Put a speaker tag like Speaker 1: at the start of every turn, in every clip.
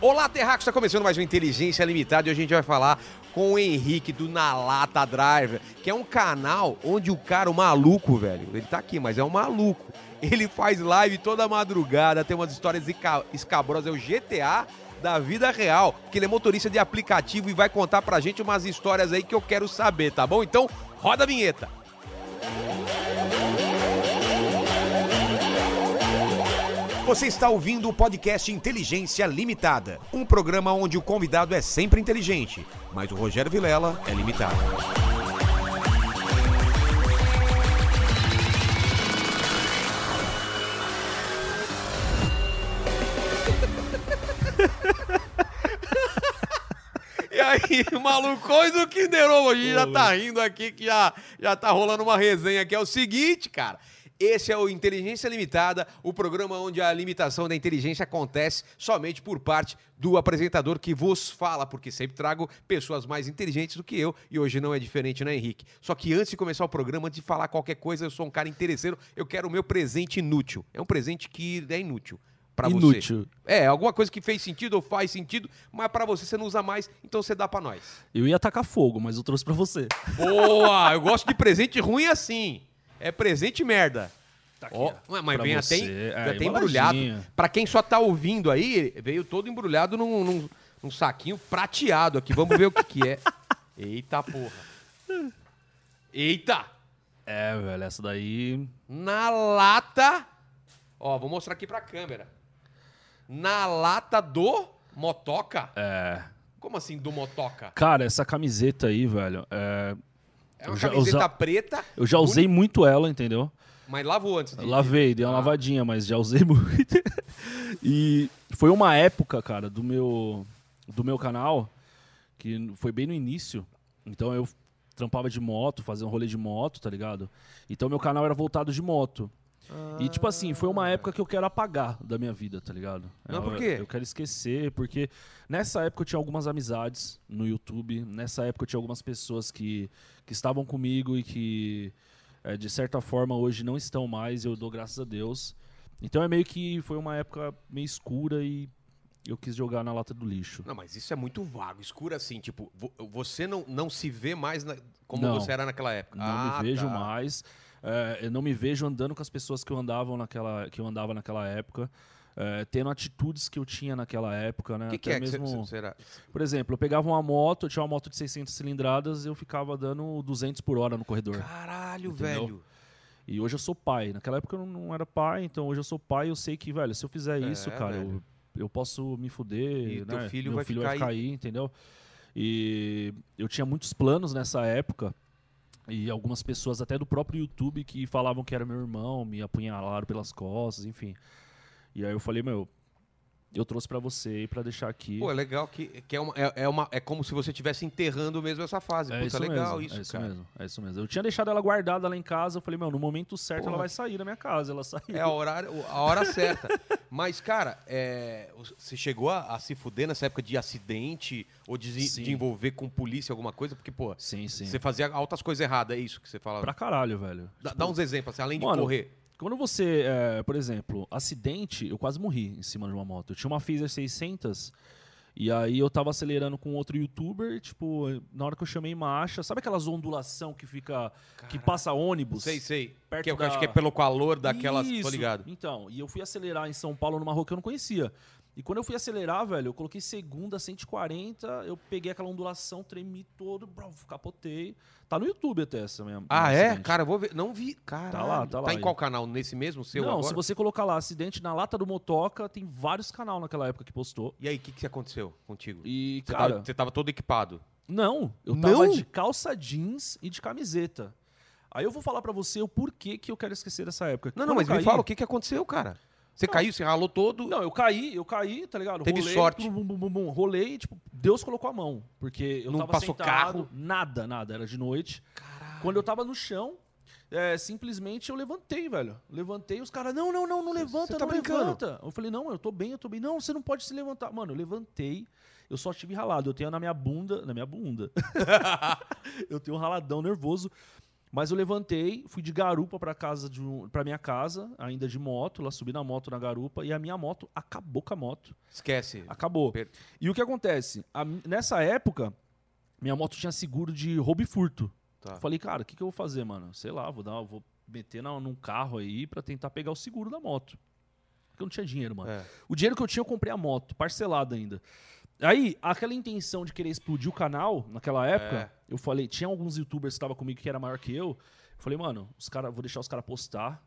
Speaker 1: Olá, Terráqueo, está começando mais um Inteligência Limitada e hoje a gente vai falar com o Henrique do Na Lata Driver, que é um canal onde o cara, o maluco, velho, ele tá aqui, mas é um maluco. Ele faz live toda madrugada, tem umas histórias esca- escabrosas, é o GTA da vida real, que ele é motorista de aplicativo e vai contar pra gente umas histórias aí que eu quero saber, tá bom? Então, roda a vinheta. Você está ouvindo o podcast Inteligência Limitada, um programa onde o convidado é sempre inteligente, mas o Rogério Vilela é limitado. E aí, malucões do Kinder Ovo, a gente já tá rindo aqui que já, já tá rolando uma resenha que é o seguinte, cara. Esse é o Inteligência Limitada, o programa onde a limitação da inteligência acontece somente por parte do apresentador que vos fala, porque sempre trago pessoas mais inteligentes do que eu e hoje não é diferente, né, Henrique? Só que antes de começar o programa, antes de falar qualquer coisa, eu sou um cara interesseiro, eu quero o meu presente inútil. É um presente que é inútil para você.
Speaker 2: Inútil.
Speaker 1: É, alguma coisa que fez sentido ou faz sentido, mas pra você você não usa mais, então você dá pra nós.
Speaker 2: Eu ia tacar fogo, mas eu trouxe pra você.
Speaker 1: Boa! Eu gosto de presente ruim assim. É presente merda.
Speaker 2: Tá
Speaker 1: Ó, ué, mas
Speaker 2: pra
Speaker 1: vem até,
Speaker 2: você.
Speaker 1: em-
Speaker 2: É,
Speaker 1: já tem embrulhado.
Speaker 2: embaladinho.
Speaker 1: Pra quem só tá ouvindo aí, veio todo embrulhado num, num- num saquinho prateado aqui. Vamos ver o que, que é. Eita porra. Eita!
Speaker 2: É, velho, essa daí.
Speaker 1: Na lata. Ó, vou mostrar aqui pra câmera. Na lata do motoca?
Speaker 2: É.
Speaker 1: Como assim do motoca?
Speaker 2: Cara, essa camiseta aí, velho. é,
Speaker 1: É
Speaker 2: Eu
Speaker 1: uma
Speaker 2: já
Speaker 1: camiseta
Speaker 2: usa-
Speaker 1: preta.
Speaker 2: Eu já usei muito ela, entendeu?
Speaker 1: Mas lavou antes de.
Speaker 2: Lavei, dei uma lavadinha, mas já usei muito. e foi uma época, cara, do meu, do meu canal, que foi bem no início. Então eu trampava de moto, fazia um rolê de moto, tá ligado? Então meu canal era voltado de moto. E tipo assim, foi uma época que eu quero apagar da minha vida, tá ligado?
Speaker 1: Mas
Speaker 2: Eu-
Speaker 1: Ah. por quê?
Speaker 2: Eu quero esquecer, porque nessa época eu tinha algumas amizades no YouTube, nessa época eu tinha algumas pessoas que, que estavam comigo e que eh, de certa forma hoje não estão mais, eu dou graças a Deus. Então é meio que foi uma época meio escura e eu quis jogar na lata do lixo.
Speaker 1: Não, mas isso é muito vago, escuro assim. Tipo, vo- você não, não se vê mais na- como
Speaker 2: Não.
Speaker 1: você era naquela época.
Speaker 2: Não
Speaker 1: Ah,
Speaker 2: me vejo
Speaker 1: tá.
Speaker 2: mais. eh, eu não me vejo andando com as pessoas que eu andava naquela, que eu andava naquela época. eh, tendo atitudes que eu tinha naquela época, né?
Speaker 1: O que, que
Speaker 2: Até
Speaker 1: é que você-
Speaker 2: mesmo...
Speaker 1: você era?
Speaker 2: Por exemplo, eu pegava uma moto, eu tinha uma moto de 600 cilindradas, eu ficava dando 200 por hora no corredor.
Speaker 1: Caralho,
Speaker 2: Entendeu?
Speaker 1: velho.
Speaker 2: E hoje eu sou pai. Naquela época eu não era pai, então hoje eu sou pai, eu sei que, velho, se eu fizer
Speaker 1: É,
Speaker 2: isso, cara,
Speaker 1: velho.
Speaker 2: eu, eu posso me fuder,
Speaker 1: E
Speaker 2: né?
Speaker 1: teu filho
Speaker 2: Meu
Speaker 1: vai
Speaker 2: filho
Speaker 1: ficar
Speaker 2: vai ficar aí, entendeu? E eu tinha muitos planos nessa época. E algumas pessoas até do próprio YouTube que falavam que era meu irmão, me apunhalaram pelas costas, enfim. E aí eu falei, meu, eu trouxe pra você e pra deixar aqui.
Speaker 1: Pô, é legal que, que é, uma, é, é uma- é como se você estivesse enterrando mesmo essa fase. Puta, legal
Speaker 2: mesmo,
Speaker 1: isso,
Speaker 2: é isso
Speaker 1: cara.
Speaker 2: mesmo, é isso mesmo. Eu tinha deixado ela guardada lá em casa, eu falei, meu, no momento certo
Speaker 1: Porra.
Speaker 2: ela vai sair da minha casa, ela saiu.
Speaker 1: É a, horário, a hora certa. Mas, cara, é, você chegou a, a se fuder nessa época de acidente ou de se
Speaker 2: Sim.
Speaker 1: de envolver com polícia, alguma coisa? Porque, pô,
Speaker 2: Sim, sim.
Speaker 1: você fazia altas coisas erradas, é isso que você fala.
Speaker 2: Pra caralho, velho.
Speaker 1: Dá, dá uns exemplos, assim, além de
Speaker 2: Mano,
Speaker 1: correr.
Speaker 2: Quando você, é, por exemplo, acidente, eu quase morri em cima de uma moto. Eu tinha uma Phaser 600 e aí eu tava acelerando com outro youtuber, e, tipo, na hora que eu chamei marcha, sabe aquelas ondulação que fica, que passa ônibus?
Speaker 1: Sei, sei.
Speaker 2: perto
Speaker 1: que eu
Speaker 2: da-
Speaker 1: acho que é pelo calor daquelas. Tô
Speaker 2: Isso.
Speaker 1: ligado.
Speaker 2: Então, e eu fui acelerar em São Paulo numa rua que eu não conhecia. E quando eu fui acelerar, velho, eu coloquei segunda 140, eu peguei aquela ondulação, tremi todo, brau, capotei. Tá no YouTube até essa minha.
Speaker 1: Ah,
Speaker 2: minha
Speaker 1: é?
Speaker 2: acidente.
Speaker 1: Cara, eu vou ver. Não vi. Caralho.
Speaker 2: lá, tá lá.
Speaker 1: Tá em qual canal? Nesse mesmo seu
Speaker 2: não,
Speaker 1: agora?
Speaker 2: se você colocar lá acidente na lata do motoca, tem vários canal naquela época que postou.
Speaker 1: E aí, o que, que aconteceu contigo?
Speaker 2: E,
Speaker 1: Você,
Speaker 2: cara,
Speaker 1: tava, você tava todo equipado.
Speaker 2: não, eu tava
Speaker 1: Não?
Speaker 2: de calça jeans e de camiseta. Aí eu vou falar pra você o porquê que eu quero esquecer dessa época.
Speaker 1: Não,
Speaker 2: Quando
Speaker 1: não, mas
Speaker 2: eu
Speaker 1: me
Speaker 2: caí-
Speaker 1: fala o que, que aconteceu, cara. Você
Speaker 2: Não.
Speaker 1: caiu, você ralou todo.
Speaker 2: Não, eu caí, eu caí, tá ligado?
Speaker 1: Teve
Speaker 2: rolei,
Speaker 1: sorte.
Speaker 2: Bum, bum, bum, bum, rolei, tipo, Deus colocou a mão. Porque eu
Speaker 1: Não
Speaker 2: tava
Speaker 1: passou
Speaker 2: sentado,
Speaker 1: carro?
Speaker 2: Nada, nada. Era de noite.
Speaker 1: Caralho.
Speaker 2: Quando eu tava no chão, é, simplesmente eu levantei, velho. Levantei, os caras, não, não, não, não levanta,
Speaker 1: tá
Speaker 2: não
Speaker 1: brincando?
Speaker 2: levanta. Eu falei, não, eu tô bem, eu tô bem. Não, você não pode se levantar. Mano, eu levantei, eu só tive ralado. Eu tenho na minha bunda, na minha bunda. eu tenho um raladão nervoso. Mas eu levantei, fui de garupa para casa de um, para minha casa, ainda de moto, lá subi na moto na garupa e a minha moto acabou com a moto.
Speaker 1: Esquece.
Speaker 2: Acabou.
Speaker 1: Per-
Speaker 2: E o que acontece? A mi- nessa época, minha moto tinha seguro de roubo e furto.
Speaker 1: Tá.
Speaker 2: Falei, cara, o que, que eu vou fazer, mano? Sei lá, vou dar, vou meter na- num carro aí pra tentar pegar o seguro da moto. Porque eu não tinha dinheiro, mano.
Speaker 1: É.
Speaker 2: O dinheiro que eu tinha, eu comprei a moto, parcelada ainda. Aí, aquela intenção de querer explodir o canal, naquela
Speaker 1: É.
Speaker 2: época, eu falei, tinha alguns youtubers que estavam comigo que era maior que eu. Eu falei, mano, os cara, vou deixar os caras postar.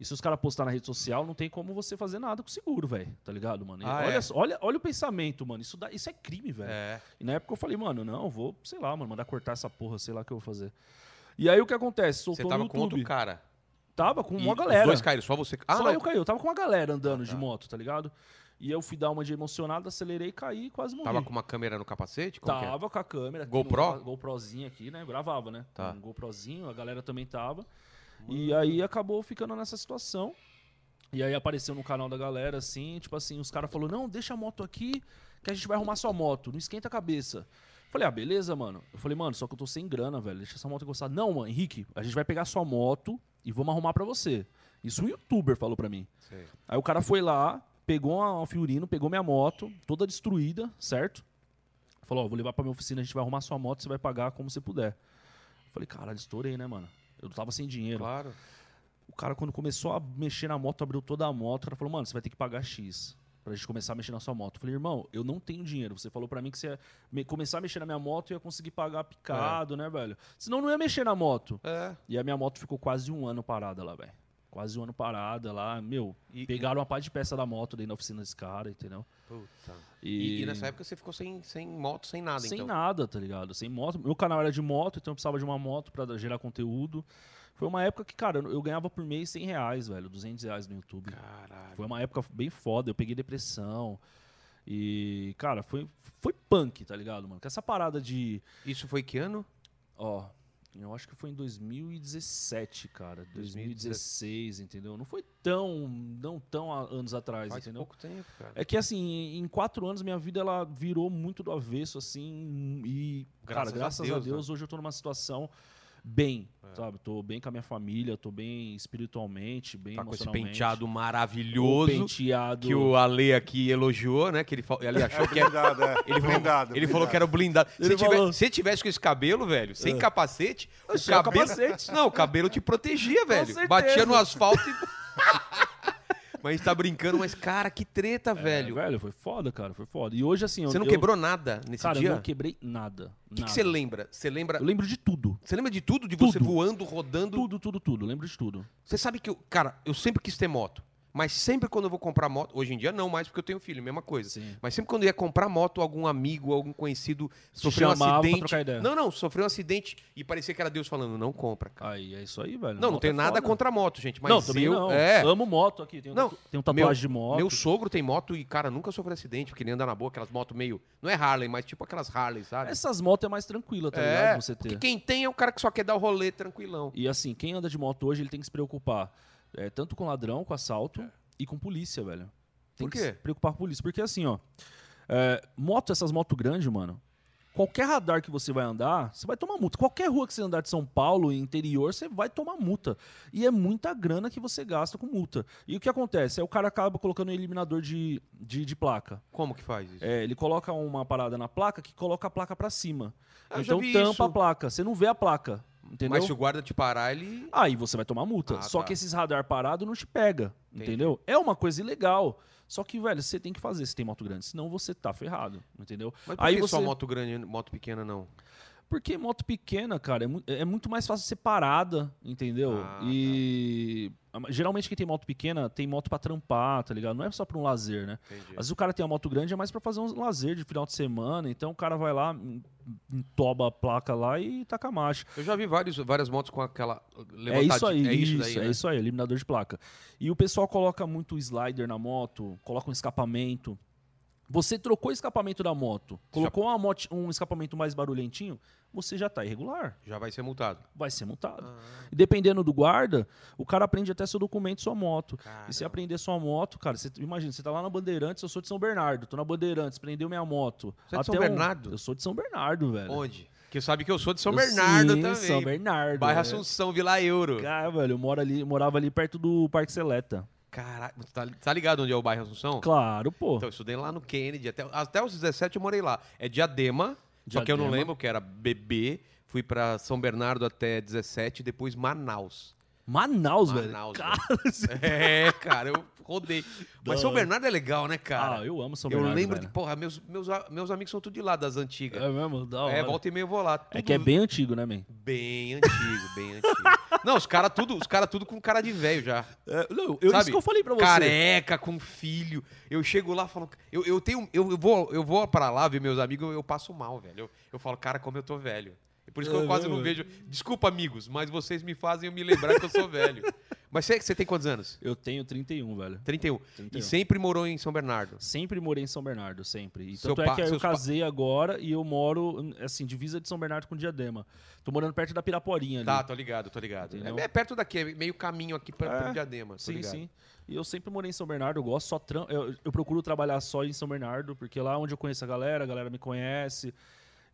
Speaker 2: E se os caras postar na rede social, não tem como você fazer nada com o seguro, velho. Tá ligado, mano? E
Speaker 1: Ah,
Speaker 2: olha,
Speaker 1: é?
Speaker 2: só- olha, olha o pensamento, mano. Isso, dá, isso é crime, velho.
Speaker 1: É.
Speaker 2: E na época eu falei, mano, não, vou, sei lá, mano, mandar cortar essa porra, sei lá o que eu vou fazer. E aí o que acontece?
Speaker 1: Você
Speaker 2: Soltou
Speaker 1: tava
Speaker 2: no
Speaker 1: com outro
Speaker 2: YouTube.
Speaker 1: cara.
Speaker 2: Tava com
Speaker 1: E
Speaker 2: uma
Speaker 1: os
Speaker 2: galera.
Speaker 1: dois caíram, só você. Ah,
Speaker 2: Só
Speaker 1: não.
Speaker 2: eu caí, eu tava com uma galera andando
Speaker 1: Ah,
Speaker 2: de
Speaker 1: tá.
Speaker 2: moto, tá ligado? E eu fui dar uma de emocionado, acelerei, caí e quase morri.
Speaker 1: Tava com uma câmera no capacete? Como que é?
Speaker 2: um Tava com a câmera. aqui,
Speaker 1: GoPro?
Speaker 2: um GoProzinho aqui, né? Eu gravava, né?
Speaker 1: Tá. Hum.
Speaker 2: Um GoProzinho, a galera também tava. E aí acabou ficando nessa situação. E aí apareceu no canal da galera, assim, tipo assim, os caras falaram, não, deixa a moto aqui, que a gente vai arrumar sua moto, não esquenta a cabeça. Falei, ah, beleza, mano. Eu falei, mano, só que eu tô sem grana, velho. Deixa essa moto encostada. Não, mano, Henrique, a gente vai pegar sua moto e vamos arrumar pra você. Isso um youtuber falou pra mim.
Speaker 1: Sei.
Speaker 2: Aí o cara foi lá, pegou uma- um fiorino, pegou minha moto, toda destruída, certo? Falou, ó, vou levar pra minha oficina, a gente vai arrumar sua moto, você vai pagar como você puder. Eu Falei, caralho, estourei, né, mano? Eu tava sem dinheiro.
Speaker 1: Claro.
Speaker 2: O cara, quando começou a mexer na moto, abriu toda a moto, o cara falou, mano, você vai ter que pagar X pra gente começar a mexer na sua moto. Eu falei, irmão, eu não tenho dinheiro. Você falou pra mim que você ia me- começar a mexer na minha moto e ia conseguir pagar picado, né, velho? Senão eu não ia mexer na moto.
Speaker 1: É.
Speaker 2: E a minha moto ficou quase um ano parada lá, velho. Quase um ano parada lá, meu.
Speaker 1: E-
Speaker 2: pegaram uma parte de peça da moto dentro da oficina desse cara, entendeu?
Speaker 1: Puta. E,
Speaker 2: E,
Speaker 1: e nessa época você ficou sem, sem moto, sem nada,
Speaker 2: sem
Speaker 1: então.
Speaker 2: nada, tá ligado? Sem moto. Meu canal era de moto, então eu precisava de uma moto pra gerar conteúdo. Foi uma época que, cara, eu eu ganhava por mês 100 reais, velho, 200 reais no YouTube.
Speaker 1: Caralho.
Speaker 2: Foi uma época bem foda, eu peguei depressão. E, cara, foi, foi punk, tá ligado, mano? Com essa parada de.
Speaker 1: Isso foi que ano?
Speaker 2: Ó, eu acho que foi em 2017, cara. 2016, entendeu? Não foi tão. Não tão há anos atrás,
Speaker 1: Faz
Speaker 2: entendeu?
Speaker 1: pouco tempo, cara. Tá
Speaker 2: É que assim, em quatro anos minha vida ela virou muito do avesso, assim, e
Speaker 1: Graças
Speaker 2: cara,
Speaker 1: a
Speaker 2: graças a
Speaker 1: Deus, né? É.
Speaker 2: Deus, hoje eu tô numa situação bem, sabe? Tô bem com a minha família, tô bem espiritualmente, bem
Speaker 1: Tá com esse
Speaker 2: emocionalmente.
Speaker 1: penteado
Speaker 2: O
Speaker 1: maravilhoso
Speaker 2: penteado
Speaker 1: que o Ale aqui elogiou, né? Que ele, fa- ele achou que era.
Speaker 3: Blindado, é.
Speaker 1: Ele falou,
Speaker 3: blindado.
Speaker 1: ele falou
Speaker 3: blindado.
Speaker 1: que era o blindado. Se
Speaker 2: Ele
Speaker 1: tivesse,
Speaker 2: falou-
Speaker 1: se tivesse com esse cabelo, velho, sem capacete, o
Speaker 2: Sem o
Speaker 1: cabelo.
Speaker 2: capacete.
Speaker 1: Não, o cabelo te protegia, velho.
Speaker 2: certeza.
Speaker 1: Batia no asfalto e. mas a gente tá brincando, mas cara, que treta,
Speaker 2: É,
Speaker 1: velho.
Speaker 2: velho, foi foda, cara, foi foda. E hoje assim, eu-
Speaker 1: Você não
Speaker 2: eu-
Speaker 1: quebrou nada nesse
Speaker 2: Cara,
Speaker 1: dia?
Speaker 2: eu não quebrei nada.
Speaker 1: O que que você lembra? Você lembra,
Speaker 2: Eu lembro de tudo.
Speaker 1: você lembra de tudo? De você
Speaker 2: Tudo.
Speaker 1: voando, rodando?
Speaker 2: Tudo, tudo, tudo, lembro de tudo.
Speaker 1: Você sabe que, eu, cara, eu sempre quis ter moto. Mas sempre quando eu vou comprar moto, hoje em dia não mais porque eu tenho filho, mesma coisa.
Speaker 2: Sim.
Speaker 1: Mas sempre quando eu ia comprar moto, algum amigo, algum conhecido sofreu um
Speaker 2: chamava pra
Speaker 1: acidente.
Speaker 2: trocar ideia.
Speaker 1: Não, não, sofreu um acidente e parecia que era Deus falando, não compra, cara.
Speaker 2: Aí, é isso aí, velho.
Speaker 1: não, não
Speaker 2: Moto
Speaker 1: tenho
Speaker 2: é
Speaker 1: nada
Speaker 2: foda.
Speaker 1: contra moto, gente, mas
Speaker 2: Não, também
Speaker 1: eu
Speaker 2: não.
Speaker 1: é.
Speaker 2: Amo moto aqui, tenho,
Speaker 1: Não,
Speaker 2: tatu- tenho tatuagem
Speaker 1: meu,
Speaker 2: de moto.
Speaker 1: Meu sogro tem moto e cara, nunca sofreu acidente, porque ele anda na boa, aquelas motos meio, não é Harley, mas tipo aquelas Harley, sabe?
Speaker 2: Essas motos é mais tranquila, tá
Speaker 1: é,
Speaker 2: ligado? Você ter.
Speaker 1: porque quem tem é o cara que só quer dar o rolê tranquilão.
Speaker 2: E assim, quem anda de moto hoje, ele tem que se preocupar é, tanto com ladrão, com assalto e com polícia, velho. Tem
Speaker 1: Por
Speaker 2: que
Speaker 1: quê?
Speaker 2: se preocupar com polícia. Porque assim, ó, é, moto, essas motos grandes, mano, qualquer radar que você vai andar, você vai tomar multa. Qualquer rua que você andar de São Paulo e interior, você vai tomar multa. E é muita grana que você gasta com multa. E o que acontece? É o cara acaba colocando um eliminador de, de, de placa.
Speaker 1: Como que faz isso?
Speaker 2: É, ele coloca uma parada na placa que coloca a placa pra cima.
Speaker 1: Ah, eu já
Speaker 2: então
Speaker 1: vi
Speaker 2: tampa
Speaker 1: isso.
Speaker 2: a placa. Você não vê a placa. Entendeu?
Speaker 1: Mas se o guarda te parar, ele
Speaker 2: Aí você vai tomar multa.
Speaker 1: Ah,
Speaker 2: Só
Speaker 1: tá.
Speaker 2: que esses radar parado não te pega,
Speaker 1: Entendi.
Speaker 2: entendeu? É uma coisa ilegal. Só que, velho, você tem que fazer se tem moto grande, senão você tá ferrado, entendeu?
Speaker 1: Mas por
Speaker 2: Aí
Speaker 1: que
Speaker 2: você
Speaker 1: só moto grande e moto pequena não?
Speaker 2: Porque moto pequena, cara, é, mu- é muito mais fácil ser parada, entendeu?
Speaker 1: Ah,
Speaker 2: e geralmente quem tem moto pequena tem moto pra trampar, tá ligado? Não é só pra um lazer, né?
Speaker 1: Entendi.
Speaker 2: Às vezes o cara tem uma moto grande, é mais pra fazer um lazer de final de semana, então o cara vai lá, en- entoba a placa lá e taca a marcha.
Speaker 1: Eu já vi vários, várias motos com aquela
Speaker 2: É
Speaker 1: levantadinha.
Speaker 2: isso aí,
Speaker 1: é isso, daí,
Speaker 2: é
Speaker 1: né?
Speaker 2: isso aí, eliminador de placa. E o pessoal coloca muito slider na moto, coloca um escapamento. Você trocou o escapamento da moto, colocou uma moti- um escapamento mais barulhentinho, você já tá irregular,
Speaker 1: Já vai ser multado.
Speaker 2: vai ser multado.
Speaker 1: Ah.
Speaker 2: E dependendo do guarda, o cara aprende até seu documento, sua moto. E se
Speaker 1: Caramba.
Speaker 2: aprender sua moto, cara, você imagina, você tá lá na Bandeirantes, eu sou de São Bernardo, tô na Bandeirantes, prendeu minha moto.
Speaker 1: Você é de São
Speaker 2: Até um-
Speaker 1: Bernardo?
Speaker 2: eu sou de São Bernardo, velho.
Speaker 1: Onde? Que sabe que eu sou de São
Speaker 2: Eu-
Speaker 1: Bernardo
Speaker 2: sim,
Speaker 1: também.
Speaker 2: São Bernardo.
Speaker 1: Bairro
Speaker 2: é.
Speaker 1: Assunção, Vila Euro.
Speaker 2: Cara, velho, eu moro ali, morava ali perto do Parque Seleta.
Speaker 1: Caralho, tu tá, tá ligado onde é o bairro Assunção?
Speaker 2: Claro, pô.
Speaker 1: Então, eu estudei lá no Kennedy. Até, até os 17 eu morei lá. É Diadema, só que eu não
Speaker 2: Diadema.
Speaker 1: lembro que era bebê. Fui pra São Bernardo até 17, depois Manaus.
Speaker 2: Manaus, velho.
Speaker 1: Manaus,
Speaker 2: Cara, você-
Speaker 1: É, cara, eu rodei.
Speaker 2: Da
Speaker 1: Mas São
Speaker 2: hora.
Speaker 1: Bernardo é legal, né, cara?
Speaker 2: ah, eu amo São
Speaker 1: eu
Speaker 2: Bernardo.
Speaker 1: lembro de,
Speaker 2: velho.
Speaker 1: porra, meus, meus, a- meus amigos são tudo de lá, das antigas.
Speaker 2: É mesmo? Da hora.
Speaker 1: É, volta e meia eu vou lá.
Speaker 2: É
Speaker 1: Tudo
Speaker 2: que é bem antigo, né, man?
Speaker 1: bem antigo, bem antigo. Não, os caras tudo, os cara tudo com cara de velho já.
Speaker 2: É, não, eu,
Speaker 1: Sabe? é-
Speaker 2: isso que eu falei pra você.
Speaker 1: Careca, com filho. Eu chego lá e falo. Eu, eu tenho. Eu, eu vou, eu vou pra lá ver meus amigos, eu, eu passo mal, velho. Eu, eu falo, cara, como eu tô velho. É Por isso que eu
Speaker 2: É
Speaker 1: quase
Speaker 2: mesmo,
Speaker 1: não
Speaker 2: velho?
Speaker 1: vejo. Desculpa, amigos, mas vocês me fazem eu me lembrar que eu sou velho. Mas você, você tem quantos anos?
Speaker 2: Eu tenho 31, velho.
Speaker 1: 31.
Speaker 2: 31.
Speaker 1: E sempre morou em São Bernardo.
Speaker 2: Sempre morei em São Bernardo, sempre. E
Speaker 1: Seu
Speaker 2: tanto é
Speaker 1: pa-
Speaker 2: que eu
Speaker 1: seus pa-
Speaker 2: casei agora e eu moro, assim, divisa de São Bernardo com Diadema. Tô morando perto da Piraporinha ali.
Speaker 1: Tá, tô ligado, tô ligado.
Speaker 2: Entendeu?
Speaker 1: É, é perto daqui, é meio caminho aqui pra,
Speaker 2: É.
Speaker 1: pra Diadema. tô
Speaker 2: Sim,
Speaker 1: ligado.
Speaker 2: sim. E eu sempre morei em São Bernardo, eu gosto só tram... eu, eu procuro trabalhar só em São Bernardo, porque lá é onde eu conheço a galera, a galera me conhece.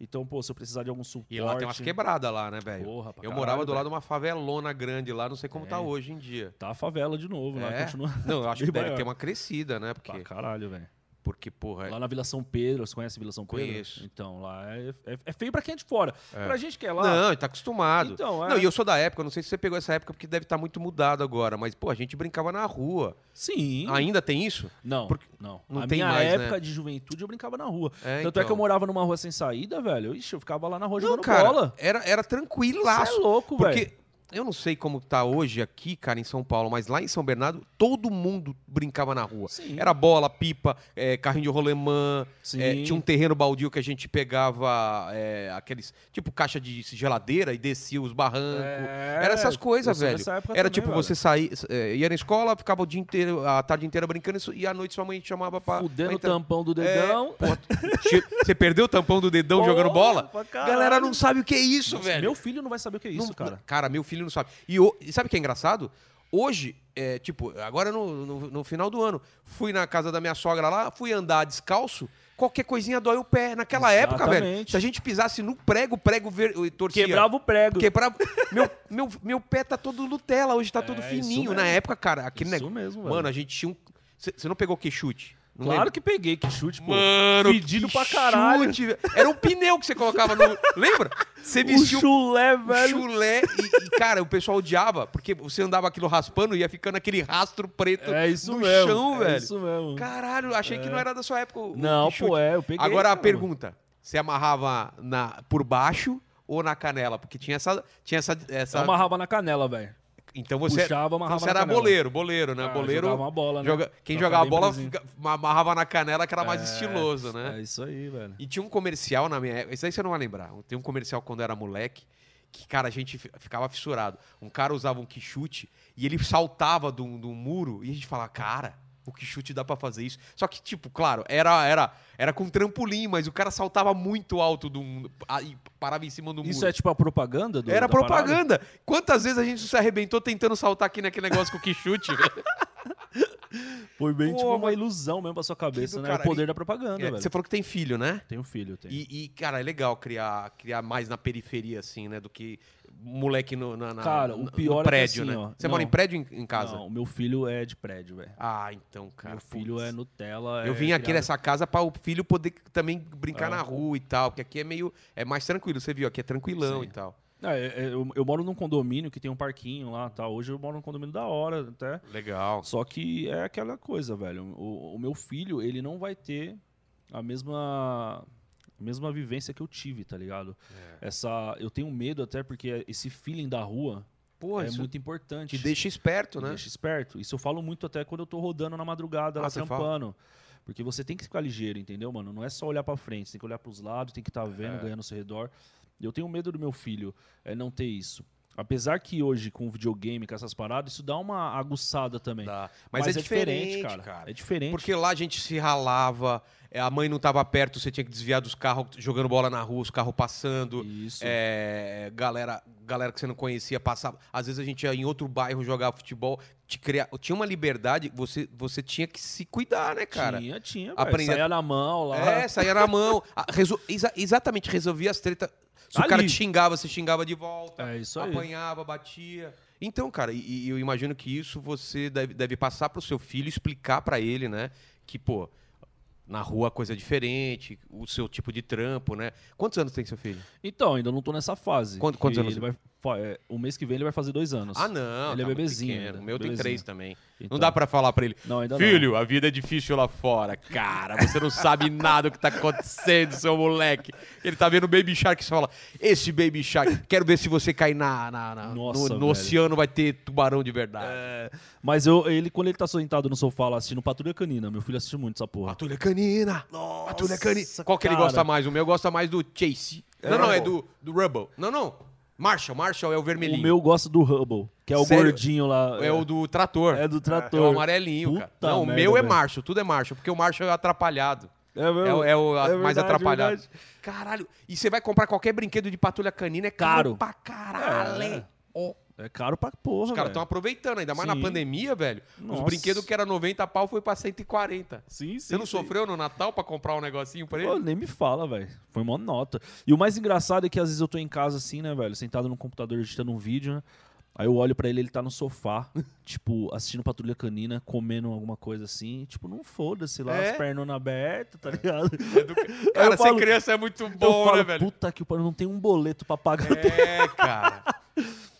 Speaker 2: Então, pô, se eu precisar de algum suporte...
Speaker 1: E lá tem umas quebradas lá, né, velho?
Speaker 2: Porra, pra
Speaker 1: Eu
Speaker 2: caralho,
Speaker 1: morava do
Speaker 2: velho.
Speaker 1: lado de uma favelona grande lá, não sei como tá hoje em dia.
Speaker 2: Tá a favela de novo, lá
Speaker 1: É?
Speaker 2: continua.
Speaker 1: Não, eu acho que
Speaker 2: Bem
Speaker 1: deve ter
Speaker 2: maior.
Speaker 1: uma crescida, né? Porque,
Speaker 2: Pra caralho, velho.
Speaker 1: porque porra, é
Speaker 2: Lá na Vila São Pedro, você conhece Vila São Pedro?
Speaker 1: Conheço.
Speaker 2: Então, lá é, é- é feio pra quem é de fora. Pra gente que é lá...
Speaker 1: Não, ele tá acostumado.
Speaker 2: Então, é.
Speaker 1: Não, e eu sou da época, eu não sei se você pegou essa época, porque deve estar muito mudado agora, mas, pô, a gente brincava na rua.
Speaker 2: Sim.
Speaker 1: Ainda tem isso?
Speaker 2: Não,
Speaker 1: Porque-
Speaker 2: não.
Speaker 1: não
Speaker 2: a
Speaker 1: tem
Speaker 2: minha
Speaker 1: mais,
Speaker 2: época
Speaker 1: né?
Speaker 2: de juventude eu brincava na rua.
Speaker 1: É,
Speaker 2: Tanto é que
Speaker 1: então.
Speaker 2: eu morava numa rua sem saída, velho. Ixi, eu ficava lá na rua
Speaker 1: Não,
Speaker 2: jogando
Speaker 1: cara,
Speaker 2: bola.
Speaker 1: era, era
Speaker 2: Você é
Speaker 1: tranquilaço.
Speaker 2: louco, velho.
Speaker 1: porque eu não sei como tá hoje aqui, cara, em São Paulo, mas lá em São Bernardo, todo mundo brincava na rua.
Speaker 2: Sim.
Speaker 1: Era bola, pipa, é, carrinho de rolemã,
Speaker 2: Sim.
Speaker 1: é, tinha um terreno baldio que a gente pegava é, aqueles, tipo caixa de geladeira e descia os barrancos.
Speaker 2: É,
Speaker 1: Era essas
Speaker 2: eu
Speaker 1: coisas,
Speaker 2: sou
Speaker 1: velho.
Speaker 2: dessa época
Speaker 1: Era
Speaker 2: também,
Speaker 1: tipo,
Speaker 2: velho.
Speaker 1: você saía, eh, ia na escola, ficava o dia inteiro, a tarde inteira brincando isso, e à noite sua mãe te chamava pra.
Speaker 2: Fudendo
Speaker 1: pra
Speaker 2: o tampão do
Speaker 1: É,
Speaker 2: dedão.
Speaker 1: pô, che- você perdeu o tampão do dedão
Speaker 2: Porra,
Speaker 1: jogando bola?
Speaker 2: pra caralho.
Speaker 1: Galera não sabe o que é isso,
Speaker 2: Nossa,
Speaker 1: velho.
Speaker 2: Meu filho não vai saber o que é isso,
Speaker 1: Não-
Speaker 2: cara.
Speaker 1: Cara, meu filho não sabe. E, o- e sabe o que é engraçado? Hoje, é, tipo, agora no, no- no final do ano, fui na casa da minha sogra lá, fui andar descalço, qualquer coisinha dói o pé. Naquela época, velho,
Speaker 2: Exatamente.
Speaker 1: se a gente pisasse no prego, o prego ver, torcia.
Speaker 2: Quebrava o prego.
Speaker 1: Quebrava. meu, meu, meu pé tá todo Nutella, hoje tá todo
Speaker 2: É,
Speaker 1: fininho.
Speaker 2: isso
Speaker 1: Na
Speaker 2: mesmo.
Speaker 1: época, cara, aquele
Speaker 2: Isso
Speaker 1: negócio.
Speaker 2: mesmo, velho.
Speaker 1: Mano, a gente tinha um. Você não pegou que chute? Não
Speaker 2: claro
Speaker 1: lembro.
Speaker 2: que peguei, que chute, pô.
Speaker 1: Mano,
Speaker 2: Fedido
Speaker 1: que
Speaker 2: pra caralho.
Speaker 1: chute, velho. Era um pneu que você colocava no. Lembra? Você
Speaker 2: o
Speaker 1: vestia o
Speaker 2: chulé,
Speaker 1: o
Speaker 2: velho.
Speaker 1: chulé e, e, cara, o pessoal odiava, porque você andava aquilo raspando e ia ficando aquele rastro preto
Speaker 2: É isso
Speaker 1: no
Speaker 2: mesmo.
Speaker 1: chão,
Speaker 2: é
Speaker 1: velho.
Speaker 2: Isso mesmo. É.
Speaker 1: Caralho, achei que não era da sua época. o- o
Speaker 2: Não,
Speaker 1: chute.
Speaker 2: pô, é, eu peguei.
Speaker 1: Agora a
Speaker 2: cara.
Speaker 1: pergunta: você amarrava na, por baixo ou na canela? Porque tinha essa. Tinha essa,
Speaker 2: Eu
Speaker 1: essa-
Speaker 2: amarrava na canela, velho.
Speaker 1: Então você,
Speaker 2: puxava, amarrava
Speaker 1: então você
Speaker 2: na
Speaker 1: era
Speaker 2: canela.
Speaker 1: boleiro, boleiro, né?
Speaker 2: Ah,
Speaker 1: boleiro.
Speaker 2: jogava uma bola, né?
Speaker 1: joga- Quem jogava
Speaker 2: Jogava bem
Speaker 1: bola
Speaker 2: presinho.
Speaker 1: fica- amarrava na canela, que era mais estiloso, né?
Speaker 2: É isso aí, velho.
Speaker 1: E tinha um comercial na minha época, isso aí você não vai lembrar. Tem um comercial quando eu era moleque, que, cara, a gente fi- ficava fissurado. Um cara usava um quichute e ele saltava de um, de um muro e a gente falava, cara, o quichute dá pra fazer isso. Só que, tipo, claro, era, era, era com trampolim, mas o cara saltava muito alto de um, a- e parava em cima do
Speaker 2: Isso
Speaker 1: muro.
Speaker 2: é tipo a propaganda do
Speaker 1: era
Speaker 2: da parada?
Speaker 1: propaganda. Quantas vezes a gente se arrebentou tentando saltar aqui naquele negócio com o quichute? velho?
Speaker 2: Foi bem
Speaker 1: Pô,
Speaker 2: tipo uma
Speaker 1: mas-
Speaker 2: ilusão mesmo pra sua cabeça,
Speaker 1: do
Speaker 2: né?
Speaker 1: cara-
Speaker 2: o poder
Speaker 1: e-
Speaker 2: da propaganda,
Speaker 1: É,
Speaker 2: velho.
Speaker 1: Você falou que tem filho, né?
Speaker 2: Tem um filho, tem.
Speaker 1: E, e, cara, é legal criar, criar mais na periferia, assim, né? Do que moleque no, na, na-
Speaker 2: Cara, o
Speaker 1: no- no
Speaker 2: pior é que
Speaker 1: prédio,
Speaker 2: assim,
Speaker 1: né?
Speaker 2: ó,
Speaker 1: Você
Speaker 2: não.
Speaker 1: mora em prédio ou em, em casa?
Speaker 2: Não, o meu filho é de prédio, velho.
Speaker 1: Ah, então, cara.
Speaker 2: Meu filho
Speaker 1: putz.
Speaker 2: é Nutella.
Speaker 1: Eu
Speaker 2: é
Speaker 1: vim aqui
Speaker 2: criado- É.
Speaker 1: nessa casa para o filho poder também brincar na rua e tal, porque aqui é meio. É mais tranquilo, você viu? Aqui é tranquilão
Speaker 2: Sim.
Speaker 1: e tal.
Speaker 2: É, é, eu, eu moro num condomínio que tem um parquinho lá, tá? Hoje eu moro num condomínio da hora, até.
Speaker 1: Legal.
Speaker 2: Só que é aquela coisa, velho. O, o meu filho, ele não vai ter a mesma a mesma vivência que eu tive, tá ligado?
Speaker 1: É.
Speaker 2: Essa eu tenho medo até porque esse feeling da rua
Speaker 1: Pô,
Speaker 2: é
Speaker 1: isso
Speaker 2: muito importante.
Speaker 1: te deixa esperto,
Speaker 2: Me
Speaker 1: né?
Speaker 2: deixa esperto. Isso eu falo muito até quando eu tô rodando na madrugada
Speaker 1: Ah,
Speaker 2: lá
Speaker 1: você
Speaker 2: trampando. Porque você tem que ficar ligeiro, entendeu, mano? Não é só olhar pra frente, você tem que olhar pros lados, tem que estar
Speaker 1: É.
Speaker 2: vendo, ganhando ao seu redor. E Eu tenho medo do meu filho é, não ter isso. Apesar que hoje, com o videogame, com essas paradas, isso dá uma aguçada também.
Speaker 1: Dá. Mas, é, diferente, cara.
Speaker 2: É diferente.
Speaker 1: Porque lá a gente se ralava, é, a mãe não tava perto, você tinha que desviar dos carros jogando bola na rua, os carros passando.
Speaker 2: Isso.
Speaker 1: É, galera galera que você não conhecia passava. Às vezes a gente ia em outro bairro jogar futebol, te cria... tinha uma liberdade, você, você tinha que se cuidar, né, cara?
Speaker 2: Tinha, tinha.
Speaker 1: Aprender-
Speaker 2: Aprender... Saia na mão lá.
Speaker 1: É, saía na mão. A- resol- exa- exatamente, resolvia as tretas. Se o
Speaker 2: Ali.
Speaker 1: cara te xingava, você xingava de volta.
Speaker 2: É isso aí.
Speaker 1: apanhava, batia. Então, cara, e, e eu imagino que isso você deve, deve passar pro seu filho, explicar pra ele, né? Que, pô, na rua a coisa é diferente, o seu tipo de trampo, né? Quantos anos tem seu filho?
Speaker 2: Então, ainda não tô nessa fase.
Speaker 1: Quanto- quantos
Speaker 2: que
Speaker 1: anos
Speaker 2: Ele vai, fa- é, o mês que vem ele vai fazer dois anos.
Speaker 1: Ah, não.
Speaker 2: Ele é
Speaker 1: muito
Speaker 2: bebezinho
Speaker 1: pequeno.
Speaker 2: ainda,
Speaker 1: O meu tem
Speaker 2: bebezinho.
Speaker 1: três também.
Speaker 2: Então.
Speaker 1: Não dá pra falar pra ele.
Speaker 2: Não, ainda não.
Speaker 1: Filho, a vida é difícil lá fora, cara. Você não sabe nada do que tá acontecendo, seu moleque. Ele tá vendo o Baby Shark e você fala: Esse Baby Shark, quero ver se você cair na, na- na-
Speaker 2: Nossa,
Speaker 1: no, no
Speaker 2: velho.
Speaker 1: oceano, vai ter tubarão de verdade.
Speaker 2: Mas eu, ele, quando ele tá sentado no sofá lá assistindo Patrulha Canina, meu filho assiste muito essa porra.
Speaker 1: Patrulha canina! Patrulha canina! Qual que ele
Speaker 2: cara.
Speaker 1: gosta mais? O meu gosta mais do Chase. não, não, é do, do Rubble. Não, não. Marshall, Marshall é o vermelhinho.
Speaker 2: O meu gosta do Hubble, que é o
Speaker 1: Sério?
Speaker 2: gordinho lá.
Speaker 1: É o do trator.
Speaker 2: É do trator.
Speaker 1: É o amarelinho, cara.
Speaker 2: Puta
Speaker 1: Não, o
Speaker 2: merda,
Speaker 1: meu é
Speaker 2: velho.
Speaker 1: Marshall, tudo é Marshall, porque o Marshall é atrapalhado.
Speaker 2: É mesmo?
Speaker 1: É, o- é o a-
Speaker 2: É
Speaker 1: mais
Speaker 2: verdade,
Speaker 1: atrapalhado.
Speaker 2: verdade.
Speaker 1: Caralho, e você vai comprar qualquer brinquedo de patrulha canina, é caro,
Speaker 2: Caro.
Speaker 1: pra caralho.
Speaker 2: É.
Speaker 1: Ó,
Speaker 2: É caro pra porra,
Speaker 1: Os caras estão
Speaker 2: velho.
Speaker 1: aproveitando, ainda mais na
Speaker 2: Sim.
Speaker 1: pandemia, velho. Os
Speaker 2: Nossa.
Speaker 1: brinquedos que era 90 pau foi pra 140.
Speaker 2: Sim, sim.
Speaker 1: Você não
Speaker 2: sim.
Speaker 1: sofreu no Natal pra comprar um negocinho pra ele?
Speaker 2: Pô, nem me fala, velho. Foi mó nota. E o mais engraçado é que às vezes eu tô em casa assim, né, velho? Sentado no computador editando um vídeo, né? Aí eu olho pra ele, ele tá no sofá, tipo, assistindo Patrulha Canina, comendo alguma coisa assim. Tipo, não foda-se lá,
Speaker 1: É?
Speaker 2: as pernas abertas, tá ligado? Aí eu
Speaker 1: Cara, ser
Speaker 2: falo-
Speaker 1: criança é muito
Speaker 2: Eu
Speaker 1: bom,
Speaker 2: falo,
Speaker 1: né, velho?
Speaker 2: puta que pariu, não tem um boleto pra pagar.
Speaker 1: É, cara.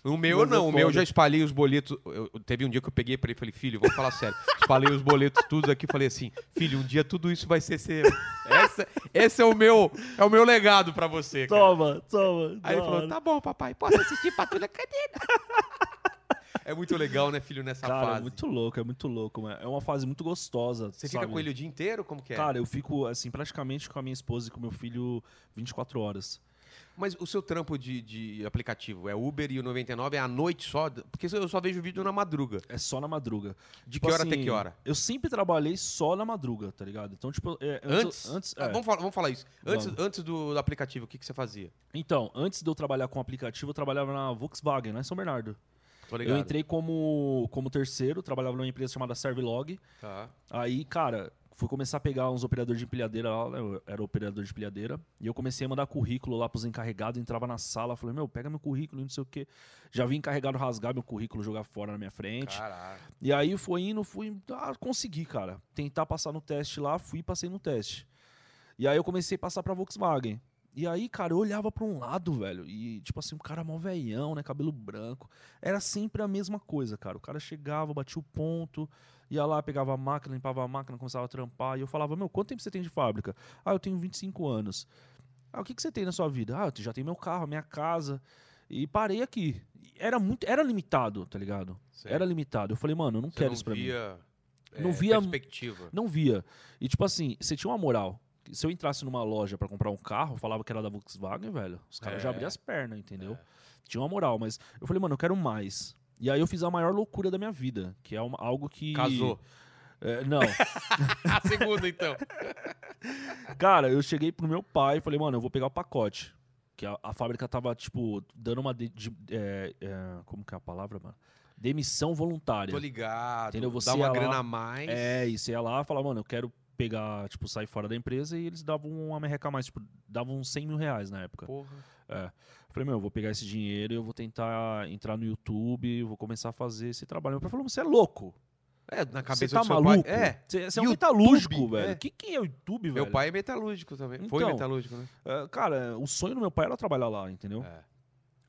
Speaker 1: O meu
Speaker 2: Mas é
Speaker 1: não, o meu eu
Speaker 2: foda.
Speaker 1: já espalhei os boletos. Eu, eu- teve um dia que eu peguei pra ele e falei, filho, vamos falar sério. Espalhei os boletos tudo aqui, falei assim, filho, um dia tudo isso vai ser seu. Essa, esse é o meu, é o meu legado pra você. cara."
Speaker 2: Toma, toma.
Speaker 1: É, Aí ele
Speaker 2: da
Speaker 1: falou,
Speaker 2: hora.
Speaker 1: tá bom, papai, posso assistir Patrulha Canina? É muito legal, né, filho, nessa
Speaker 2: Cara,
Speaker 1: fase.
Speaker 2: é muito louco, é muito louco. mano. É uma fase muito gostosa.
Speaker 1: Você fica
Speaker 2: sabe?
Speaker 1: com ele o dia inteiro? Como que é?
Speaker 2: Cara, eu fico, assim, praticamente com a minha esposa e com meu filho 24 horas.
Speaker 1: Mas o seu trampo de, de aplicativo é Uber e o 99 é à noite só? Porque eu só vejo vídeo na madruga.
Speaker 2: É só na madruga. Tipo assim,
Speaker 1: De que hora até que hora?
Speaker 2: Eu sempre trabalhei só na madruga, tá ligado? Então, tipo, é,
Speaker 1: Antes?
Speaker 2: antes,
Speaker 1: Ah,
Speaker 2: é.
Speaker 1: vamos, falar, vamos falar isso. Antes,
Speaker 2: Vamos.
Speaker 1: antes do, do aplicativo, o que, que você fazia?
Speaker 2: Então, antes de eu trabalhar com aplicativo, eu trabalhava na Volkswagen, lá em São Bernardo.
Speaker 1: Tô ligado.
Speaker 2: Eu entrei como, como terceiro, trabalhava numa empresa chamada Servilog.
Speaker 1: Tá.
Speaker 2: Aí, cara, fui começar a pegar uns operadores de empilhadeira lá, né? eu era operador de empilhadeira, e eu comecei a mandar currículo lá pros encarregados, entrava na sala, falei, meu, pega meu currículo, não sei o quê. Já vi encarregado rasgar meu currículo, jogar fora na minha frente.
Speaker 1: Caralho.
Speaker 2: E aí foi indo, fui. Ah, consegui, cara. Tentar passar no teste lá, fui e passei no teste. E aí eu comecei a passar pra Volkswagen. E aí, cara, eu olhava pra um lado, velho, e tipo assim, um cara mó veião, né, cabelo branco. Era sempre a mesma coisa, cara. O cara chegava, batia o ponto, ia lá, pegava a máquina, limpava a máquina, começava a trampar. E eu falava, meu, quanto tempo você tem de fábrica? Ah, eu tenho 25 anos. Ah, o que, que você tem na sua vida? Ah, eu já tenho meu carro, minha casa. E parei aqui. Era muito, era limitado, tá ligado?
Speaker 1: Sei.
Speaker 2: Era limitado. Eu falei, mano, eu não
Speaker 1: Você
Speaker 2: quero
Speaker 1: não
Speaker 2: isso pra mim.
Speaker 1: via, é,
Speaker 2: Não via-
Speaker 1: perspectiva.
Speaker 2: Não via. E tipo assim, você tinha uma moral. Se eu entrasse numa loja pra comprar um carro, falava que era da Volkswagen, velho. Os caras já
Speaker 1: É.
Speaker 2: abriam as pernas, entendeu? Tinha uma moral, mas eu falei, mano, eu quero mais. E aí eu fiz a maior loucura da minha vida, que é uma- algo que.
Speaker 1: Casou.
Speaker 2: É, não.
Speaker 1: A segunda, então.
Speaker 2: Cara, eu cheguei pro meu pai e falei, mano, eu vou pegar o pacote. Que a, a fábrica tava, tipo, dando uma. de- de- é, é, como que é a palavra, mano? Demissão voluntária.
Speaker 1: Tô ligado.
Speaker 2: Entendeu? Você
Speaker 1: Dá uma
Speaker 2: ia lá-
Speaker 1: grana a mais.
Speaker 2: É, e você ia lá e falava, mano, eu quero pegar, tipo, sair fora da empresa e eles davam uma merreca a mais, tipo, davam 100 mil reais na época.
Speaker 1: Porra.
Speaker 2: Eu Falei, meu, eu vou pegar esse dinheiro e eu vou tentar entrar no YouTube, eu vou começar a fazer esse trabalho. Meu pai falou, você é louco,
Speaker 1: É, na
Speaker 2: você
Speaker 1: cabeça
Speaker 2: tá
Speaker 1: do seu
Speaker 2: maluco,
Speaker 1: pai. É.
Speaker 2: você você é um
Speaker 1: YouTube,
Speaker 2: metalúrgico,
Speaker 1: é.
Speaker 2: velho. O que, que é o YouTube, velho?
Speaker 1: Meu pai é metalúrgico também. Foi
Speaker 2: Então.
Speaker 1: metalúrgico, né?
Speaker 2: É, Cara, o sonho do meu pai era trabalhar lá, entendeu?
Speaker 1: É.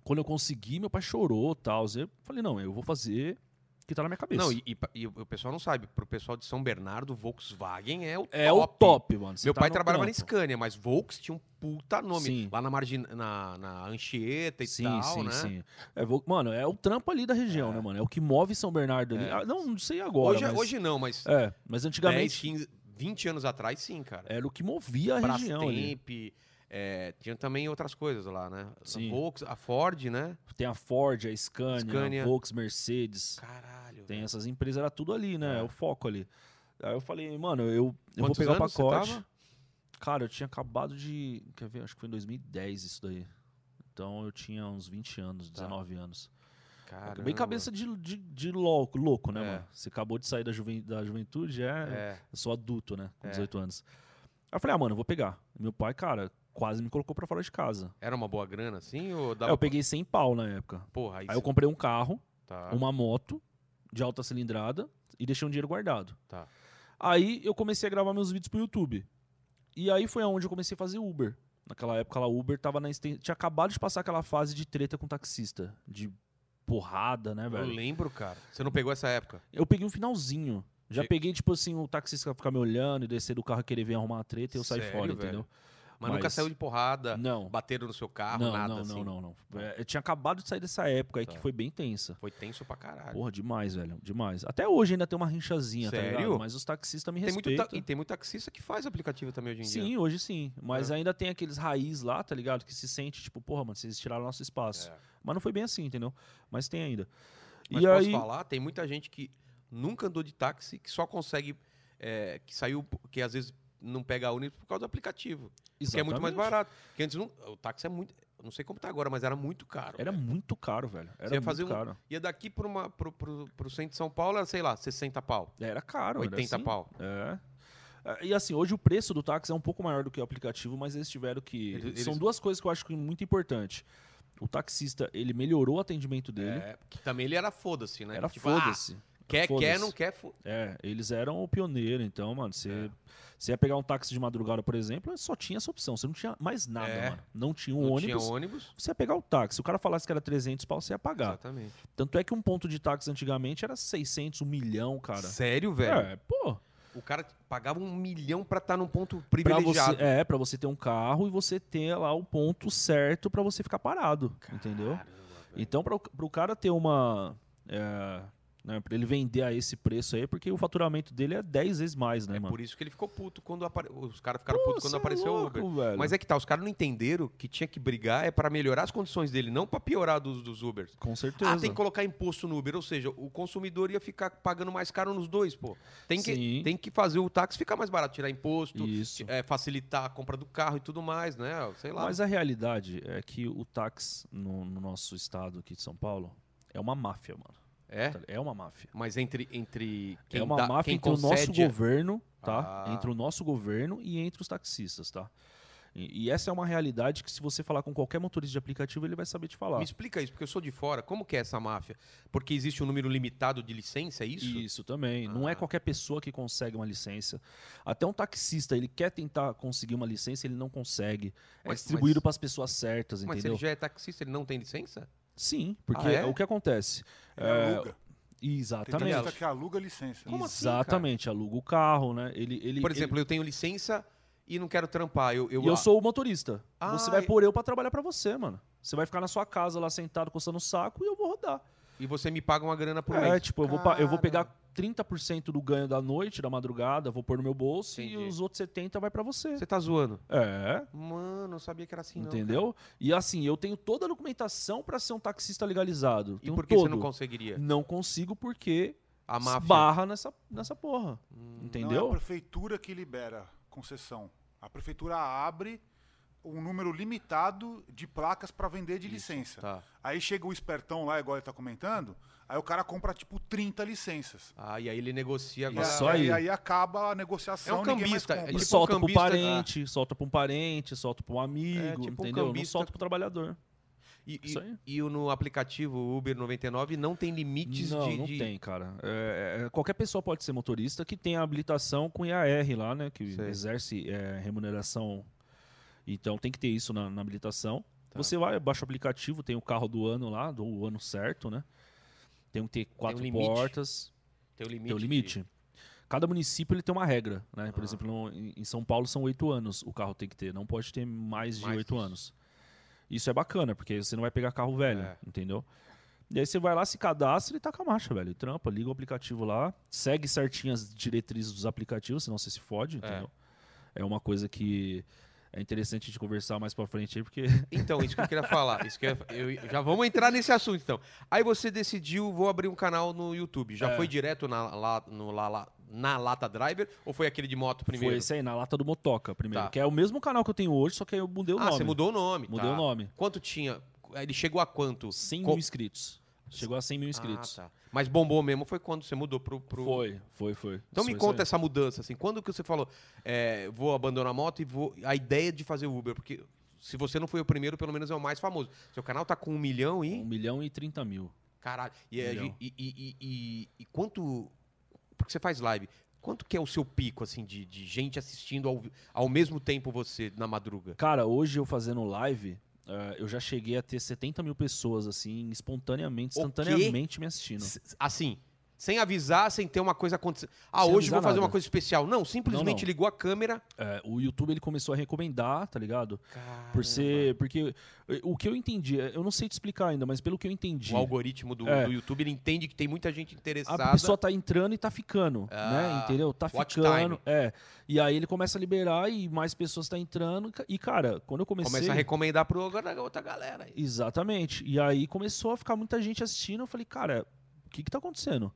Speaker 2: Quando eu consegui, meu pai chorou e tal. Eu falei, não, eu vou fazer o que tá na minha cabeça.
Speaker 1: Não, e, e pa- e o pessoal não sabe. Pro pessoal de São Bernardo, Volkswagen é o
Speaker 2: é
Speaker 1: top.
Speaker 2: o top, mano. Você
Speaker 1: Meu
Speaker 2: tá
Speaker 1: pai
Speaker 2: no
Speaker 1: trabalhava na
Speaker 2: trampo.
Speaker 1: Scania, mas Volks tinha um puta nome.
Speaker 2: Sim.
Speaker 1: Lá na, margin... na, na Anchieta e tal, né?
Speaker 2: É, vou- mano, é o trampo ali da região,
Speaker 1: É.
Speaker 2: né, mano? É o que move São Bernardo ali.
Speaker 1: É.
Speaker 2: Ah, não, não sei agora.
Speaker 1: hoje, é-
Speaker 2: mas,
Speaker 1: hoje não, mas
Speaker 2: É, mas
Speaker 1: 10,
Speaker 2: antigamente
Speaker 1: 15, 20 anos atrás, sim, cara.
Speaker 2: era o que movia a região ali.
Speaker 1: Brastemp, é, tinha também outras coisas lá, né?
Speaker 2: Sim.
Speaker 1: A Volks, a Ford, né?
Speaker 2: Tem a Ford, a Scania,
Speaker 1: Scania.
Speaker 2: a Volks, Mercedes.
Speaker 1: Caralho.
Speaker 2: Tem
Speaker 1: velho.
Speaker 2: essas empresas, era tudo ali, né?
Speaker 1: É.
Speaker 2: É o foco ali. Aí eu falei, mano, eu, eu vou
Speaker 1: Quantos
Speaker 2: pegar o
Speaker 1: anos você
Speaker 2: pacote.
Speaker 1: tava?
Speaker 2: Cara, eu tinha acabado de. Quer ver? Acho que foi em 2010 isso daí. Então eu tinha uns 20 anos,
Speaker 1: Tá.
Speaker 2: 19 anos.
Speaker 1: Caramba.
Speaker 2: Bem cabeça de, de, de louco, louco, né,
Speaker 1: É.
Speaker 2: mano? Você acabou de sair da, juven- da juventude, é,
Speaker 1: É.
Speaker 2: Eu sou adulto, né? Com
Speaker 1: É.
Speaker 2: 18 anos. Aí eu falei, ah, mano, eu vou pegar. Meu pai, cara, quase me colocou pra fora de casa.
Speaker 1: Era uma boa grana, assim? Ou
Speaker 2: Aí
Speaker 1: dava
Speaker 2: É, eu peguei 100 pau na época.
Speaker 1: Porra, aí,
Speaker 2: Aí eu comprei um carro,
Speaker 1: Tá,
Speaker 2: uma né, moto de alta cilindrada e deixei um dinheiro guardado.
Speaker 1: tá.
Speaker 2: Aí eu comecei a gravar meus vídeos pro YouTube. E aí foi aonde eu comecei a fazer Uber. Naquela época lá, Uber tava na exten- tinha acabado de passar aquela fase de treta com taxista, de porrada, né,
Speaker 1: Eu
Speaker 2: velho?
Speaker 1: lembro, cara. Você não pegou essa época?
Speaker 2: Eu peguei um finalzinho. Já
Speaker 1: Que-
Speaker 2: peguei, tipo assim, o taxista ficar me olhando e descer do carro e querer vir arrumar a treta e eu sair
Speaker 1: Sério,
Speaker 2: fora,
Speaker 1: velho?
Speaker 2: entendeu?
Speaker 1: Mas, nunca
Speaker 2: Mas-
Speaker 1: saiu de porrada,
Speaker 2: Não.
Speaker 1: bateram no seu carro,
Speaker 2: não,
Speaker 1: nada
Speaker 2: não,
Speaker 1: assim.
Speaker 2: não, não, não. É, eu tinha acabado de sair dessa época aí
Speaker 1: Tá.
Speaker 2: que foi bem tensa.
Speaker 1: Foi tenso pra caralho.
Speaker 2: Porra, demais, velho. Demais. Até hoje ainda tem uma rinchazinha,
Speaker 1: Sério?
Speaker 2: tá ligado? Mas os taxistas me
Speaker 1: tem muito ta-
Speaker 2: respeitam.
Speaker 1: E tem muito taxista que faz aplicativo também hoje em dia.
Speaker 2: Sim, hoje sim. Mas
Speaker 1: É.
Speaker 2: ainda tem aqueles raiz lá, tá ligado? Que se sente, tipo, porra, mano, vocês tiraram nosso espaço.
Speaker 1: É.
Speaker 2: Mas não foi bem assim, entendeu? Mas tem ainda.
Speaker 1: Mas
Speaker 2: e
Speaker 1: posso
Speaker 2: aí.
Speaker 1: falar, tem muita gente que nunca andou de táxi, que só consegue. é, que saiu, que às vezes não pega ônibus por causa do aplicativo. Que é muito mais
Speaker 2: Exatamente.
Speaker 1: barato. Porque antes não, o táxi é muito. eu Não sei como tá agora, mas era muito caro.
Speaker 2: Era
Speaker 1: velho.
Speaker 2: muito caro, velho. Era
Speaker 1: ia
Speaker 2: muito
Speaker 1: fazer um-
Speaker 2: caro.
Speaker 1: Ia daqui pro, uma, pro, pro, pro centro de São Paulo, era, sei lá, 60 pau.
Speaker 2: É, Era caro, era
Speaker 1: 80
Speaker 2: assim.
Speaker 1: pau.
Speaker 2: É. Ah, E assim, hoje o preço do táxi é um pouco maior do que o aplicativo, mas eles tiveram que.
Speaker 1: Eles-
Speaker 2: São
Speaker 1: eles-
Speaker 2: duas coisas que eu acho que é muito importante. O taxista, ele melhorou o atendimento dele.
Speaker 1: É, porque também ele era foda-se, né?
Speaker 2: Era
Speaker 1: Tipo, ah,
Speaker 2: foda-se.
Speaker 1: Quer, quer,
Speaker 2: Foda-se.
Speaker 1: não quer, foda
Speaker 2: É, eles eram o pioneiro, então, mano, você
Speaker 1: É.
Speaker 2: você ia pegar um táxi de madrugada, por exemplo, só tinha essa opção. Você não tinha mais nada,
Speaker 1: É.
Speaker 2: mano. Não tinha um
Speaker 1: não
Speaker 2: ônibus.
Speaker 1: tinha ônibus.
Speaker 2: Você ia pegar o táxi. Se o cara falasse que era 300 pau, você ia pagar.
Speaker 1: Exatamente.
Speaker 2: Tanto é que um ponto de táxi antigamente era 600, um milhão, cara.
Speaker 1: Sério, velho?
Speaker 2: É, pô.
Speaker 1: O cara pagava um milhão pra estar num ponto
Speaker 2: Pra
Speaker 1: privilegiado.
Speaker 2: você, é, pra você ter um carro e você ter lá o ponto certo pra você ficar parado, entendeu? Então, para o cara ter uma. É, né, pra ele vender a esse preço aí, porque o faturamento dele é 10 vezes mais, né,
Speaker 1: É
Speaker 2: mano?
Speaker 1: por isso que ele ficou puto quando apare... os caras ficaram putos quando apareceu o Uber.
Speaker 2: Velho.
Speaker 1: Mas é que tá, os caras não entenderam que tinha que brigar é pra melhorar as condições dele, não pra piorar dos, dos Ubers.
Speaker 2: Com certeza.
Speaker 1: Ah, tem que colocar imposto no Uber, ou seja, o consumidor ia ficar pagando mais caro nos dois, pô. Tem que,
Speaker 2: Sim.
Speaker 1: tem que fazer o táxi ficar mais barato, tirar imposto,
Speaker 2: Isso.
Speaker 1: é, facilitar a compra do carro e tudo mais, né? Sei lá.
Speaker 2: Mas a realidade é que o táxi no, no nosso estado aqui de São Paulo é uma máfia, mano.
Speaker 1: é.
Speaker 2: Tá li- É uma máfia.
Speaker 1: Mas entre, entre quem
Speaker 2: é uma
Speaker 1: dá,
Speaker 2: máfia
Speaker 1: quem
Speaker 2: entre o nosso
Speaker 1: concede... é-
Speaker 2: governo, tá?
Speaker 1: Ah.
Speaker 2: Entre o nosso governo e entre os taxistas, tá? E, e essa é uma realidade que se você falar com qualquer motorista de aplicativo, ele vai saber te falar.
Speaker 1: Me explica isso, porque eu sou de fora. Como que é essa máfia? Porque existe um número limitado de licença, é isso?
Speaker 2: também. Não
Speaker 1: Ah.
Speaker 2: é qualquer pessoa que consegue uma licença. Até um taxista, ele quer tentar conseguir uma licença, ele não consegue. É
Speaker 1: Mas-
Speaker 2: distribuído
Speaker 1: mas-
Speaker 2: para as pessoas certas,
Speaker 1: Mas se
Speaker 2: entendeu?
Speaker 1: ele já é taxista, ele não tem licença?
Speaker 2: Sim, porque
Speaker 1: Ah, é?
Speaker 2: o que acontece?
Speaker 3: Ele
Speaker 2: É,
Speaker 3: aluga. Tem
Speaker 2: Exatamente.
Speaker 3: taxista que aluga a licença.
Speaker 1: tá Como assim, cara?
Speaker 2: Exatamente, aluga o carro, né? Ele, ele,
Speaker 1: Por
Speaker 2: ele-
Speaker 1: exemplo, eu tenho licença e não quero trampar. Eu, eu,
Speaker 2: E eu sou o motorista.
Speaker 1: Ah,
Speaker 2: você vai
Speaker 1: e-
Speaker 2: pôr eu pra trabalhar pra você, mano. Você vai ficar na sua casa lá sentado, coçando o saco e eu vou rodar.
Speaker 1: E você me paga uma grana por
Speaker 2: é,
Speaker 1: mês.
Speaker 2: tipo, eu vou, pa- eu vou
Speaker 3: Cara.
Speaker 2: pegar 30% do ganho da noite, da madrugada, vou pôr no meu bolso
Speaker 1: Entendi.
Speaker 2: e os outros 70 vai pra você.
Speaker 1: Você tá zoando.
Speaker 2: É,
Speaker 1: Mano, eu sabia que era assim, não.
Speaker 2: entendeu? E assim, eu tenho toda a documentação pra ser um taxista legalizado.
Speaker 1: cara. E
Speaker 2: Tenho
Speaker 1: por que você
Speaker 2: um todo.
Speaker 1: não conseguiria?
Speaker 2: Não consigo porque
Speaker 1: A máfia. Hum,
Speaker 2: barra nessa, nessa porra.
Speaker 3: Não é a
Speaker 2: entendeu?
Speaker 3: prefeitura que libera concessão. A prefeitura abre um número limitado de placas para vender de licença.
Speaker 1: Tá.
Speaker 3: Aí chega o espertão lá, igual ele tá comentando, aí o cara compra tipo 30 licenças.
Speaker 1: Ah, e aí ele negocia
Speaker 3: E
Speaker 1: agora.
Speaker 2: só aí.
Speaker 3: aí, aí acaba a negociação,
Speaker 1: É um
Speaker 3: ninguém mais
Speaker 1: cambista,
Speaker 3: compra.
Speaker 1: é
Speaker 2: E
Speaker 1: tipo
Speaker 2: solta
Speaker 1: um
Speaker 2: pro
Speaker 1: cambista-
Speaker 2: parente, solta pra um parente, solta pra um amigo,
Speaker 1: É, tipo um
Speaker 2: entendeu? não
Speaker 1: cambista.
Speaker 2: solta pro trabalhador.
Speaker 1: E,
Speaker 2: Isso aí.
Speaker 1: e, e o no aplicativo Uber 99 não tem limites
Speaker 2: Não,
Speaker 1: de.
Speaker 2: não
Speaker 1: de-
Speaker 2: tem, cara. É, é, qualquer pessoa pode ser motorista que tenha habilitação com IAR lá, né? Que
Speaker 1: Sei.
Speaker 2: exerce é, remuneração. Então tem que ter isso na, na habilitação.
Speaker 1: Tá.
Speaker 2: Você vai, baixa o aplicativo, tem o carro do ano lá, do ano certo, né? Tem que ter quatro
Speaker 1: um limite.
Speaker 2: portas,
Speaker 1: Tem o limite.
Speaker 2: tem o limite. Cada município ele tem uma regra, né? Por
Speaker 1: Ah.
Speaker 2: exemplo, no- em em São Paulo são oito anos o carro tem que ter, não pode ter mais de
Speaker 1: Mais
Speaker 2: oito
Speaker 1: disso.
Speaker 2: anos. Isso é bacana, porque você não vai pegar carro velho,
Speaker 1: É.
Speaker 2: entendeu? E aí você vai lá, se cadastra e taca a marcha, velho. E trampa, liga o aplicativo lá, segue certinho as diretrizes dos aplicativos, senão você se fode, entendeu? É uma coisa É que É interessante a gente conversar mais pra frente aí, porque.
Speaker 1: Então, isso que eu queria falar. Isso que eu, eu- já vamos entrar nesse assunto, então. Aí você decidiu, vou abrir um canal no YouTube. Já
Speaker 2: É.
Speaker 1: foi direto na, lá, no, lá, lá- na Lata Driver ou foi aquele de moto primeiro?
Speaker 2: Foi esse aí, na lata do Motoca primeiro.
Speaker 1: Tá.
Speaker 2: Que é o mesmo canal que eu tenho hoje, só que aí eu mudei o
Speaker 1: ah,
Speaker 2: nome.
Speaker 1: você mudou o nome.
Speaker 2: Mudei
Speaker 1: tá.
Speaker 2: o nome.
Speaker 1: Quanto tinha? Ele chegou a quanto?
Speaker 2: 100
Speaker 1: Com-
Speaker 2: Tipo, mil inscritos. Chegou a 100 mil inscritos.
Speaker 1: Ah, tá. Mas bombou mesmo foi quando você mudou pro. pro...
Speaker 2: Foi, foi, foi.
Speaker 1: Então
Speaker 2: Isso
Speaker 1: me
Speaker 2: foi
Speaker 1: conta
Speaker 2: isso
Speaker 1: essa mudança, assim. Quando que você falou, é, vou abandonar a moto e vou. A ideia de fazer o Uber, porque se você não foi o primeiro, pelo menos é o mais famoso. Seu canal tá com um milhão
Speaker 2: aí. 1
Speaker 1: e.
Speaker 2: milhão e 30 mil.
Speaker 1: Caralho. E, a
Speaker 2: milhão.
Speaker 1: gente- e, e- e- e- e quanto. Porque você faz live. Quanto que é o seu pico, assim, de, de gente assistindo ao, ao mesmo tempo você na madruga?
Speaker 2: Cara, hoje eu fazendo live, eh, eu já cheguei a ter 70 mil pessoas, assim, espontaneamente,
Speaker 1: O quê?
Speaker 2: instantaneamente me assistindo.
Speaker 1: S- Assim. Sem avisar, sem ter uma coisa acontecendo. Ah,
Speaker 2: Sem
Speaker 1: hoje eu vou
Speaker 2: avisar
Speaker 1: fazer
Speaker 2: nada.
Speaker 1: uma coisa especial. Não, simplesmente
Speaker 2: Não, não.
Speaker 1: ligou a câmera.
Speaker 2: Eh, o YouTube ele começou a recomendar, tá ligado? Por ser. Porque eh, o que eu entendi, eh, eu não sei te explicar ainda, mas pelo que eu entendi.
Speaker 1: O algoritmo do,
Speaker 2: É.
Speaker 1: do YouTube ele entende que tem muita gente interessada.
Speaker 2: A pessoa tá entrando e tá ficando,
Speaker 1: Ah,
Speaker 2: né? Entendeu? Tá
Speaker 1: watch
Speaker 2: ficando. É. E aí ele começa a liberar e mais pessoas tá entrando. E, cara, quando eu comecei.
Speaker 1: começa a recomendar para outra galera. aí.
Speaker 2: Exatamente. E aí começou a ficar muita gente assistindo. Eu falei, cara, o que que tá acontecendo?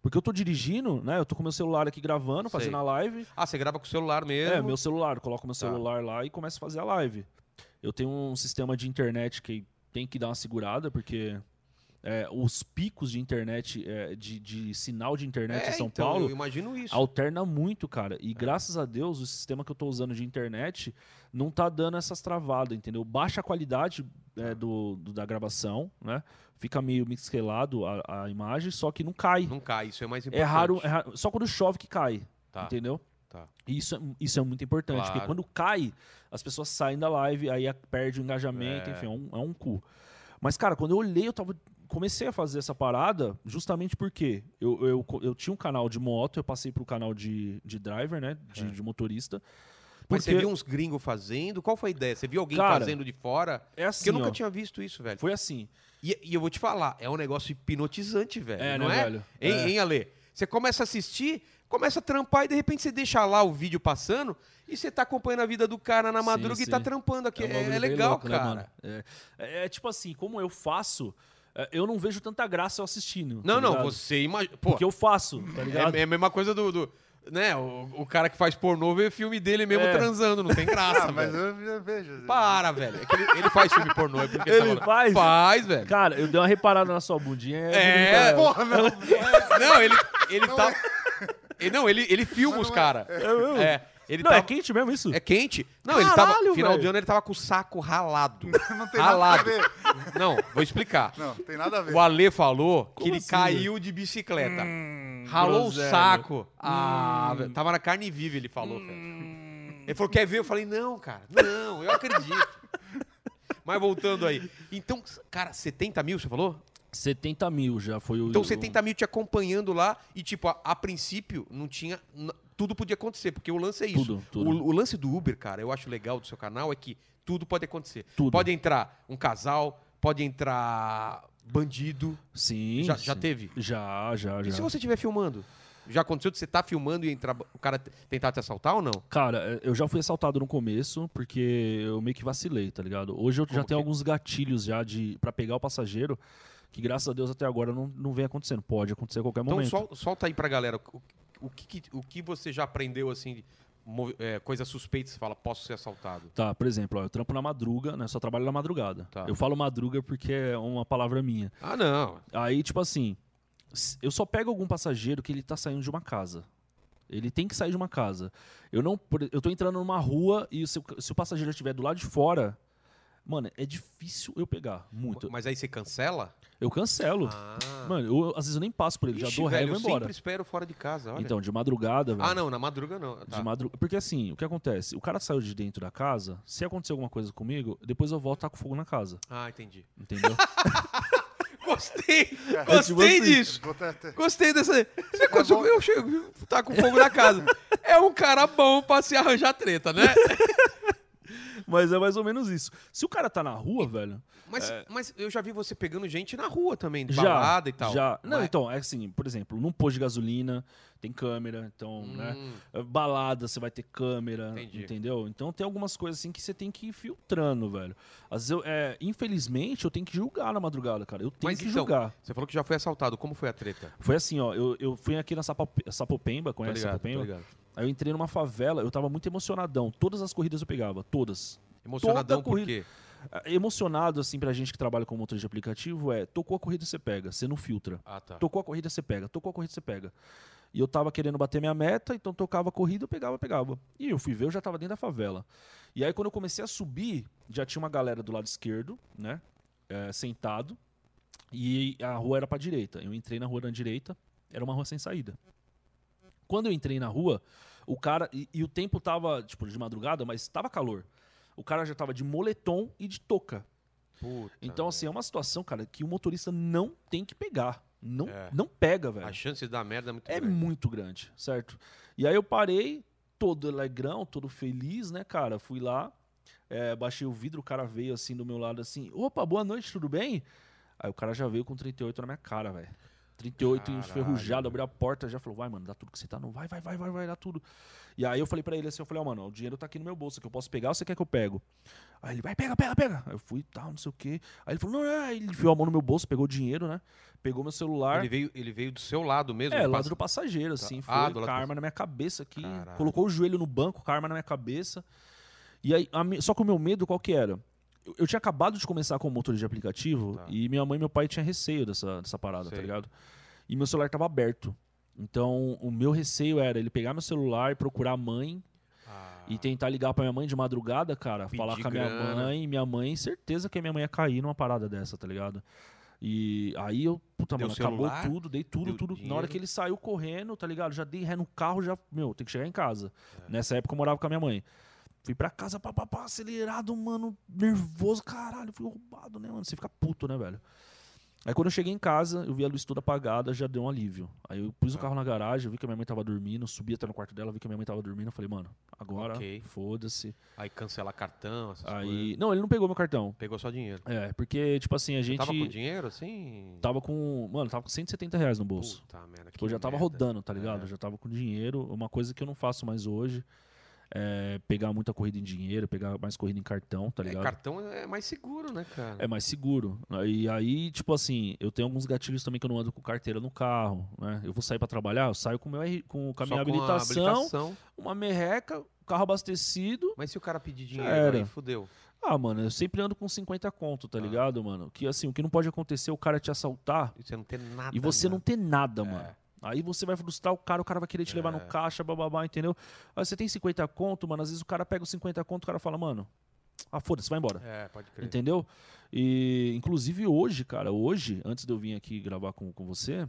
Speaker 2: Porque eu tô dirigindo, né? Eu tô com meu celular aqui gravando,
Speaker 1: Sei.
Speaker 2: fazendo a live.
Speaker 1: Ah, você grava com o celular mesmo?
Speaker 2: É, meu celular. Eu coloco meu
Speaker 1: Tá.
Speaker 2: celular lá e começo a fazer a live. Eu tenho um sistema de internet que tem que dar uma segurada, porque é, os picos de internet, é, de, de sinal de internet
Speaker 1: É,
Speaker 2: em São
Speaker 1: então,
Speaker 2: Paulo,
Speaker 1: Eu imagino isso. É.
Speaker 2: Alterna muito, cara. E graças a Deus, o sistema que eu tô usando de internet não tá dando essas travadas, entendeu? Baixa a qualidade
Speaker 1: Uhum.
Speaker 2: é, do, do- da gravação, né? Fica meio mixelado a, a imagem, só que não cai.
Speaker 1: Não cai, isso é mais
Speaker 2: é,
Speaker 1: importante.
Speaker 2: raro, é raro- só quando chove que cai,
Speaker 1: Tá.
Speaker 2: entendeu?
Speaker 1: tá.
Speaker 2: E Isso é, isso é muito importante,
Speaker 1: Claro.
Speaker 2: porque quando cai, as pessoas saem da live, aí a- perde o engajamento, enfim, é um, é um cu. Mas, cara, quando eu olhei, eu tava. Comecei a fazer essa parada justamente porque eu, eu, co- eu tinha um canal de moto, eu passei pro canal de, de driver, né? De, de motorista.
Speaker 1: Mas
Speaker 2: Porque
Speaker 1: É. você viu um uns gringos fazendo? Qual foi a ideia? Você viu alguém
Speaker 2: Cara,
Speaker 1: fazendo de fora?
Speaker 2: é assim,
Speaker 1: Porque eu nunca
Speaker 2: ó,
Speaker 1: tinha visto isso, velho.
Speaker 2: Foi assim.
Speaker 1: E, e eu vou te falar, é um negócio hipnotizante, velho.
Speaker 2: É,
Speaker 1: não
Speaker 2: né,
Speaker 1: é?
Speaker 2: velho?
Speaker 1: Hein,
Speaker 2: É.
Speaker 1: hein, Ale? Você começa a assistir, começa a trampar e de repente você deixa lá o vídeo passando e você tá acompanhando a vida do cara na
Speaker 2: Sim,
Speaker 1: madruga e
Speaker 2: sim.
Speaker 1: tá trampando aqui.
Speaker 2: um bagulho
Speaker 1: É, é
Speaker 2: bem
Speaker 1: legal,
Speaker 2: louco, né,
Speaker 1: cara.
Speaker 2: mano? É, É- é tipo assim, como eu faço, é, eu não vejo tanta graça eu assistindo.
Speaker 1: Não,
Speaker 2: tá
Speaker 1: não,
Speaker 2: ligado?
Speaker 1: você imagina. Pô,
Speaker 2: Porque eu faço, tá ligado?
Speaker 1: é, é a mesma coisa do. do- né, o, o cara que faz pornô vê filme dele mesmo
Speaker 2: É.
Speaker 1: transando, não tem graça,
Speaker 3: Ah, mas
Speaker 1: velho.
Speaker 3: eu eu vejo.
Speaker 1: Para, velho. É que ele, ele faz filme pornô, é porque
Speaker 2: Ele
Speaker 1: tá falando.
Speaker 2: faz?
Speaker 1: Faz, velho.
Speaker 2: Cara, eu dei uma reparada na sua bundinha.
Speaker 1: É,
Speaker 2: bonita,
Speaker 1: pô,
Speaker 3: Porra, não.
Speaker 1: Não, ele, ele tá. Ele- Não, ele, ele filma os caras. É, ele
Speaker 2: não,
Speaker 1: tá.
Speaker 2: é quente mesmo isso?
Speaker 1: É quente? Não, ele tava.
Speaker 2: Caralho,
Speaker 1: No final
Speaker 2: velho.
Speaker 1: do ano ele tava com o saco ralado.
Speaker 3: Não tem nada a
Speaker 1: ralado.
Speaker 3: ver.
Speaker 1: Não, vou explicar.
Speaker 3: Não, tem nada a ver.
Speaker 1: O Ale falou que ele
Speaker 2: assim,
Speaker 1: caiu de bicicleta.
Speaker 3: Hum,
Speaker 1: Ralou
Speaker 2: groselha.
Speaker 1: o saco. Ah, velho, tava na carne viva, ele falou, velho.
Speaker 3: Hum.
Speaker 1: Ele falou, quer ver? Eu falei, não, cara, não, eu acredito. Mas voltando aí. Então, cara, 70 mil, você falou?
Speaker 2: 70 mil já foi o.
Speaker 1: Então,
Speaker 2: o-
Speaker 1: 70 mil te acompanhando lá e, tipo, a, a princípio, não tinha. n- tudo podia acontecer, porque o lance é isso.
Speaker 2: Tudo, tudo.
Speaker 1: O, o lance do Uber, cara, eu acho legal do seu canal é que tudo pode acontecer.
Speaker 2: Tudo.
Speaker 1: Pode entrar um casal, pode entrar bandido.
Speaker 2: Sim.
Speaker 1: Já- já
Speaker 2: sim.
Speaker 1: teve?
Speaker 2: Já, já, já.
Speaker 1: E se você estiver filmando? Já aconteceu de você estar filmando e entrar, o cara t- tentar te assaltar ou não?
Speaker 2: Cara, é, eu já fui assaltado no começo, porque eu meio que vacilei, tá ligado? Hoje eu já
Speaker 1: Como
Speaker 2: tenho
Speaker 1: que- é?
Speaker 2: alguns gatilhos já de para pegar o passageiro, que graças a Deus até agora não, não vem acontecendo. Pode acontecer a qualquer
Speaker 1: Então
Speaker 2: momento.
Speaker 1: sol- solta aí pra galera o, o que, que- o que você já aprendeu, assim, mo- é, coisa suspeita, você fala, posso ser assaltado.
Speaker 2: Tá, por exemplo, ó, eu trampo na madruga, né? Só trabalho na madrugada.
Speaker 1: Tá.
Speaker 2: Eu falo madruga porque é uma palavra minha.
Speaker 1: Ah, não.
Speaker 2: Aí, tipo assim, s- eu só pego algum passageiro que ele tá saindo de uma casa. Ele tem que sair de uma casa. Eu não, por- eu tô entrando numa rua e se, o- se o passageiro estiver do lado de fora, mano, é difícil eu pegar, muito.
Speaker 1: Mas aí você cancela?
Speaker 2: Eu cancelo.
Speaker 1: Ah.
Speaker 2: Mano, eu, às vezes eu nem passo por ele,
Speaker 1: Ixi,
Speaker 2: já dou ré e
Speaker 1: velho,
Speaker 2: vou
Speaker 1: eu
Speaker 2: embora.
Speaker 1: sempre espero fora de casa, olha.
Speaker 2: Então, de madrugada, velho.
Speaker 1: ah, não, na madruga não. tá.
Speaker 2: De madru- Porque assim, o que acontece? O cara saiu de dentro da casa, se acontecer alguma coisa comigo, depois eu volto tá com fogo na casa,
Speaker 1: Ah, entendi.
Speaker 2: entendeu?
Speaker 1: Gostei,
Speaker 2: É tipo
Speaker 1: gostei
Speaker 2: assim. Tá
Speaker 1: disso.
Speaker 3: Vou até- até-
Speaker 1: Gostei dessa. Você conseguiu, eu chego, tá com fogo na casa. É um cara bom pra se arranjar treta, né?
Speaker 2: Mas é mais ou menos isso. Se o cara tá na rua, velho.
Speaker 1: Mas,
Speaker 2: É.
Speaker 1: mas eu já vi você pegando gente na rua também, de balada e tal. né?
Speaker 2: Já. Não,
Speaker 1: Mas-
Speaker 2: então, é assim, por exemplo, num posto de gasolina tem câmera, então, né?
Speaker 1: Hum,
Speaker 2: Balada, você vai ter câmera,
Speaker 1: Entendi.
Speaker 2: entendeu? Então tem algumas coisas assim que você tem que ir filtrando, velho. Às vezes eu- é, infelizmente, eu tenho que julgar na madrugada, cara. Eu tenho
Speaker 1: Mas
Speaker 2: que
Speaker 1: então-
Speaker 2: julgar.
Speaker 1: Você falou que já foi assaltado. Como foi a treta?
Speaker 2: Foi assim, ó, eu, eu fui aqui na Sapop- Sapopemba,
Speaker 1: Tá
Speaker 2: conhece Sapopemba?
Speaker 1: ligado.
Speaker 2: Aí eu entrei numa favela, eu tava muito emocionadão. Todas as corridas eu pegava, todas.
Speaker 1: Emocionadão
Speaker 2: Toda
Speaker 1: por
Speaker 2: corrida-
Speaker 1: quê?
Speaker 2: Ah, Emocionado, assim, pra gente que trabalha com motor de aplicativo, é tocou a corrida, você pega, você não filtra.
Speaker 1: Ah, tá.
Speaker 2: Tocou a corrida, você pega, tocou a corrida, você pega. E eu tava querendo bater minha meta, então tocava a corrida, eu pegava, pegava. E eu fui ver, eu já tava dentro da favela. E aí quando eu comecei a subir, já tinha uma galera do lado esquerdo, né? eh, sentado. E a rua era pra direita. Eu entrei na rua da direita, era uma rua sem saída. Quando eu entrei na rua, o cara. E, e o tempo tava, tipo, de madrugada, mas tava calor. O cara já tava de moletom e de touca.
Speaker 1: Puta
Speaker 2: Então,
Speaker 1: merda.
Speaker 2: assim, é uma situação, cara, que o motorista não tem que pegar. Não,
Speaker 1: É.
Speaker 2: não pega, velho.
Speaker 1: A chance de dar merda é muito
Speaker 2: É
Speaker 1: grande.
Speaker 2: muito grande, certo? E aí eu parei, todo alegrão, todo feliz, né, cara? Fui lá, é, baixei o vidro, o cara veio assim do meu lado, assim, opa, boa noite, tudo bem? Aí o cara já veio com 38 na minha cara, velho. 38
Speaker 1: Caralho,
Speaker 2: enferrujado,
Speaker 1: velho.
Speaker 2: abriu a porta, já falou, vai, mano, dá tudo que você tá, não vai, vai, vai, vai, vai, dá tudo. E aí eu falei pra ele assim, eu falei, ó, mano, o dinheiro tá aqui no meu bolso, que eu posso pegar ou você quer que eu pego? Aí ele, vai, pega, pega, pega. Aí eu fui, tal, não sei o quê. Aí ele falou, não, não, não. Aí ele enfiou a mão no meu bolso, pegou o dinheiro, né? Pegou meu celular.
Speaker 1: Ele veio, ele veio do seu lado mesmo?
Speaker 2: É,
Speaker 1: ele
Speaker 2: lado
Speaker 1: passa-
Speaker 2: do passageiro, assim. Foi
Speaker 1: Ah, do lado
Speaker 2: com a
Speaker 1: do
Speaker 2: arma na minha cabeça aqui.
Speaker 1: Caralho.
Speaker 2: Colocou o joelho no banco, com a arma na minha cabeça. E aí, a mi- só que o meu medo, qual que era? Eu, eu tinha acabado de começar com o motor de aplicativo
Speaker 1: Tá.
Speaker 2: e minha mãe e meu pai tinham receio dessa, dessa parada,
Speaker 1: Sei.
Speaker 2: tá ligado? E meu celular tava aberto. Então, o meu receio era ele pegar meu celular, procurar a mãe
Speaker 1: Ah,
Speaker 2: e tentar ligar pra minha mãe de madrugada, cara.
Speaker 1: Pedir
Speaker 2: falar com a minha
Speaker 1: grana.
Speaker 2: mãe. Minha mãe, certeza que a minha mãe ia cair numa parada dessa, tá ligado? E aí eu, puta,
Speaker 1: Deu
Speaker 2: mano, acabou
Speaker 1: celular?
Speaker 2: tudo, dei tudo,
Speaker 1: Deu
Speaker 2: tudo. Na
Speaker 1: dinheiro?
Speaker 2: hora que ele saiu correndo, tá ligado? Já dei ré no carro, já, meu, tem que chegar em casa.
Speaker 1: É.
Speaker 2: Nessa época eu morava com a minha mãe. Fui pra casa, papapá, acelerado, mano, nervoso, caralho, fui roubado, né, mano? Você fica puto, né, velho? Aí quando eu cheguei em casa, eu vi a luz toda apagada, já deu um alívio. Aí eu pus o carro na garagem, eu vi que a minha mãe tava dormindo, subi até no quarto dela, vi que a minha mãe tava dormindo, eu falei, mano, agora
Speaker 1: Ok.
Speaker 2: foda-se.
Speaker 1: Aí cancela cartão, essas coisas.
Speaker 2: Aí, não, ele não pegou meu cartão.
Speaker 1: Pegou só dinheiro.
Speaker 2: É, porque tipo assim,
Speaker 1: Você
Speaker 2: a gente
Speaker 1: Tava com dinheiro, assim?
Speaker 2: tava com, mano, tava com 170 reais no bolso.
Speaker 1: Puta merda,
Speaker 2: Tipo, eu
Speaker 1: que
Speaker 2: já tava
Speaker 1: merda.
Speaker 2: rodando, tá ligado?
Speaker 1: É.
Speaker 2: Eu já tava com dinheiro. Uma coisa que eu não faço mais hoje é pegar muita corrida em dinheiro, pegar mais corrida em cartão, tá
Speaker 1: É,
Speaker 2: ligado?
Speaker 1: cartão é mais seguro, né, cara?
Speaker 2: É mais seguro. E aí, tipo assim, eu tenho alguns gatilhos também que eu não ando com carteira no carro, né? Eu vou sair pra trabalhar, eu saio com, o meu, R- com, com a
Speaker 1: Só
Speaker 2: minha
Speaker 1: com a
Speaker 2: habilitação,
Speaker 1: habilitação.
Speaker 2: uma merreca, carro abastecido.
Speaker 1: Mas se o cara pedir dinheiro,
Speaker 2: era.
Speaker 1: aí fudeu.
Speaker 2: Ah, mano, eu sempre ando com 50 conto, tá
Speaker 1: Tá.
Speaker 2: ligado, mano? Que assim, o que não pode acontecer é o cara te assaltar
Speaker 1: E você não tem nada.
Speaker 2: e você não
Speaker 1: né?
Speaker 2: ter nada, mano. Aí você vai frustrar o cara, o cara vai querer te levar no
Speaker 1: É.
Speaker 2: caixa, bababá, entendeu? Aí você tem 50 conto, mano, às vezes o cara pega os 50 conto, o cara fala, mano, ah, foda-se, vai embora.
Speaker 1: É, pode crer.
Speaker 2: Entendeu? E, inclusive, hoje, cara, hoje, antes de eu vir aqui gravar com, com você,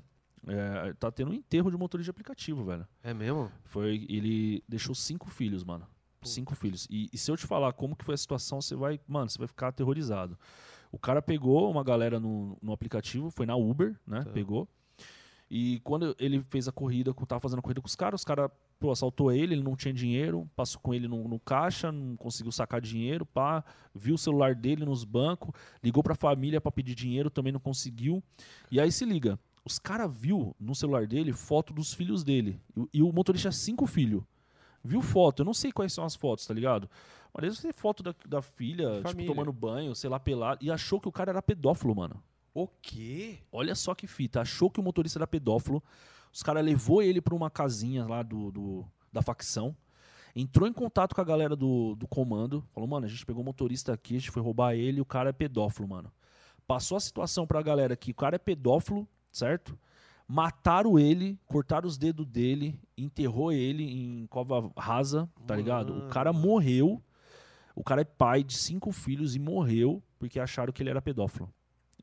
Speaker 2: é, tá tendo um enterro de motorista de aplicativo, velho.
Speaker 1: É mesmo?
Speaker 2: Foi, ele deixou cinco filhos, mano.
Speaker 1: Puta.
Speaker 2: Cinco filhos. E, e se eu te falar como que foi a situação, você vai, mano, você vai ficar aterrorizado. O cara pegou uma galera no, no aplicativo, foi na Uber, né?
Speaker 1: Tá.
Speaker 2: Pegou. E quando ele fez a corrida, com- tava fazendo a corrida com os caras, os caras, pô, assaltou ele, ele não tinha dinheiro, passou com ele no, no caixa, não conseguiu sacar dinheiro, pá, viu o celular dele nos bancos, ligou pra família pra pedir dinheiro, também não conseguiu. E aí se liga, os caras viu no celular dele foto dos filhos dele. E, o- e o motorista tinha cinco filhos. Viu foto, eu não sei quais são as fotos, tá ligado? Mas deve ser foto da, da
Speaker 1: De
Speaker 2: filha, tipo,
Speaker 1: família.
Speaker 2: tomando banho, sei lá, pelado, e achou que o cara era pedófilo, mano.
Speaker 1: O quê?
Speaker 2: Olha só que fita. Achou que o motorista era pedófilo. Os caras levou ele pra uma casinha lá do, do- da facção. Entrou em contato com a galera do, do comando. Falou, mano, a gente pegou o motorista aqui, a gente foi roubar ele, o cara é pedófilo, mano. Passou a situação pra galera que o cara é pedófilo, certo? Mataram ele, cortaram os dedos dele, enterrou ele em cova rasa, tá ligado? O cara
Speaker 1: Mano.
Speaker 2: morreu. O cara é pai de cinco filhos e morreu porque acharam que ele era pedófilo.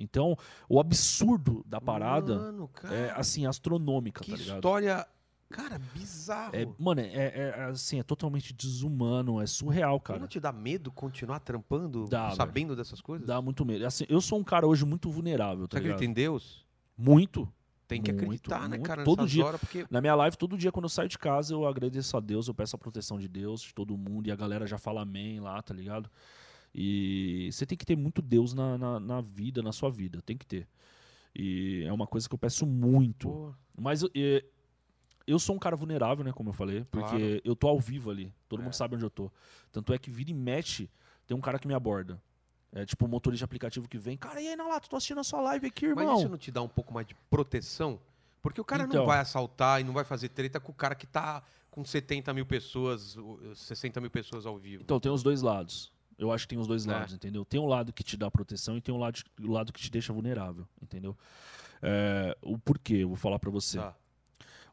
Speaker 2: Então, o absurdo da parada
Speaker 1: Mano, cara.
Speaker 2: é, assim, astronômica,
Speaker 1: que
Speaker 2: tá ligado?
Speaker 1: história. Cara, bizarro.
Speaker 2: É, mano, é, é- é, assim, é totalmente desumano, é surreal,
Speaker 1: Não
Speaker 2: cara.
Speaker 1: te dá medo continuar trampando,
Speaker 2: Dá, velho.
Speaker 1: sabendo dessas coisas?
Speaker 2: É, Dá muito medo. É Assim, eu sou um cara hoje muito vulnerável, tá
Speaker 1: Será que ele
Speaker 2: ligado?
Speaker 1: tem Deus?
Speaker 2: Muito.
Speaker 1: Tem que
Speaker 2: Muito,
Speaker 1: acreditar, né,
Speaker 2: muito.
Speaker 1: cara,
Speaker 2: Todo
Speaker 1: nessas
Speaker 2: dia.
Speaker 1: horas, porque
Speaker 2: Na minha live, todo dia, quando eu saio de casa, eu agradeço a Deus, eu peço a proteção de Deus, de todo mundo, e a galera já fala amém lá, tá ligado? E você tem que ter muito Deus na, na, na vida, na sua vida, tem que ter. E é uma coisa que eu peço muito.
Speaker 1: Pô,
Speaker 2: Mas eh, eu sou um cara vulnerável, né? Como eu falei, porque
Speaker 1: Claro.
Speaker 2: eu tô ao vivo ali. Todo
Speaker 1: É.
Speaker 2: mundo sabe onde eu tô. Tanto é que vira e mexe, tem um cara que me aborda. É tipo um motorista de aplicativo que vem. Cara, e aí, Nalato, tô assistindo a sua live aqui, irmão.
Speaker 1: mas isso não te dá um pouco mais de proteção? Porque o cara não
Speaker 2: Então.
Speaker 1: vai assaltar e não vai fazer treta com o cara que tá com 70 mil pessoas, o- 60 mil pessoas ao vivo.
Speaker 2: Então, tem os dois lados. Eu acho que tem os dois
Speaker 1: É.
Speaker 2: lados, entendeu? Tem um lado que te dá proteção e tem um lado, o lado que te deixa vulnerável, entendeu? É, o porquê, eu vou falar pra você.
Speaker 1: Tá.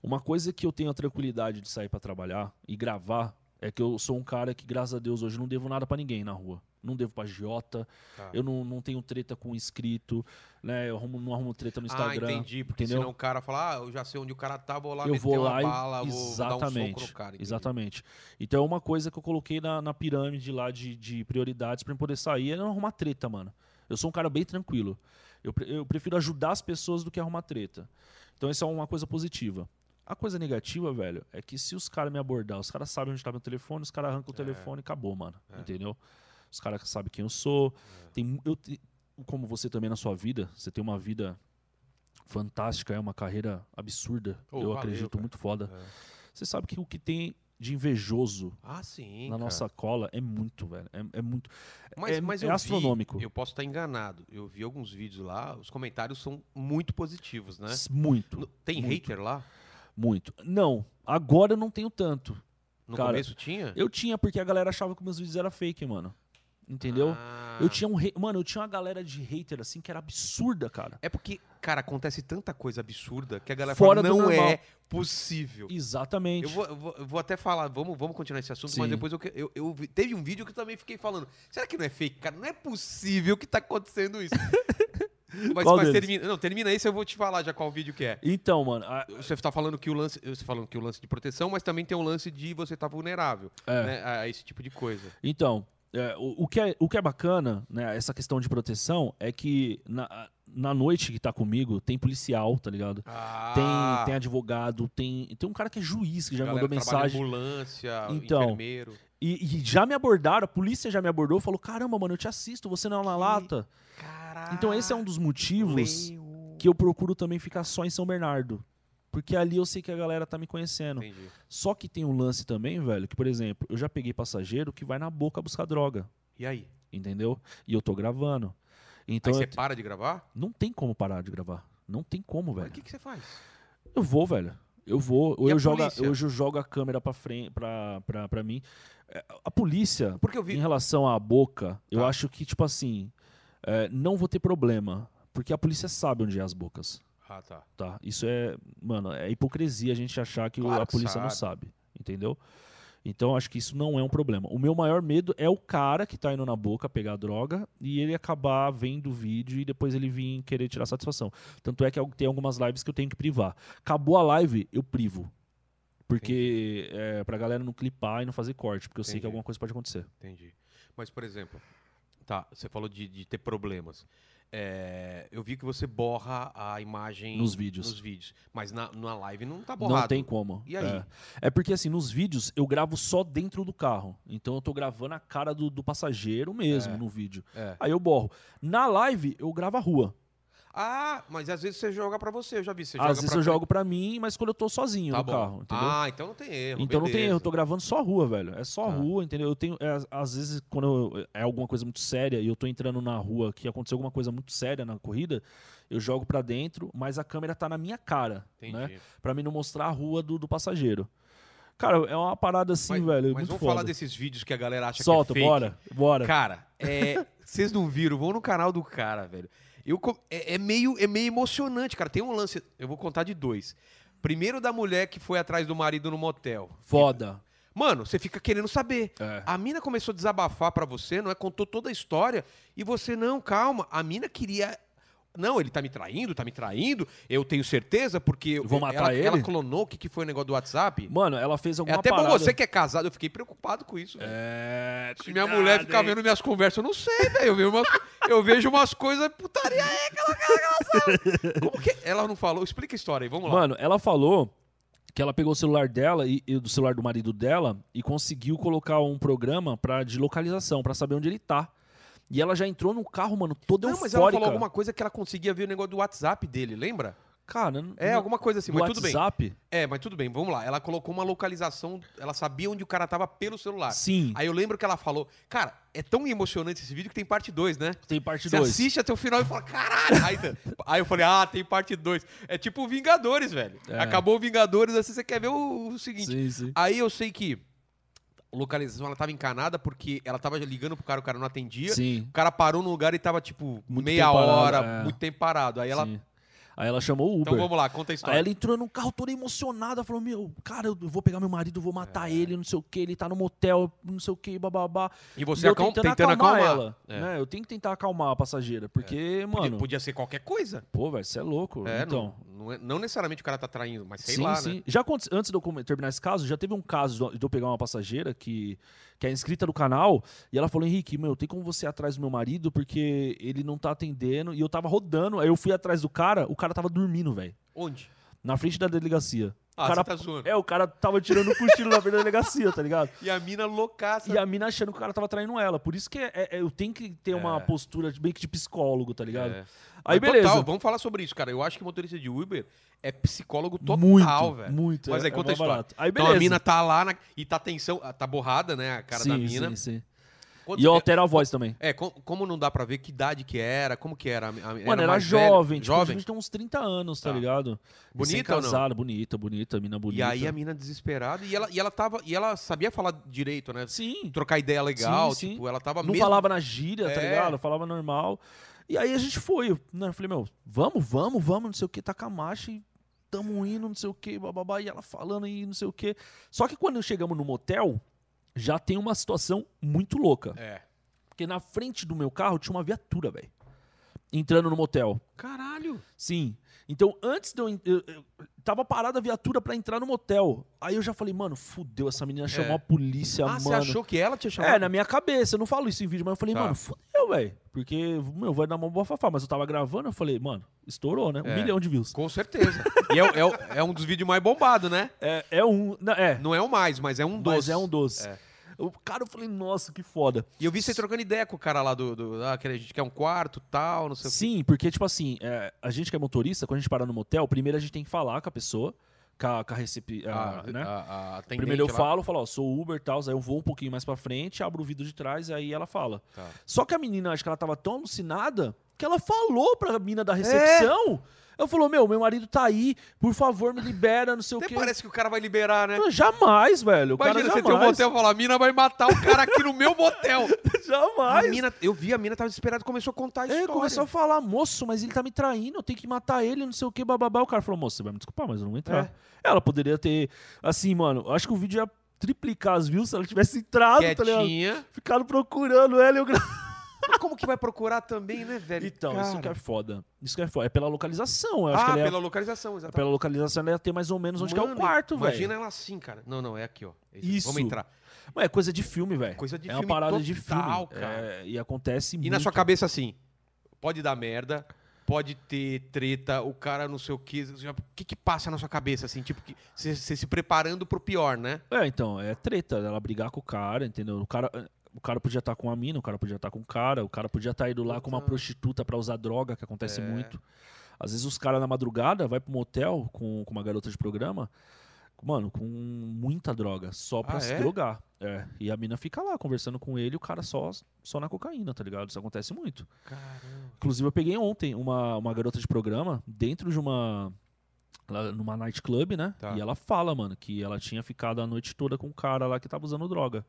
Speaker 2: Uma coisa que eu tenho a tranquilidade de sair pra trabalhar e gravar é que eu sou um cara que, graças a Deus, hoje não devo nada pra ninguém na rua. Não devo pra Giota,
Speaker 1: Tá.
Speaker 2: eu não, não tenho treta com inscrito, né? Eu arrumo- não arrumo treta no Instagram.
Speaker 1: Ah, entendi. Porque
Speaker 2: entendeu?
Speaker 1: senão o cara fala, ah, eu já sei onde o cara tá, vou lá
Speaker 2: eu
Speaker 1: meter
Speaker 2: vou
Speaker 1: uma
Speaker 2: lá
Speaker 1: bala,
Speaker 2: e
Speaker 1: vou dar um soco no cara. entendi.
Speaker 2: exatamente. Então é uma coisa que eu coloquei na, na pirâmide lá de, de prioridades pra eu poder sair é não arrumar treta, mano. Eu sou um cara bem tranquilo. Eu, pre- eu prefiro ajudar as pessoas do que arrumar treta. Então isso é uma coisa positiva. A coisa negativa, velho, é que se os caras me abordar, os caras sabem onde tá meu telefone, os caras
Speaker 1: É.
Speaker 2: arrancam o telefone e acabou, mano. Entendeu? Os caras sabem quem eu sou.
Speaker 1: É.
Speaker 2: Tem, mu- eu, te- como você também na sua vida, você tem uma vida fantástica, é uma carreira absurda.
Speaker 1: Ô,
Speaker 2: eu
Speaker 1: valeu,
Speaker 2: acredito
Speaker 1: cara.
Speaker 2: muito foda.
Speaker 1: É.
Speaker 2: Você sabe que o que tem de invejoso
Speaker 1: Ah, sim.
Speaker 2: na
Speaker 1: cara.
Speaker 2: nossa cola é muito, velho. É, é muito.
Speaker 1: Mas,
Speaker 2: é-
Speaker 1: mas
Speaker 2: é
Speaker 1: eu vi-
Speaker 2: astronômico.
Speaker 1: eu posso estar enganado. Eu vi alguns vídeos lá, os comentários são muito positivos, né?
Speaker 2: s- Muito,
Speaker 1: No- Tem
Speaker 2: muito.
Speaker 1: hater lá?
Speaker 2: muito. Não, agora eu não tenho tanto.
Speaker 1: No
Speaker 2: Cara,
Speaker 1: começo tinha?
Speaker 2: Eu tinha porque a galera achava que meus vídeos eram fake, mano. Entendeu?
Speaker 1: Ah.
Speaker 2: Eu tinha um. hei- Mano, eu tinha uma galera de hater assim que era absurda, cara.
Speaker 1: É porque, cara, acontece tanta coisa absurda que a galera
Speaker 2: Fora
Speaker 1: fala,
Speaker 2: do
Speaker 1: não é
Speaker 2: normal."
Speaker 1: possível.
Speaker 2: Exatamente.
Speaker 1: Eu vou, eu vou- eu vou até falar, vamos, vamos continuar esse assunto, mas
Speaker 2: Sim.
Speaker 1: depois eu, que- eu, eu vi- teve um vídeo que eu também fiquei falando. Será que não é fake, cara? Não é possível que tá acontecendo isso. mas
Speaker 2: Qual
Speaker 1: mas
Speaker 2: deles?
Speaker 1: termina, não, termina isso, eu vou te falar já qual vídeo que é.
Speaker 2: Então, mano. a-
Speaker 1: Você tá falando que o lance, você falando que o lance de proteção, mas também tem um lance de você tá vulnerável,
Speaker 2: É.
Speaker 1: né, a a esse tipo de coisa.
Speaker 2: Então, é, o, o que é, o que é bacana, né, essa questão de proteção, é que na, na noite que tá comigo, tem policial, tá ligado?
Speaker 1: Ah,
Speaker 2: Tem, tem advogado, tem, tem um cara que é juiz que já me
Speaker 1: galera
Speaker 2: mandou
Speaker 1: que trabalha em
Speaker 2: mensagem.
Speaker 1: ambulância,
Speaker 2: Então,
Speaker 1: enfermeiro.
Speaker 2: E, e já me abordaram, a polícia já me abordou falou: caramba, mano, eu te assisto, você não é uma lata.
Speaker 1: Caraca.
Speaker 2: Então, esse é um dos motivos
Speaker 1: Meu.
Speaker 2: que eu procuro também ficar só em São Bernardo. Porque ali eu sei que a galera tá me conhecendo.
Speaker 1: Entendi.
Speaker 2: Só que tem um lance também, velho, que, por exemplo, eu já peguei passageiro que vai na boca buscar droga,
Speaker 1: E aí?
Speaker 2: entendeu? E eu tô gravando. Então,
Speaker 1: Aí você
Speaker 2: eu-
Speaker 1: para de gravar?
Speaker 2: não tem como parar de gravar. Não tem como,
Speaker 1: Mas
Speaker 2: velho.
Speaker 1: o que, que você faz?
Speaker 2: Eu vou, velho. Eu vou. Ou
Speaker 1: E a
Speaker 2: eu, jogo, a-
Speaker 1: polícia?
Speaker 2: hoje eu jogo a câmera pra frente, pra, pra, pra mim. É, A polícia,
Speaker 1: Porque eu
Speaker 2: em
Speaker 1: vi.
Speaker 2: relação à boca, eu
Speaker 1: Tá.
Speaker 2: acho que, tipo assim, é, não vou ter problema. Porque a polícia sabe onde é as bocas,
Speaker 1: Ah, tá.
Speaker 2: tá? Isso é, mano, é hipocrisia a gente achar que o-
Speaker 1: Claro
Speaker 2: a
Speaker 1: que
Speaker 2: polícia não sabe, entendeu? Então eu acho que isso não é um problema. O meu maior medo é o cara que tá indo na boca pegar a droga e ele acabar vendo o vídeo e depois ele vir querer tirar satisfação. Tanto é que al- tem algumas lives que eu tenho que privar. Acabou a live, eu privo. Porque é, pra galera não clipar e não fazer corte, porque eu sei que
Speaker 1: Entendi.
Speaker 2: alguma coisa pode acontecer.
Speaker 1: Entendi. Mas, por exemplo, tá, você falou de, de ter problemas. É, eu vi que você borra a imagem
Speaker 2: Nos vídeos.
Speaker 1: nos vídeos. Mas na, na live não tá borrado.
Speaker 2: Não tem como.
Speaker 1: E aí?
Speaker 2: É. É porque assim, nos vídeos eu gravo só dentro do carro. Então eu tô gravando a cara do, do passageiro mesmo no vídeo.
Speaker 1: É.
Speaker 2: Aí eu borro. Na live eu gravo a rua.
Speaker 1: Ah, mas às vezes você joga pra você, eu já vi. Você joga
Speaker 2: Às vezes
Speaker 1: pra
Speaker 2: eu
Speaker 1: frente.
Speaker 2: jogo pra mim, mas quando eu tô sozinho
Speaker 1: tá
Speaker 2: no
Speaker 1: bom.
Speaker 2: carro, entendeu?
Speaker 1: Ah, então não tem erro.
Speaker 2: então não tem
Speaker 1: beleza.
Speaker 2: erro, eu tô gravando só a rua, velho. É só a
Speaker 1: né? Tá.
Speaker 2: rua, entendeu? Eu tenho. é, às vezes, quando eu- é alguma coisa muito séria e eu tô entrando na rua que aconteceu alguma coisa muito séria na corrida, eu jogo pra dentro, mas a câmera tá na minha cara.
Speaker 1: Entendi.
Speaker 2: né? Pra mim não mostrar a rua do, do passageiro. Cara, é uma parada assim,
Speaker 1: Mas,
Speaker 2: velho.
Speaker 1: mas
Speaker 2: muito
Speaker 1: vamos
Speaker 2: foda.
Speaker 1: falar desses vídeos que a galera acha
Speaker 2: Solta,
Speaker 1: que é fake.
Speaker 2: bora, bora.
Speaker 1: Cara, é, vocês não viram, vão no canal do cara, velho. Eu, co- é, é meio, é meio emocionante, cara. Tem um lance, eu vou contar de dois. Primeiro da mulher que foi atrás do marido no motel.
Speaker 2: Foda.
Speaker 1: Mano, você fica querendo saber.
Speaker 2: É.
Speaker 1: A mina começou a desabafar pra você, não é? Contou toda a história e você, não, calma. A mina queria Não, ele tá me traindo, tá me traindo. Eu tenho certeza, porque eu
Speaker 2: vou matar
Speaker 1: ela,
Speaker 2: ele?
Speaker 1: ela clonou o que, que foi o negócio do WhatsApp.
Speaker 2: Mano, ela fez
Speaker 1: É
Speaker 2: alguma
Speaker 1: até
Speaker 2: parada...
Speaker 1: bom você que é casado, eu fiquei preocupado com isso. velho.
Speaker 2: É...
Speaker 1: Se minha
Speaker 2: cuidado,
Speaker 1: mulher ficar
Speaker 2: hein?
Speaker 1: vendo minhas conversas, eu não sei, velho. Eu, vejo umas- eu vejo umas coisas putaria aí que ela- que ela- que ela sabe. Como que ela não falou? Explica a história aí, vamos lá.
Speaker 2: Mano, ela falou que ela pegou o celular dela e, e do celular do marido dela e conseguiu colocar um programa pra, de localização pra saber onde ele tá. E ela já entrou no carro, mano, toda
Speaker 1: não, mas
Speaker 2: eufórica.
Speaker 1: ela falou alguma coisa que ela conseguia ver o negócio do WhatsApp dele, lembra?
Speaker 2: Cara,
Speaker 1: É, alguma coisa assim,
Speaker 2: assim,
Speaker 1: mas
Speaker 2: WhatsApp,
Speaker 1: tudo bem. É, mas tudo bem, vamos lá. Ela colocou uma localização, ela sabia onde o cara tava pelo celular.
Speaker 2: Sim,
Speaker 1: Ah, Aí eu lembro que ela falou, cara, é tão emocionante esse vídeo que tem parte 2, né?
Speaker 2: tem parte
Speaker 1: Você
Speaker 2: 2.
Speaker 1: assiste até o final e fala, caralho! Aí, aí eu falei, ah, tem parte 2. É tipo o Vingadores, velho.
Speaker 2: É.
Speaker 1: Acabou o Vingadores, assim você quer ver o, o seguinte.
Speaker 2: Sim, sim.
Speaker 1: Aí eu sei que a localização, ela tava encanada porque ela tava ligando pro cara, o cara não atendia.
Speaker 2: Sim.
Speaker 1: O cara parou num lugar e tava, tipo,
Speaker 2: Muito
Speaker 1: meia
Speaker 2: tempo parado,
Speaker 1: hora,
Speaker 2: é.
Speaker 1: muito tempo parado. Aí ela...
Speaker 2: sim. Aí ela chamou o Uber.
Speaker 1: Então vamos lá, conta a
Speaker 2: Aí
Speaker 1: história.
Speaker 2: ela entrou no carro toda emocionada, falou: Meu, cara, eu vou pegar meu marido, eu vou matar
Speaker 1: É.
Speaker 2: ele, não sei o que, ele tá no motel, não sei o que, bababá.
Speaker 1: E
Speaker 2: E
Speaker 1: você
Speaker 2: eu
Speaker 1: acalm-
Speaker 2: tentando, acalmar, ela.
Speaker 1: É.
Speaker 2: né? Eu tenho que tentar acalmar a passageira, porque,
Speaker 1: Podia-
Speaker 2: mano,
Speaker 1: Podia ser qualquer coisa.
Speaker 2: pô, velho, você é louco.
Speaker 1: É,
Speaker 2: então,
Speaker 1: não, não, é- não necessariamente o cara tá traindo, mas sei
Speaker 2: sim,
Speaker 1: lá,
Speaker 2: sim.
Speaker 1: né?
Speaker 2: Já aconte- antes de eu come- terminar esse caso, já teve um caso de eu pegar uma passageira que, que é inscrita no canal e ela falou: Henrique, meu, tem como você ir atrás do meu marido porque ele não tá atendendo. E eu tava rodando, aí eu fui atrás do cara, o cara tava dormindo, velho,
Speaker 1: Onde?
Speaker 2: na frente da delegacia.
Speaker 1: Ah,
Speaker 2: o cara
Speaker 1: você tá zoando.
Speaker 2: É, o cara tava tirando o cochilo na frente da delegacia, tá ligado?
Speaker 1: E a mina loucaça.
Speaker 2: E a mina achando que o cara tava traindo ela. Por isso que é- é- eu tenho que ter uma postura de, meio que de psicólogo, tá ligado?
Speaker 1: É.
Speaker 2: Aí
Speaker 1: Mas
Speaker 2: beleza.
Speaker 1: Total, vamos falar sobre isso, cara. Eu acho que motorista de Uber é psicólogo total,
Speaker 2: muito,
Speaker 1: velho.
Speaker 2: muito.
Speaker 1: Mas
Speaker 2: é-
Speaker 1: aí conta
Speaker 2: é
Speaker 1: a história.
Speaker 2: barato. Aí
Speaker 1: Então
Speaker 2: beleza.
Speaker 1: a mina tá lá na- e tá tensão, ah, tá borrada, né? A cara da
Speaker 2: Sim,
Speaker 1: mina.
Speaker 2: Sim, sim.
Speaker 1: Quanto-
Speaker 2: E eu
Speaker 1: é-
Speaker 2: altero a voz também.
Speaker 1: é, com- como não dá pra ver que idade que era, como que era? A, a,
Speaker 2: Mano, era
Speaker 1: mais
Speaker 2: jovem,
Speaker 1: velha?
Speaker 2: tipo,
Speaker 1: jovem.
Speaker 2: jovem. tinha uns 30 anos, tá,
Speaker 1: Tá.
Speaker 2: ligado?
Speaker 1: Bonita ou não?
Speaker 2: casada, bonita, bonita, mina bonita.
Speaker 1: E aí a mina desesperada e ela, e ela tava e ela sabia falar direito, né?
Speaker 2: Sim.
Speaker 1: Trocar ideia legal,
Speaker 2: Sim, sim.
Speaker 1: tipo, ela tava
Speaker 2: Não
Speaker 1: mesmo-
Speaker 2: falava na gíria, tá
Speaker 1: É.
Speaker 2: ligado? Falava normal. E aí a gente foi. Né? Eu falei, meu, vamos, vamos, vamos, não sei o que, tá com a marcha e tamo indo, não sei o que, bababá, e ela falando e não sei o que. Só que quando chegamos no motel, já tem uma situação muito louca.
Speaker 1: É.
Speaker 2: Porque na frente do meu carro tinha uma viatura, velho. Entrando no motel.
Speaker 1: Caralho.
Speaker 2: Sim. Então, antes de eu, en- eu, eu- Tava parada a viatura pra entrar no motel. Aí eu já falei, mano, fudeu, essa menina chamou a polícia,
Speaker 1: É. Ah,
Speaker 2: mano.
Speaker 1: você achou que ela tinha chamado?
Speaker 2: É, na minha cabeça, eu não falo isso em vídeo, mas eu falei,
Speaker 1: Tá.
Speaker 2: mano, fudeu, velho. Porque, meu, vai dar uma boa fafá. Mas eu tava gravando, eu falei, mano, estourou, né? Um
Speaker 1: É.
Speaker 2: milhão de views.
Speaker 1: Com certeza. e é, o- é o- é um dos vídeos mais bombados, né?
Speaker 2: É, é um. não, é,
Speaker 1: Não é o mais, mas é um dos.
Speaker 2: mas é um doce.
Speaker 1: É.
Speaker 2: O cara, eu falei, nossa, que foda.
Speaker 1: E eu vi você trocando ideia com o cara lá do. do ah, que a gente quer um quarto tal, não sei o quê.
Speaker 2: Sim, porque, tipo assim, é, a gente que é motorista, quando a gente para no motel, primeiro a gente tem que falar com a pessoa, com a, com a recep- a-
Speaker 1: Ah,
Speaker 2: né?
Speaker 1: a- a atendente
Speaker 2: Primeiro eu
Speaker 1: lá.
Speaker 2: falo, falo, ó, sou Uber e tal, aí eu vou um pouquinho mais pra frente, abro o vidro de trás, aí ela fala.
Speaker 1: Tá.
Speaker 2: Só que a menina, acho que ela tava tão alucinada que ela falou pra mina da recepção. Ela falou, meu, meu marido tá aí, por favor, me libera, não sei
Speaker 1: Até
Speaker 2: o quê.
Speaker 1: parece que o cara vai liberar, né?
Speaker 2: Não, Jamais, velho. O
Speaker 1: Imagina
Speaker 2: cara
Speaker 1: você ter um
Speaker 2: jamais.
Speaker 1: motel e falar, a mina vai matar o cara aqui no meu motel. A
Speaker 2: Jamais.
Speaker 1: mina, eu vi, a mina tava desesperada e começou a contar a
Speaker 2: É,
Speaker 1: história.
Speaker 2: começou a falar, moço, mas ele tá me traindo, eu tenho que matar ele, não sei o que, bababá. O cara falou, moço, você vai me desculpar, mas eu não vou
Speaker 1: É.
Speaker 2: entrar. Ela poderia ter, assim, mano, acho que o vídeo ia triplicar as views se ela tivesse entrado, tá ligado?
Speaker 1: Quietinha.
Speaker 2: Ficaram procurando ela e eu
Speaker 1: Mas como que vai procurar também, né, velho?
Speaker 2: Então, isso que é
Speaker 1: Cara.
Speaker 2: foda. Isso que é foda. É pela localização. Eu acho
Speaker 1: Ah,
Speaker 2: que ela ia-
Speaker 1: pela localização,
Speaker 2: pela...
Speaker 1: exatamente.
Speaker 2: localização ela ia ter mais ou menos onde que é o
Speaker 1: Mano,
Speaker 2: quarto, velho.
Speaker 1: Imagina ela assim, cara. Não, não, é aqui, ó. É Vamos
Speaker 2: Isso.
Speaker 1: entrar.
Speaker 2: Mas é coisa de filme, velho.
Speaker 1: Coisa de
Speaker 2: é
Speaker 1: filme
Speaker 2: uma parada de
Speaker 1: total,
Speaker 2: filme.
Speaker 1: cara.
Speaker 2: É, e acontece
Speaker 1: E
Speaker 2: muito.
Speaker 1: na sua cabeça assim, pode dar merda, pode ter treta, o cara não sei o que. O que que passa na sua cabeça, assim? Tipo, que- você você se preparando pro pior, né?
Speaker 2: É, então, é treta. Ela brigar com o cara, entendeu? O cara. O cara podia estar com a mina, o cara podia estar com o cara, o cara podia estar indo lá com uma
Speaker 1: Então.
Speaker 2: prostituta pra usar droga, que acontece
Speaker 1: É.
Speaker 2: muito. Às vezes os caras na madrugada vai pro motel com, com uma garota de programa, mano, com muita droga, só pra
Speaker 1: Ah,
Speaker 2: se
Speaker 1: é?
Speaker 2: drogar. É. E a mina fica lá conversando com ele, o cara só, só na cocaína, tá ligado? Isso acontece muito.
Speaker 1: Caramba.
Speaker 2: Inclusive, eu peguei ontem uma, uma garota de programa dentro de uma. lá numa nightclub, né?
Speaker 1: Tá.
Speaker 2: E ela fala, mano, que ela tinha ficado a noite toda com um cara lá que tava usando droga.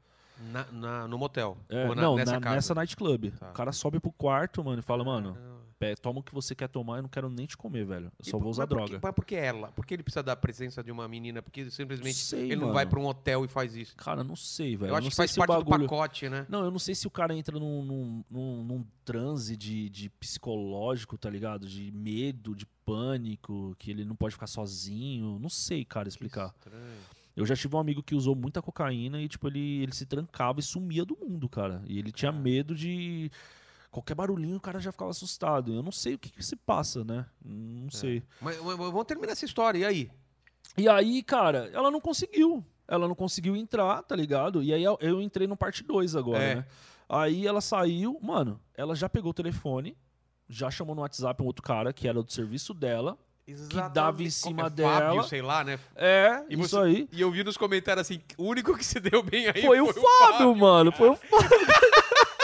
Speaker 1: Na, na- no motel.
Speaker 2: É,
Speaker 1: ou na-
Speaker 2: não,
Speaker 1: nessa
Speaker 2: na-
Speaker 1: casa.
Speaker 2: nessa nightclub.
Speaker 1: Tá.
Speaker 2: O cara sobe pro quarto, mano, e fala, mano,
Speaker 1: Caramba.
Speaker 2: pe- toma o que você quer tomar, eu não quero nem te comer, velho. Eu
Speaker 1: E
Speaker 2: só
Speaker 1: por-
Speaker 2: vou usar
Speaker 1: mas por que-
Speaker 2: droga.
Speaker 1: Mas por que ela? Por que ele precisa da presença de uma menina? Porque simplesmente
Speaker 2: Sei,
Speaker 1: ele não
Speaker 2: mano.
Speaker 1: vai pra um hotel e faz isso.
Speaker 2: Cara, não sei, velho.
Speaker 1: Eu acho
Speaker 2: não
Speaker 1: que
Speaker 2: sei
Speaker 1: faz
Speaker 2: se o
Speaker 1: parte do
Speaker 2: bagulho...
Speaker 1: pacote, né?
Speaker 2: Não, eu não sei se o cara entra num, num, num, num transe de, de psicológico, tá ligado? De medo, de pânico, que ele não pode ficar sozinho. Não sei, cara, explicar.
Speaker 1: Estranho.
Speaker 2: Eu já tive um amigo que usou muita cocaína e, tipo, ele, ele se trancava e sumia do mundo, cara. E ele tinha
Speaker 1: Cara.
Speaker 2: medo de. Qualquer barulhinho o cara já ficava assustado. Eu não sei o que, que se passa, né? Não sei.
Speaker 1: Mas, mas- mas vamos terminar essa história, e aí?
Speaker 2: E aí, cara, ela não conseguiu. Ela não conseguiu entrar, tá ligado? E aí eu- eu entrei no parte 2 agora,
Speaker 1: É.
Speaker 2: né? Aí ela saiu, mano, ela já pegou o telefone, já chamou no WhatsApp um outro cara que era do serviço dela.
Speaker 1: Exatamente.
Speaker 2: dava em cima
Speaker 1: é Fábio,
Speaker 2: dela.
Speaker 1: sei lá, né?
Speaker 2: É,
Speaker 1: E
Speaker 2: isso
Speaker 1: você-
Speaker 2: aí.
Speaker 1: E eu vi nos comentários assim, o único que se deu bem aí
Speaker 2: Foi, o Fábio, mano. Foi o Fábio.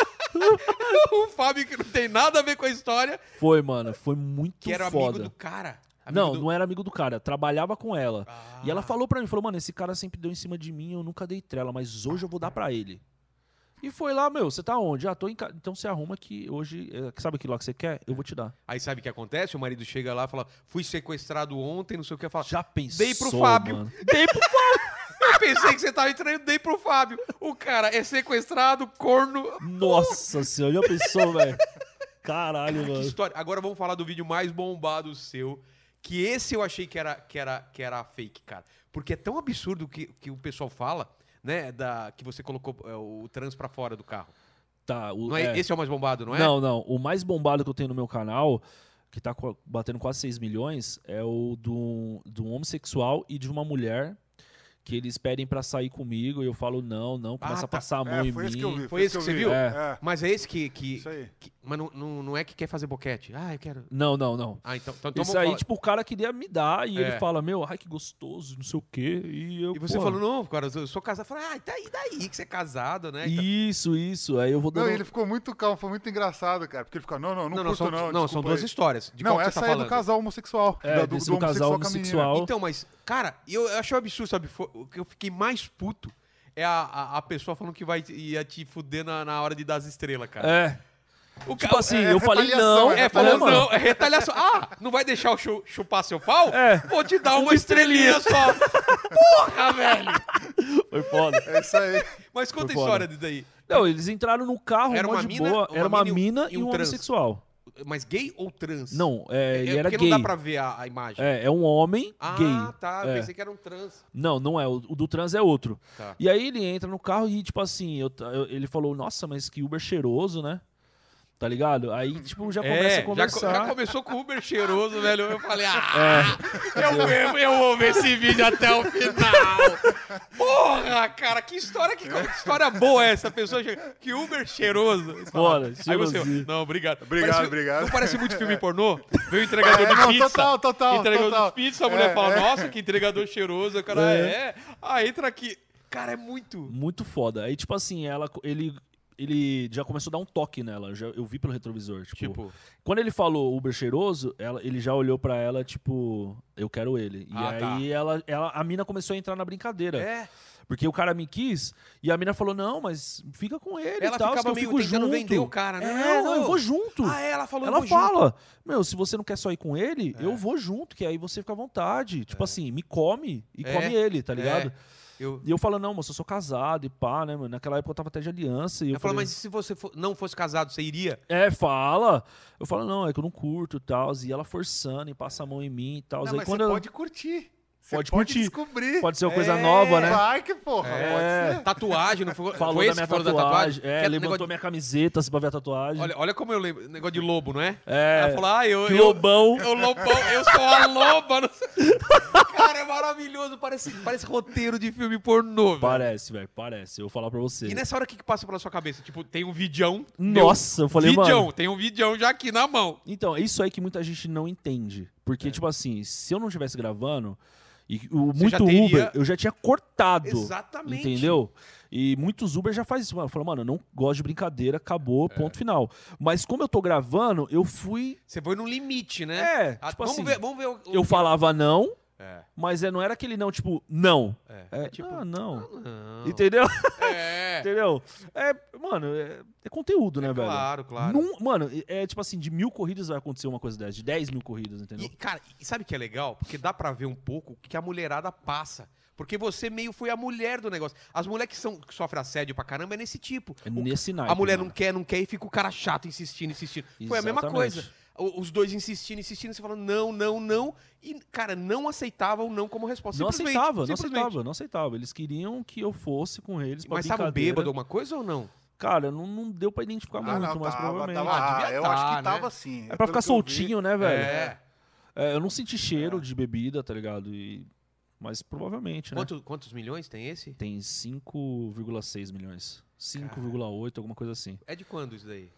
Speaker 1: o Fábio que não tem nada a ver com a história,
Speaker 2: Foi, mano. Foi muito
Speaker 1: que era
Speaker 2: um foda.
Speaker 1: amigo do cara. Amigo
Speaker 2: Não,
Speaker 1: do...
Speaker 2: não era amigo do cara, trabalhava com ela.
Speaker 1: Ah.
Speaker 2: E ela falou pra mim, falou, mano, esse cara sempre deu em cima de mim, eu nunca dei trela, mas hoje eu vou dar pra ele. E foi lá, meu, você tá onde? Ah, tô em casa. Então você arruma que hoje, é, sabe aquilo lá que você quer? Eu vou te dar.
Speaker 1: Aí sabe o que acontece? O marido chega lá e fala, fui sequestrado ontem, não sei o que. Fala,
Speaker 2: Já pensou,
Speaker 1: Dei pro Fábio.
Speaker 2: mano? Dei pro
Speaker 1: eu pensei que você tava entrando, dei pro Fábio. O cara é sequestrado, corno.
Speaker 2: Nossa senhora, já pensou, velho? Caralho,
Speaker 1: Que
Speaker 2: mano.
Speaker 1: história. Agora vamos falar do vídeo mais bombado seu. Que esse eu achei que era, que era, que era fake, cara. Porque é tão absurdo o que, que o pessoal fala, né? Da, que você colocou é, o trans pra fora do carro.
Speaker 2: Tá, o,
Speaker 1: Não é,
Speaker 2: é.
Speaker 1: Esse é o mais bombado, não é?
Speaker 2: Não, não. O mais bombado que eu tenho no meu canal, que tá co- batendo quase 6 milhões, é o do, do um homossexual e de uma mulher que eles pedem pra sair comigo e eu falo não, não,
Speaker 1: Ah,
Speaker 2: começa
Speaker 1: tá.
Speaker 2: a passar a mão
Speaker 3: É,
Speaker 2: em
Speaker 3: foi
Speaker 2: mim.
Speaker 3: esse que eu vi.
Speaker 1: Foi
Speaker 3: esse
Speaker 1: esse que você
Speaker 3: eu vi.
Speaker 1: viu?
Speaker 3: É,
Speaker 1: Mas é esse que. que,
Speaker 3: isso aí.
Speaker 1: que- mas não, não, não é que quer fazer boquete. Ah, eu quero.
Speaker 2: Não, não, não.
Speaker 1: Ah, então. então então
Speaker 2: Isso
Speaker 1: vamos
Speaker 2: aí,
Speaker 1: falar.
Speaker 2: tipo, o cara queria me dar e
Speaker 1: É.
Speaker 2: ele fala, meu, ai que gostoso, não sei o quê. E eu.
Speaker 1: E você
Speaker 2: pô,
Speaker 1: falou, não, cara, eu sou casado. Eu falei, ah, e daí, daí que você é casado, né? Então-
Speaker 2: Isso, isso. Aí eu vou
Speaker 3: Não,
Speaker 2: dando.
Speaker 3: ele ficou muito calmo, foi muito engraçado, cara. Porque ele ficou, não, não, não, curto,
Speaker 1: são,
Speaker 3: não.
Speaker 1: não, são
Speaker 3: desculpa
Speaker 1: duas
Speaker 3: aí.
Speaker 1: histórias. De
Speaker 3: não,
Speaker 1: qual que você
Speaker 3: essa
Speaker 1: tá
Speaker 3: aí é
Speaker 1: falando?
Speaker 3: do casal homossexual.
Speaker 2: É,
Speaker 3: da-
Speaker 2: desse do casal
Speaker 3: com a menina.
Speaker 2: homossexual.
Speaker 1: Então, mas, cara, eu, eu achei um absurdo, sabe? Foi- o que eu fiquei mais puto é a, a, a pessoa falando que vai te- ia te fuder na, na hora de dar as estrelas, cara.
Speaker 2: É.
Speaker 1: o
Speaker 2: Tipo assim,
Speaker 3: é
Speaker 2: eu falei
Speaker 3: retaliação,
Speaker 2: não.
Speaker 3: é
Speaker 1: É,
Speaker 2: falei,
Speaker 1: falando,
Speaker 3: retaliação.
Speaker 2: mano.
Speaker 1: não, é retaliação. Ah, não vai deixar eu chu- chupar seu pau?
Speaker 2: É.
Speaker 1: Vou te dar uma estrelinha só. Porra, velho!
Speaker 2: Foi foda.
Speaker 3: É isso aí.
Speaker 1: Mas conta a
Speaker 2: Foi foda.
Speaker 1: história disso daí.
Speaker 2: Não, eles entraram no carro,
Speaker 1: Era
Speaker 2: mó
Speaker 1: uma
Speaker 2: de
Speaker 1: mina-
Speaker 2: boa.
Speaker 1: uma
Speaker 2: Era uma
Speaker 1: mina e um-
Speaker 2: mina
Speaker 1: e
Speaker 2: e
Speaker 1: um
Speaker 2: um
Speaker 1: trans.
Speaker 2: homossexual.
Speaker 1: Mas gay ou trans?
Speaker 2: Não, é,
Speaker 1: é,
Speaker 2: ele era
Speaker 1: porque
Speaker 2: gay.
Speaker 1: não dá pra ver a, a imagem.
Speaker 2: É, é um homem
Speaker 1: ah,
Speaker 2: gay.
Speaker 1: tá. Eu
Speaker 2: É.
Speaker 1: pensei que era um trans.
Speaker 2: Não, não é. O, o do trans é outro.
Speaker 1: Tá.
Speaker 2: E aí ele entra no carro e, tipo assim, eu ta- eu- ele falou, nossa, mas que Uber cheiroso, né? Tá ligado? Aí, tipo, já começa a
Speaker 1: É, já co- já,
Speaker 2: conversar.
Speaker 1: começou com o Uber cheiroso, velho. Eu falei, ah,
Speaker 2: É.
Speaker 1: eu, mesmo, eu vou ver esse vídeo até o final. Porra, cara, que história, que, que história boa é essa? A pessoa chega, que Uber cheiroso. Você fala,
Speaker 2: Bora,
Speaker 1: Aí você,
Speaker 2: cheirosinho.
Speaker 1: não, obrigado.
Speaker 3: Obrigado,
Speaker 1: Parece-
Speaker 3: obrigado.
Speaker 1: Não parece muito filme pornô? Veio entregador
Speaker 3: É,
Speaker 1: de
Speaker 3: não,
Speaker 1: pizza.
Speaker 3: total, total,
Speaker 1: Entregador
Speaker 3: total.
Speaker 1: de pizza, a mulher
Speaker 3: É,
Speaker 1: fala,
Speaker 3: é.
Speaker 1: nossa, que entregador cheiroso. O cara, é. Ah, entra aqui. Cara, é muito...
Speaker 2: Muito foda. Aí, tipo assim, ela, ele, ele já começou a dar um toque nela. Eu, já- eu vi pelo retrovisor. Tipo,
Speaker 1: Tipo,
Speaker 2: quando ele falou Uber cheiroso, ela- ele já olhou pra ela, tipo, eu quero ele. E
Speaker 1: Ah, tá.
Speaker 2: aí ela, ela, a mina começou a entrar na brincadeira.
Speaker 1: é.
Speaker 2: Porque o cara me quis e a mina falou: não, mas fica com ele tá,
Speaker 1: Ela
Speaker 2: e tal,
Speaker 1: ficava
Speaker 2: que eu
Speaker 1: meio
Speaker 2: fico
Speaker 1: tentando
Speaker 2: junto.
Speaker 1: vender o cara, né?
Speaker 2: É,
Speaker 1: Não,
Speaker 2: não, eu vou junto.
Speaker 1: Ah, é, ela falou eu
Speaker 2: Ela
Speaker 1: vou junto. É.
Speaker 2: fala: Meu, se você não quer só ir com ele, eu vou junto, que aí você fica à vontade. Tipo assim, me come e
Speaker 1: É,
Speaker 2: come ele, tá ligado?
Speaker 1: É. Eu,
Speaker 2: E eu falo, não, moço, eu sou casado e pá, né, mano? Naquela época eu tava até de aliança. E eu
Speaker 1: Ela falou,
Speaker 2: falei,
Speaker 1: mas e se você fo- não fosse casado, você iria?
Speaker 2: É, fala. Eu falo, não, é que eu não curto e tal. E ela forçando e passa a mão em mim e tal.
Speaker 3: Não,
Speaker 2: Aí
Speaker 3: mas você
Speaker 2: quando ela-
Speaker 3: pode curtir. Você
Speaker 2: Pode curtir.
Speaker 3: descobrir.
Speaker 2: pode ser uma coisa
Speaker 1: É,
Speaker 2: nova, né?
Speaker 3: Vai que porra, pode ser.
Speaker 1: Tatuagem, não foi?
Speaker 2: Falou
Speaker 1: foi
Speaker 2: da
Speaker 1: esse
Speaker 2: minha
Speaker 1: que falou
Speaker 2: tatuagem. É,
Speaker 1: Que
Speaker 2: levantou
Speaker 1: negócio de-
Speaker 2: minha camiseta assim, pra ver a tatuagem.
Speaker 1: Olha, olha como eu lembro. Negócio de lobo, não é?
Speaker 2: É.
Speaker 1: Ela falou, ah, eu...
Speaker 2: que
Speaker 1: eu...
Speaker 2: lobão.
Speaker 1: Eu, lobão, eu sou a loba. não sei- Cara, é maravilhoso. Parece, parece roteiro de filme pornô. velho.
Speaker 2: Parece, velho, parece. Eu vou falar pra você.
Speaker 1: E né, nessa hora, o que, que passa pela sua cabeça? Tipo, tem um vidião.
Speaker 2: Nossa, eu falei,
Speaker 1: vidião,
Speaker 2: mano.
Speaker 1: tem um vidião já aqui na mão.
Speaker 2: Então, é isso aí que muita gente não entende. Porque, tipo assim, se eu não estivesse gravando, e o
Speaker 1: É. Você já
Speaker 2: muito
Speaker 1: teria-
Speaker 2: Uber, eu já tinha cortado.
Speaker 1: Exatamente.
Speaker 2: Entendeu? E muitos Uber já faz isso. Mano, fala, mano, eu não gosto de brincadeira, acabou,
Speaker 1: É.
Speaker 2: ponto final. Mas como eu tô gravando, eu fui.
Speaker 1: Você foi no limite, né?
Speaker 2: É,
Speaker 1: Ah,
Speaker 2: tipo
Speaker 1: vamos
Speaker 2: assim,
Speaker 1: ver, vamos ver o- o-
Speaker 2: eu falava não,
Speaker 1: É.
Speaker 2: Mas é, não era aquele não, tipo, não.
Speaker 1: É.
Speaker 2: É,
Speaker 1: tipo,
Speaker 2: ah, não.
Speaker 1: Não.
Speaker 2: Entendeu?
Speaker 1: É.
Speaker 2: Entendeu? É, mano, é, é conteúdo, né, velho?
Speaker 1: Claro, claro.
Speaker 2: Num- mano, é tipo assim, de mil corridas vai acontecer uma coisa dessa, de 10 mil corridas, entendeu?
Speaker 1: E, cara, e sabe o que é legal? Porque dá pra ver um pouco o que a mulherada passa. Porque você meio foi a mulher do negócio. As mulheres que, são, que sofrem assédio pra caramba é nesse tipo.
Speaker 2: É
Speaker 1: O-
Speaker 2: nesse naipe,
Speaker 1: a mulher não
Speaker 2: mano.
Speaker 1: quer, não quer e fica o cara chato insistindo, insistindo. Foi a mesma
Speaker 2: Exatamente.
Speaker 1: coisa. O- Os dois insistindo, insistindo, você falando não, não, não. E, cara, não aceitava o não como resposta.
Speaker 2: Não
Speaker 1: Simplesmente,
Speaker 2: aceitava, não
Speaker 1: simplesmente.
Speaker 2: aceitava, não aceitava. Eles queriam que eu fosse com eles pra
Speaker 1: Mas tava um
Speaker 2: brincadeira.
Speaker 1: bêbado alguma coisa ou não?
Speaker 2: Cara, não, não deu pra identificar
Speaker 3: Ah,
Speaker 2: tá muito,
Speaker 3: não,
Speaker 2: mas
Speaker 3: tava,
Speaker 2: provavelmente.
Speaker 3: tava,
Speaker 1: Ah, devia
Speaker 3: ah, eu
Speaker 1: tá,
Speaker 3: acho
Speaker 1: né?
Speaker 3: que tava assim.
Speaker 2: É pra
Speaker 3: Pelo
Speaker 2: ficar
Speaker 3: que eu vi-
Speaker 2: soltinho, né, velho? É.
Speaker 1: É.
Speaker 2: eu não senti cheiro de bebida, tá ligado? E... Mas provavelmente, né?
Speaker 1: Quanto- quantos milhões tem esse?
Speaker 2: Tem 5,6 milhões. 5,8, alguma coisa assim.
Speaker 1: É de quando isso daí?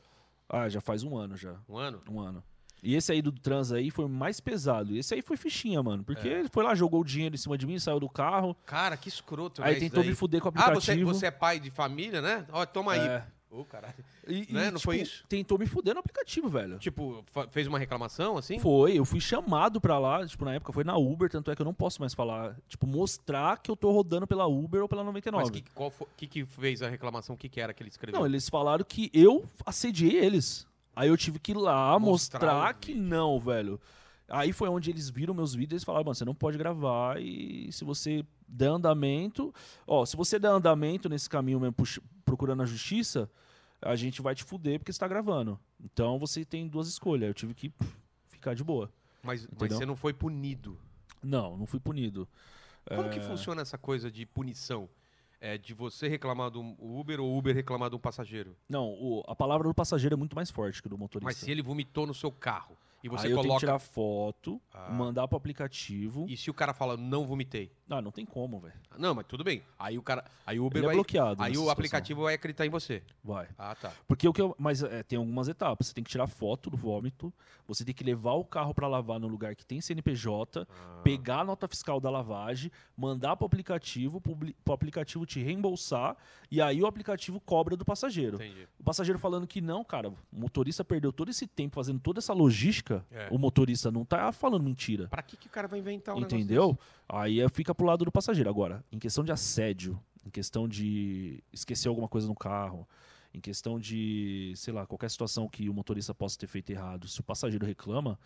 Speaker 2: Ah, já faz um ano já.
Speaker 1: Um ano?
Speaker 2: Um ano. E esse aí do trans aí foi o mais pesado. E Esse aí foi fichinha, mano. Porque
Speaker 1: É.
Speaker 2: ele foi lá, jogou o dinheiro em cima de mim, saiu do carro.
Speaker 1: Cara, que escroto, né,
Speaker 2: aí
Speaker 1: isso
Speaker 2: tentou
Speaker 1: daí?
Speaker 2: me fuder com o
Speaker 1: Ah, você,
Speaker 2: aplicativo.
Speaker 1: você é pai de família, né? Ó, toma aí.
Speaker 2: É.
Speaker 1: Ô, caralho.
Speaker 2: E- e,
Speaker 1: Né? Não foi
Speaker 2: tipo,
Speaker 1: isso?
Speaker 2: Tentou me fuder no aplicativo, velho.
Speaker 1: Tipo, fa- fez uma reclamação, assim?
Speaker 2: Foi, eu fui chamado pra lá, tipo, na época foi na Uber, tanto é que eu não posso mais falar, tipo, mostrar que eu tô rodando pela Uber ou pela
Speaker 1: Mas
Speaker 2: 99.
Speaker 1: que, qual foi, que que fez a reclamação? O que que era que ele escreveu?
Speaker 2: Não, eles falaram que eu assediei eles. Aí eu tive que ir lá
Speaker 1: Mostrar
Speaker 2: mostrar,
Speaker 1: o
Speaker 2: que não, velho. Aí foi onde eles viram meus vídeos e falaram, mano, você não pode gravar e se você der andamento... Ó, se você der andamento nesse caminho mesmo, pux- procurando a justiça, a gente vai te fuder porque você tá gravando. Então você tem duas escolhas. Eu tive que pff, ficar de boa.
Speaker 1: mas, mas
Speaker 2: entendeu?
Speaker 1: você não foi punido.
Speaker 2: Não, não fui punido.
Speaker 1: Como
Speaker 2: É.
Speaker 1: que funciona essa coisa de punição? É de você reclamar do Uber ou Uber reclamar de um passageiro?
Speaker 2: Não, o- a palavra do passageiro é muito mais forte que do motorista.
Speaker 1: Mas se ele vomitou no seu carro e você
Speaker 2: Aí eu tenho que
Speaker 1: coloca.
Speaker 2: tirar foto,
Speaker 1: Ah.
Speaker 2: mandar pro aplicativo.
Speaker 1: E se o cara fala, não vomitei?
Speaker 2: Ah, não tem como, velho.
Speaker 1: Não, mas tudo bem. Aí o cara. Aí o Uber
Speaker 2: Ele é
Speaker 1: vai.
Speaker 2: bloqueado.
Speaker 1: aí o
Speaker 2: nessa situação.
Speaker 1: aplicativo vai acreditar em você.
Speaker 2: Vai.
Speaker 1: Ah, tá.
Speaker 2: Porque o que eu. Mas é, tem algumas etapas. Você tem que tirar foto do vômito, você tem que levar o carro pra lavar no lugar que tem CNPJ,
Speaker 1: Ah.
Speaker 2: pegar a nota fiscal da lavagem, mandar pro aplicativo, publi- pro aplicativo te reembolsar, e aí o aplicativo cobra do passageiro.
Speaker 1: Entendi.
Speaker 2: O passageiro falando que não, cara, o motorista perdeu todo esse tempo fazendo toda essa logística,
Speaker 1: É.
Speaker 2: o motorista não tá falando mentira.
Speaker 1: Pra que, que o cara vai inventar um negócio
Speaker 2: Entendeu? Aí é- fica pro lado do passageiro. Agora, em questão de assédio, em questão de esquecer alguma coisa no carro, em questão de, sei lá, qualquer situação que o motorista possa ter feito errado, se o passageiro reclama,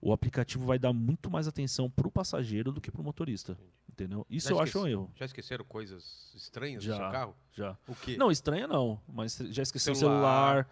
Speaker 2: o aplicativo vai dar muito mais atenção pro passageiro do que pro motorista. Entendeu? Isso
Speaker 1: Já
Speaker 2: eu acho
Speaker 1: esqueci.
Speaker 2: um erro.
Speaker 1: Já esqueceram coisas estranhas
Speaker 2: Já.
Speaker 1: do seu carro?
Speaker 2: Já.
Speaker 1: O quê?
Speaker 2: Não, estranha não, mas já esqueceu
Speaker 1: Celular.
Speaker 2: o celular.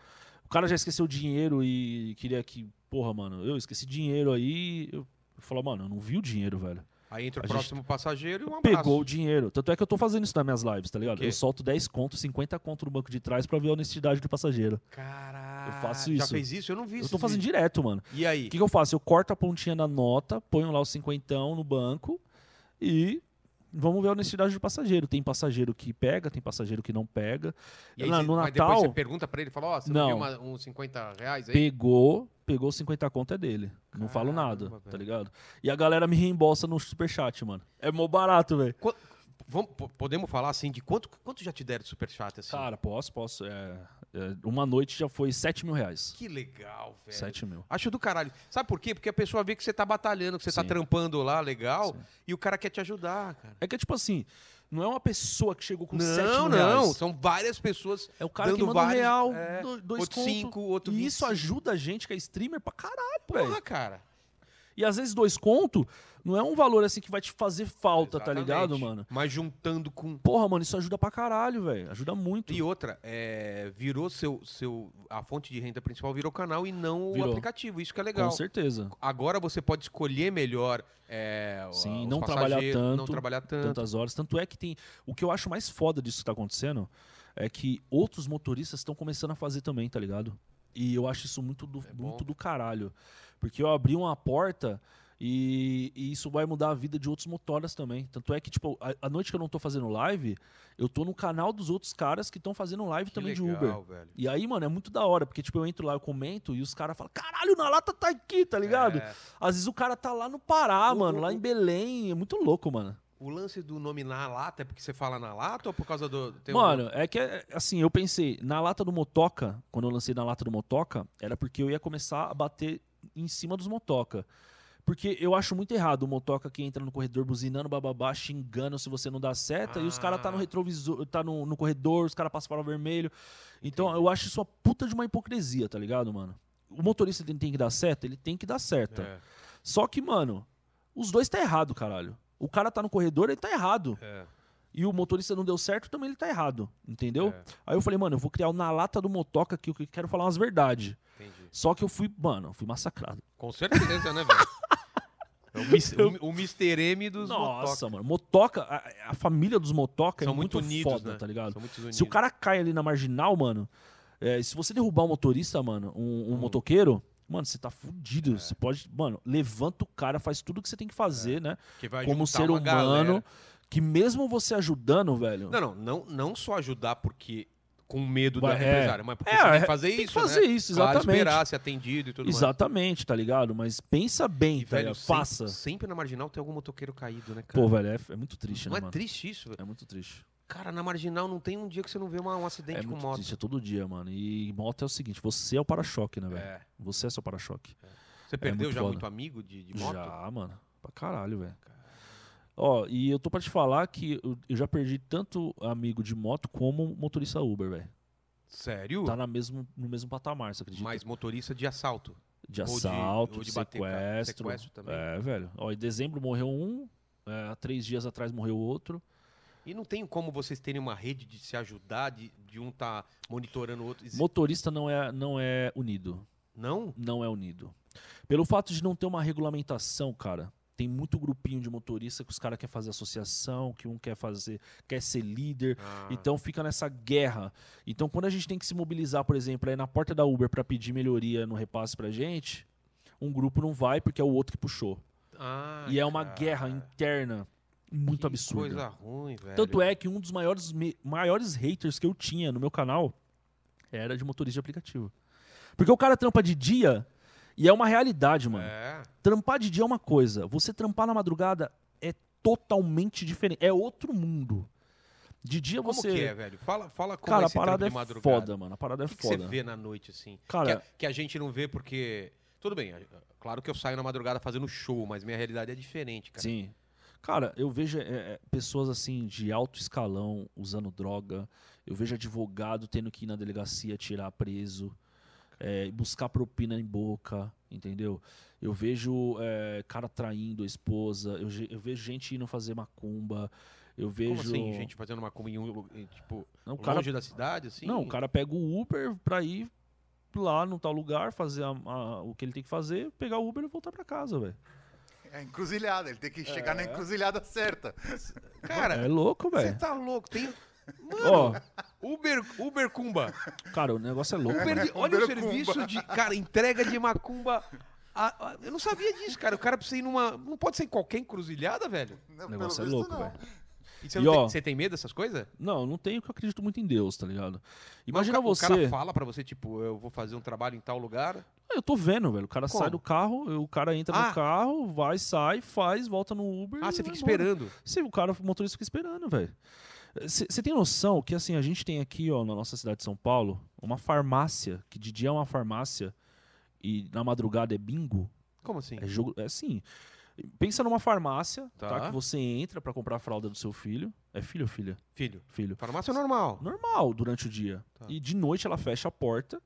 Speaker 2: O cara já esqueceu o dinheiro e queria que, porra, mano, eu esqueci dinheiro aí. Eu, eu falo, mano, eu não vi o dinheiro, velho.
Speaker 1: Aí entra o
Speaker 2: A gente
Speaker 1: próximo passageiro e um abraço.
Speaker 2: pegou o dinheiro. Tanto é que eu tô fazendo isso nas minhas lives, tá
Speaker 1: O
Speaker 2: ligado?
Speaker 1: quê?
Speaker 2: Eu solto 10 conto, 50 conto no banco de trás pra ver a honestidade do passageiro.
Speaker 1: Caralho.
Speaker 2: Eu faço
Speaker 1: Já
Speaker 2: isso.
Speaker 1: fez isso? Eu não vi isso.
Speaker 2: eu tô fazendo direto, mano.
Speaker 1: E aí?
Speaker 2: O que, que eu faço? Eu corto a pontinha da nota, ponho lá o cinquentão no banco e vamos ver a honestidade do passageiro. Tem passageiro que pega, tem passageiro que não pega.
Speaker 1: E aí
Speaker 2: Na-
Speaker 1: você-
Speaker 2: no
Speaker 1: Mas depois
Speaker 2: Natal,
Speaker 1: você pergunta pra ele, fala, ó, você não,
Speaker 2: Não.
Speaker 1: viu uma- uns 50 reais aí?
Speaker 2: pegou, pegou os 50 conto é dele. Não falo nada,
Speaker 1: Ah, Caramba,
Speaker 2: tá
Speaker 1: velho.
Speaker 2: ligado? E a galera me reembolsa no superchat, mano. É mó barato, velho.
Speaker 1: Qu- vamos- po- podemos falar, assim, de quanto, quanto já te deram de superchat, assim?
Speaker 2: Cara, posso, posso. É, é, uma noite já foi 7 mil reais.
Speaker 1: Que legal, velho.
Speaker 2: 7 mil.
Speaker 1: Acho do caralho. Sabe por quê? Porque a pessoa vê que você tá batalhando, que você tá
Speaker 2: Sim.
Speaker 1: trampando lá, legal,
Speaker 2: Sim.
Speaker 1: e o cara quer te ajudar, cara.
Speaker 2: É que é tipo assim, não é uma pessoa que chegou com 7
Speaker 1: não,
Speaker 2: mil
Speaker 1: não.
Speaker 2: reais.
Speaker 1: São várias pessoas.
Speaker 2: É o cara que
Speaker 1: dando
Speaker 2: manda um
Speaker 1: vários-
Speaker 2: real,
Speaker 1: é,
Speaker 2: do- dois
Speaker 1: outro
Speaker 2: conto.
Speaker 1: cinco, outro
Speaker 2: e
Speaker 1: 25.
Speaker 2: isso ajuda a gente que é streamer pra caralho,
Speaker 1: Porra,
Speaker 2: velho.
Speaker 1: cara.
Speaker 2: E às vezes dois conto não é um valor assim que vai te fazer falta, tá ligado,
Speaker 1: Exatamente.
Speaker 2: mano?
Speaker 1: Mas juntando com
Speaker 2: Porra, mano, isso ajuda pra caralho, velho. Ajuda muito.
Speaker 1: E outra, é, virou seu, seu. A fonte de renda principal virou canal e não o
Speaker 2: Virou.
Speaker 1: aplicativo. Isso que é legal.
Speaker 2: Com certeza.
Speaker 1: Agora você pode escolher melhor. é, o-
Speaker 2: Sim,
Speaker 1: os
Speaker 2: não trabalhar
Speaker 1: passageiros, Não
Speaker 2: tanto,
Speaker 1: trabalhar tanto.
Speaker 2: Tantas horas. Tanto é que tem. O que eu acho mais foda disso que tá acontecendo é que outros motoristas estão começando a fazer também, tá ligado? E eu acho isso muito do,
Speaker 1: É bom.
Speaker 2: muito do caralho. Porque eu abri uma porta e, e isso vai mudar a vida de outros motoras também. Tanto é que, tipo, a, a noite que eu não tô fazendo live, eu tô no canal dos outros caras que estão fazendo live
Speaker 1: Que
Speaker 2: também de
Speaker 1: legal,
Speaker 2: Uber.
Speaker 1: velho.
Speaker 2: E aí, mano, é muito da hora, porque, tipo, eu entro lá, eu comento e os caras falam, caralho, na lata tá aqui, tá ligado?
Speaker 1: É,
Speaker 2: Às vezes o cara tá lá no Pará,
Speaker 1: O-
Speaker 2: mano,
Speaker 1: o-
Speaker 2: lá em Belém. É muito louco, mano.
Speaker 1: o lance do nome na lata é porque você fala na lata ou por causa do. tem um-
Speaker 2: Mano, é que é- assim, eu pensei, na lata do Motoca, quando eu lancei na lata do Motoca, era porque eu ia começar a bater em cima dos Motoca. Porque eu acho muito errado o motoca que entra no corredor buzinando, bababá, xingando se você não dá seta, e os caras tá no
Speaker 1: Ah.
Speaker 2: retrovisor, tá no, no corredor, os caras passam farol vermelho. Então eu acho isso uma puta de uma hipocrisia, tá ligado, mano? O motorista ele tem que dar seta, ele tem que dar seta.
Speaker 1: É,
Speaker 2: Só que, mano, os dois tá errado, caralho. O cara tá no corredor, ele tá errado.
Speaker 1: é.
Speaker 2: E o motorista não deu certo, também ele tá errado, entendeu?
Speaker 1: É.
Speaker 2: Aí eu falei, mano, eu vou criar o na lata do motoca aqui, que eu quero falar umas verdades.
Speaker 1: Entendi.
Speaker 2: Só que eu fui, mano, eu fui massacrado.
Speaker 1: Com certeza, né, velho? É o mis- O, o Mr. M dos
Speaker 2: Nossa,
Speaker 1: motoca.
Speaker 2: mano. Motoca, a, a família dos motoca
Speaker 1: São
Speaker 2: é muito,
Speaker 1: muito unidos,
Speaker 2: foda,
Speaker 1: né?
Speaker 2: tá ligado?
Speaker 1: São muito unidos.
Speaker 2: Se o cara cai ali na marginal, mano, é, se você derrubar um motorista, mano,
Speaker 1: Hum.
Speaker 2: um, um motoqueiro, mano, você tá
Speaker 1: É.
Speaker 2: fudido. Você pode, mano, levanta o cara, faz tudo que você tem que fazer, né?
Speaker 1: que É. vai
Speaker 2: Como
Speaker 1: juntar
Speaker 2: ser
Speaker 1: uma
Speaker 2: humano,
Speaker 1: galera.
Speaker 2: que mesmo você ajudando, velho.
Speaker 1: Não, não, não, não só ajudar porque com medo da
Speaker 2: Vai- é.
Speaker 1: represária, mas porque
Speaker 2: É,
Speaker 1: você tem
Speaker 2: é,
Speaker 1: que fazer
Speaker 2: tem que
Speaker 1: isso,
Speaker 2: fazer
Speaker 1: né?
Speaker 2: isso,
Speaker 1: Claro,
Speaker 2: exatamente.
Speaker 1: esperar ser atendido e tudo
Speaker 2: Exatamente, tá ligado? Mas pensa bem,
Speaker 1: mais. E,
Speaker 2: velho.
Speaker 1: velho, sempre-
Speaker 2: Faça.
Speaker 1: Sempre na marginal tem algum motoqueiro caído, né, cara?
Speaker 2: Pô, velho, é, é muito triste,
Speaker 1: não
Speaker 2: né,
Speaker 1: é
Speaker 2: mano?
Speaker 1: triste isso, velho?
Speaker 2: É muito triste.
Speaker 1: Cara, na marginal não tem um dia que você não vê uma- um acidente
Speaker 2: É
Speaker 1: com
Speaker 2: muito
Speaker 1: moto.
Speaker 2: triste, é todo dia, mano. E moto é o seguinte, você é o para-choque, né, velho?
Speaker 1: É.
Speaker 2: Você é seu para-choque.
Speaker 1: Você perdeu
Speaker 2: É muito
Speaker 1: já
Speaker 2: foda.
Speaker 1: muito amigo de, de moto?
Speaker 2: Já, mano. Pra caralho, velho. Ó, e eu tô pra te falar que eu, eu já perdi tanto amigo de moto como motorista Uber, velho.
Speaker 1: Sério?
Speaker 2: Tá na mesmo, no mesmo patamar, você acredita?
Speaker 1: Mas motorista de assalto.
Speaker 2: de
Speaker 1: ou de-
Speaker 2: assalto,
Speaker 1: ou
Speaker 2: de,
Speaker 1: de bater ca-
Speaker 2: sequestro.
Speaker 1: sequestro também.
Speaker 2: É, velho. Ó, em dezembro morreu um, é, há três dias atrás morreu outro.
Speaker 1: E não tem como vocês terem uma rede de se ajudar, de, de um tá monitorando o outro. Exi-
Speaker 2: Motorista não é, não é unido.
Speaker 1: Não?
Speaker 2: Não é unido. Pelo fato de não ter uma regulamentação, cara. Tem muito grupinho de motorista que os caras querem fazer associação, que um quer fazer, quer ser líder,
Speaker 1: Ah,
Speaker 2: Então fica nessa guerra. Então quando a gente tem que se mobilizar, por exemplo, aí na porta da Uber pra pedir melhoria no repasse pra gente, um grupo não vai porque é o outro que puxou.
Speaker 1: Ah,
Speaker 2: e é uma
Speaker 1: cara.
Speaker 2: guerra interna muito
Speaker 1: Que
Speaker 2: absurda.
Speaker 1: Coisa ruim, velho.
Speaker 2: Tanto é que um dos maiores, me- maiores haters que eu tinha no meu canal era de motorista de aplicativo. Porque o cara trampa de dia e é uma realidade, mano.
Speaker 1: É.
Speaker 2: Trampar de dia é uma coisa, você trampar na madrugada é totalmente diferente, é outro mundo. De dia
Speaker 1: Como
Speaker 2: você
Speaker 1: que é, velho? Fala, fala como é
Speaker 2: Cara, a
Speaker 1: esse trampo
Speaker 2: parada
Speaker 1: de
Speaker 2: é
Speaker 1: madrugada.
Speaker 2: foda, mano. A parada é
Speaker 1: O que, que você
Speaker 2: foda.
Speaker 1: vê na noite, assim?
Speaker 2: Cara-
Speaker 1: Que a, que a gente não vê porque... Tudo bem, a- claro que eu saio na madrugada fazendo show, mas minha realidade é diferente, cara.
Speaker 2: Sim. Cara, eu vejo é, é, pessoas assim de alto escalão usando droga. Eu vejo advogado tendo que ir na delegacia tirar preso, é, e buscar propina em boca, entendeu? Eu vejo é, cara traindo a esposa. Eu, ge- eu vejo gente indo fazer macumba. Eu vejo.
Speaker 1: Como assim, gente fazendo uma comida em um... lu- em, Tipo,
Speaker 2: Não, o
Speaker 1: longe
Speaker 2: cara
Speaker 1: da cidade, assim?
Speaker 2: Não, o cara pega o Uber pra ir lá no tal lugar, fazer a- a- o que ele tem que fazer, pegar o Uber e voltar pra casa, velho.
Speaker 3: É encruzilhada, ele tem que chegar na encruzilhada certa.
Speaker 1: Cara,
Speaker 2: É louco,
Speaker 1: você
Speaker 2: velho.
Speaker 1: tá louco. Tem...
Speaker 2: Ó,
Speaker 1: Mano, Uber, Uber Cumba.
Speaker 2: cara, o negócio é louco.
Speaker 1: Uber de- olha o
Speaker 3: Uber
Speaker 1: serviço
Speaker 3: Cumba.
Speaker 1: de... Cara, entrega de macumba... A- a- eu não sabia disso, cara. O cara precisa ir numa... Não pode ser em qualquer encruzilhada, velho.
Speaker 3: Não,
Speaker 2: O negócio é
Speaker 3: visto,
Speaker 2: louco,
Speaker 3: não.
Speaker 2: velho.
Speaker 1: E você,
Speaker 2: E,
Speaker 1: não tem,
Speaker 2: ó,
Speaker 1: você tem medo dessas coisas?
Speaker 2: Não, eu não tenho que eu acredito muito em Deus, tá ligado? Imagina
Speaker 1: Mas o
Speaker 2: você.
Speaker 1: ca- O cara fala pra você, tipo, eu vou fazer um trabalho em tal lugar.
Speaker 2: Ah, Eu tô vendo, velho. O cara
Speaker 1: Como?
Speaker 2: sai do carro, eu- o cara entra
Speaker 1: Ah.
Speaker 2: no carro, vai, sai, faz, volta no Uber.
Speaker 1: Ah,
Speaker 2: e
Speaker 1: você
Speaker 2: vai
Speaker 1: fica
Speaker 2: embora.
Speaker 1: esperando.
Speaker 2: Sim, o cara, o motorista fica esperando, velho. Você tem noção que, assim, a gente tem aqui, ó, na nossa cidade de São Paulo, uma farmácia, que de dia é uma farmácia e na madrugada é bingo?
Speaker 1: Como assim?
Speaker 2: É jogo. É assim. Pensa numa farmácia, tá?
Speaker 1: Tá.
Speaker 2: que você entra pra comprar a fralda do seu filho. É filho ou filha?
Speaker 1: Filho,
Speaker 2: Filho.
Speaker 1: farmácia é normal.
Speaker 2: normal durante o dia.
Speaker 1: Tá.
Speaker 2: E de noite ela fecha a porta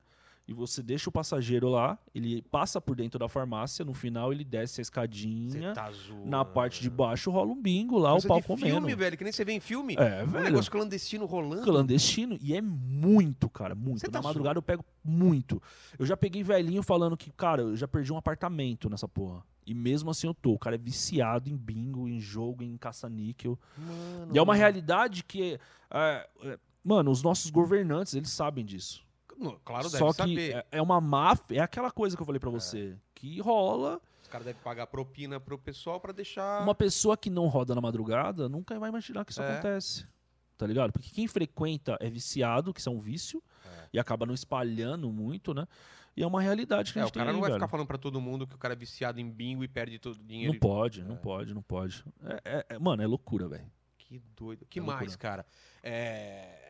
Speaker 2: e você deixa o passageiro lá, ele passa por dentro da farmácia, no final ele desce a escadinha,
Speaker 1: Você tá zoando.
Speaker 2: na parte de baixo rola um bingo lá, o pau
Speaker 1: de filme,
Speaker 2: comendo.
Speaker 1: velho, que nem você vê em filme.
Speaker 2: É,
Speaker 1: um
Speaker 2: velho.
Speaker 1: negócio clandestino rolando.
Speaker 2: Clandestino e é muito, cara, muito.
Speaker 1: Você tá
Speaker 2: na madrugada eu pego muito. Eu já peguei velhinho falando que, cara, eu já perdi um apartamento nessa porra. E mesmo assim eu tô. O cara é viciado em bingo, em jogo, em caça-níquel.
Speaker 1: Mano,
Speaker 2: E é uma realidade que. é, é, mano, os nossos governantes, eles sabem disso.
Speaker 1: Ah, não, claro, deve
Speaker 2: Só que
Speaker 1: saber.
Speaker 2: é- é uma máfia, é aquela coisa que eu falei pra você, que rola.
Speaker 1: Os caras devem pagar propina pro pessoal pra deixar.
Speaker 2: é- Uma pessoa que não roda na madrugada nunca vai imaginar que isso
Speaker 1: Ah. É.
Speaker 2: acontece. Tá ligado? Porque quem frequenta é viciado, que isso é um vício,
Speaker 1: É.
Speaker 2: e acaba não espalhando muito, né? E é uma realidade que a
Speaker 1: É,
Speaker 2: gente
Speaker 1: o cara
Speaker 2: tem
Speaker 1: não
Speaker 2: aí,
Speaker 1: vai
Speaker 2: velho.
Speaker 1: ficar falando pra todo mundo que o cara é viciado em bingo e perde todo o dinheiro.
Speaker 2: Não pode, não pode, não pode. É- é- é- mano, é loucura, velho.
Speaker 1: Que doido. que
Speaker 2: É loucura.
Speaker 1: mais, cara? É,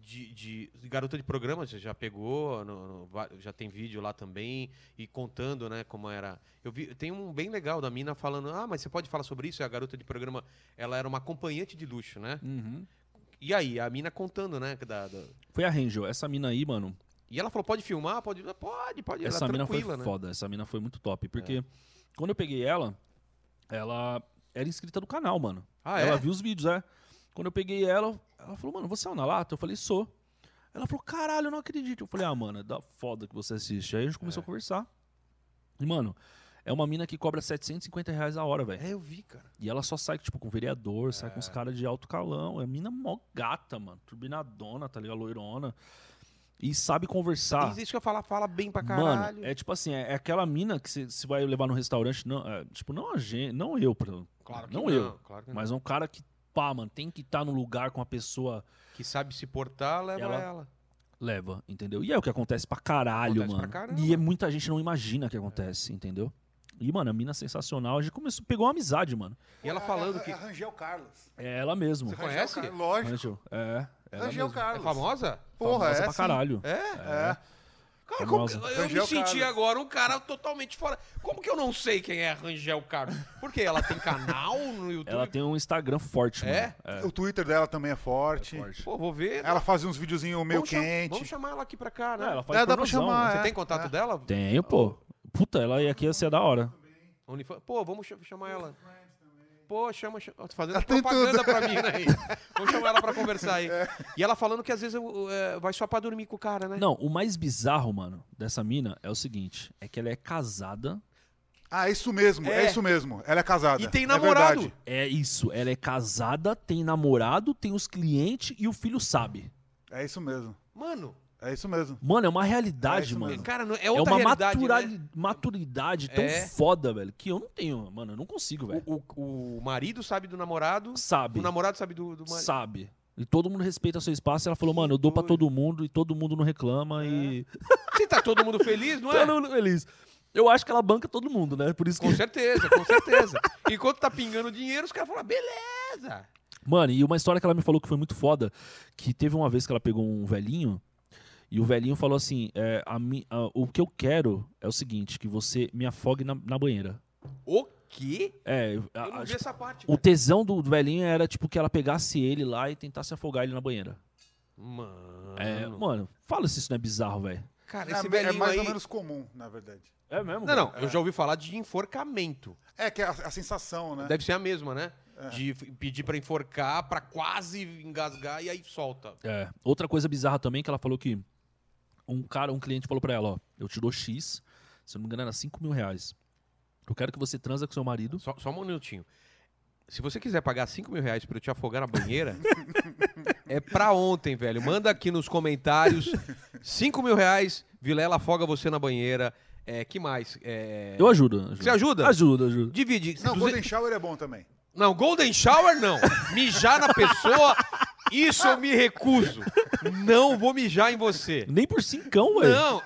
Speaker 1: de, de- de garota de programa, você já pegou, no- no- va- já tem vídeo lá também, e contando, né, como era. Eu vi, tem um bem legal da mina falando, ah, mas você pode falar sobre isso? E a garota de programa, ela era uma acompanhante de luxo, né?
Speaker 2: Uhum.
Speaker 1: E aí, a mina contando, né, da- da-
Speaker 2: Foi a Angel. Essa mina aí, mano,
Speaker 1: E ela falou, pode filmar? Pode, pode, pode.
Speaker 2: Essa
Speaker 1: ela é
Speaker 2: mina foi
Speaker 1: tranquila, né?
Speaker 2: foda, essa mina foi muito top. Porque quando eu peguei ela, ela era inscrita do canal, mano.
Speaker 1: Ah,
Speaker 2: ela
Speaker 1: é?
Speaker 2: viu os vídeos, é. Quando eu peguei ela, ela falou, mano, você é o na lata? Eu falei, sou. Ela falou, caralho, eu não acredito. Eu falei, ah, mano, é da foda que você assiste. Aí a gente começou
Speaker 1: É.
Speaker 2: a conversar. E, mano, é uma mina que cobra 750 reais a hora, velho.
Speaker 1: É, eu vi, cara.
Speaker 2: E ela só sai, tipo, com vereador, sai
Speaker 1: É.
Speaker 2: com os caras de alto calão. É mina mó gata, mano. Turbinadona, tá ligado? Loirona. E sabe conversar.
Speaker 1: Isso que eu falar, fala bem pra caralho.
Speaker 2: Ah. Mano, é tipo assim, é é aquela mina que você vai levar no restaurante, não, é, tipo, não a gente, não eu, por exemplo. não, eu,
Speaker 1: claro que
Speaker 2: mas um cara que, pá, mano, tem que estar no lugar com a pessoa
Speaker 1: não. Que sabe se portar, leva ela.
Speaker 2: Ela- leva, entendeu? E é o que acontece pra caralho,
Speaker 1: Acontece pra
Speaker 2: mano.
Speaker 1: caramba.
Speaker 2: E é, muita gente não imagina que acontece, entendeu? E, mano, a mina é sensacional, a gente começou, pegou uma amizade, mano.
Speaker 1: E ela
Speaker 3: É-
Speaker 1: falando
Speaker 3: é-
Speaker 1: que...
Speaker 3: É Rangel Carlos.
Speaker 2: É ela mesmo.
Speaker 1: Você conhece?
Speaker 3: Rangel Carlos, Lógico.
Speaker 2: Angel, É, ela
Speaker 3: Rangel
Speaker 2: mesmo.
Speaker 1: É
Speaker 3: Carlos.
Speaker 1: famosa?
Speaker 3: Porra,
Speaker 2: Famosa
Speaker 3: é.
Speaker 2: pra
Speaker 3: sim.
Speaker 2: caralho.
Speaker 1: É?
Speaker 3: É.
Speaker 1: Cara, como que-
Speaker 2: Famosa.
Speaker 1: eu me
Speaker 3: Rangel
Speaker 1: senti
Speaker 3: Carlos.
Speaker 1: agora um cara totalmente fora. Como que eu não sei quem é Rangel Carlos? Porque ela tem canal no YouTube.
Speaker 2: Ela tem um Instagram forte,
Speaker 1: É? Tipo,
Speaker 2: mano. É,
Speaker 3: O Twitter dela também é forte.
Speaker 2: forte.
Speaker 1: Pô, vou ver.
Speaker 3: Ela fazia uns videozinhos meio
Speaker 1: Vamos cham- Vamos
Speaker 3: quente.
Speaker 1: chamar ela aqui pra cá, né?
Speaker 2: Ah, ela faz
Speaker 3: É, dá pra
Speaker 2: pornozão,
Speaker 3: chamar,
Speaker 2: né?
Speaker 1: Você
Speaker 3: é.
Speaker 1: tem contato dela?
Speaker 2: Tenho, pô. Puta, ela ia aqui ia ser da hora.
Speaker 1: OnlyFans? Um Pô, vamos ch- chamar ela. Pô, chama, chama. Ó, tô fazendo
Speaker 3: Ela tem
Speaker 1: propaganda
Speaker 3: tudo. É.
Speaker 1: pra mim, né? aí. Vamos chamar ela pra conversar aí. E ela falando que às vezes eu, é, vai só pra dormir com o cara, né?
Speaker 2: Não, o mais bizarro, mano, dessa mina é o seguinte: é que ela é casada.
Speaker 3: Ah, isso mesmo, é.
Speaker 1: É.
Speaker 3: isso mesmo. Ela é casada.
Speaker 1: E tem
Speaker 3: é
Speaker 1: namorado.
Speaker 3: verdade.
Speaker 2: É isso, ela é casada, tem namorado, tem os clientes e o filho sabe.
Speaker 3: É isso mesmo.
Speaker 1: Mano,
Speaker 3: É isso mesmo.
Speaker 2: Mano, é uma
Speaker 3: É
Speaker 2: realidade,
Speaker 3: isso
Speaker 2: mano.
Speaker 3: mesmo.
Speaker 1: cara, não- é
Speaker 2: É
Speaker 1: outra
Speaker 2: uma
Speaker 1: realidade,
Speaker 2: maturali-
Speaker 1: né?
Speaker 2: maturidade tão
Speaker 1: É.
Speaker 2: foda, velho, que eu não tenho, mano, eu não consigo, velho.
Speaker 1: O, o- o marido sabe do namorado,
Speaker 2: Sabe,
Speaker 1: o namorado sabe do, do marido.
Speaker 2: sabe. E todo mundo respeita seu espaço. e Ela falou,
Speaker 1: Que
Speaker 2: mano, eu dou pra
Speaker 1: doido.
Speaker 2: todo mundo e todo mundo não reclama e.
Speaker 1: Se tá todo mundo feliz, não é?
Speaker 2: Todo mundo feliz. Eu acho que ela banca todo mundo, né? Por isso que.
Speaker 1: Com certeza, com certeza. Enquanto tá pingando dinheiro, os caras falam, beleza.
Speaker 2: Mano, e uma história que ela me falou que foi muito foda, que teve uma vez que ela pegou um velhinho e o velhinho falou assim, é, a mi- a- o que eu quero é o seguinte, que você me afogue na, na banheira.
Speaker 1: O quê?
Speaker 2: É, a-
Speaker 1: Eu não
Speaker 2: a-
Speaker 1: vi essa parte.
Speaker 2: o
Speaker 1: cara.
Speaker 2: tesão do, do velhinho era tipo que ela pegasse ele lá e tentasse afogar ele na banheira.
Speaker 1: Mano.
Speaker 2: É, mano, fala se isso não é bizarro, velho.
Speaker 1: Cara,
Speaker 3: É,
Speaker 1: esse
Speaker 3: me- é
Speaker 1: velhinho
Speaker 3: mais
Speaker 1: aí...
Speaker 3: ou menos comum, na verdade.
Speaker 2: É mesmo?
Speaker 1: Não, não, eu já ouvi falar de enforcamento.
Speaker 3: É que é a, a sensação, né?
Speaker 1: Deve ser a mesma, né? De f- pedir pra enforcar, pra quase engasgar e aí solta.
Speaker 2: É. Outra coisa bizarra também que ela falou que um cara, um cliente falou pra ela, ó, eu te dou X, se eu não me engano era 5 mil reais. Eu quero que você transa com seu marido.
Speaker 1: Só, só um minutinho. Se você quiser pagar 5 mil reais pra eu te afogar na banheira, é pra ontem, velho. Manda aqui nos comentários. 5 mil reais, Vilela afoga você na banheira. É, que mais? É...
Speaker 2: Eu ajudo, né? ajudo.
Speaker 1: Você ajuda?
Speaker 2: Ajuda, ajuda.
Speaker 1: Divide.
Speaker 3: Não,
Speaker 1: Duze-
Speaker 3: Golden Shower é bom também.
Speaker 1: Não, Golden Shower não. Mijar na pessoa, isso eu me recuso. Não vou mijar em você.
Speaker 2: Nem por cincão, velho.
Speaker 1: Não,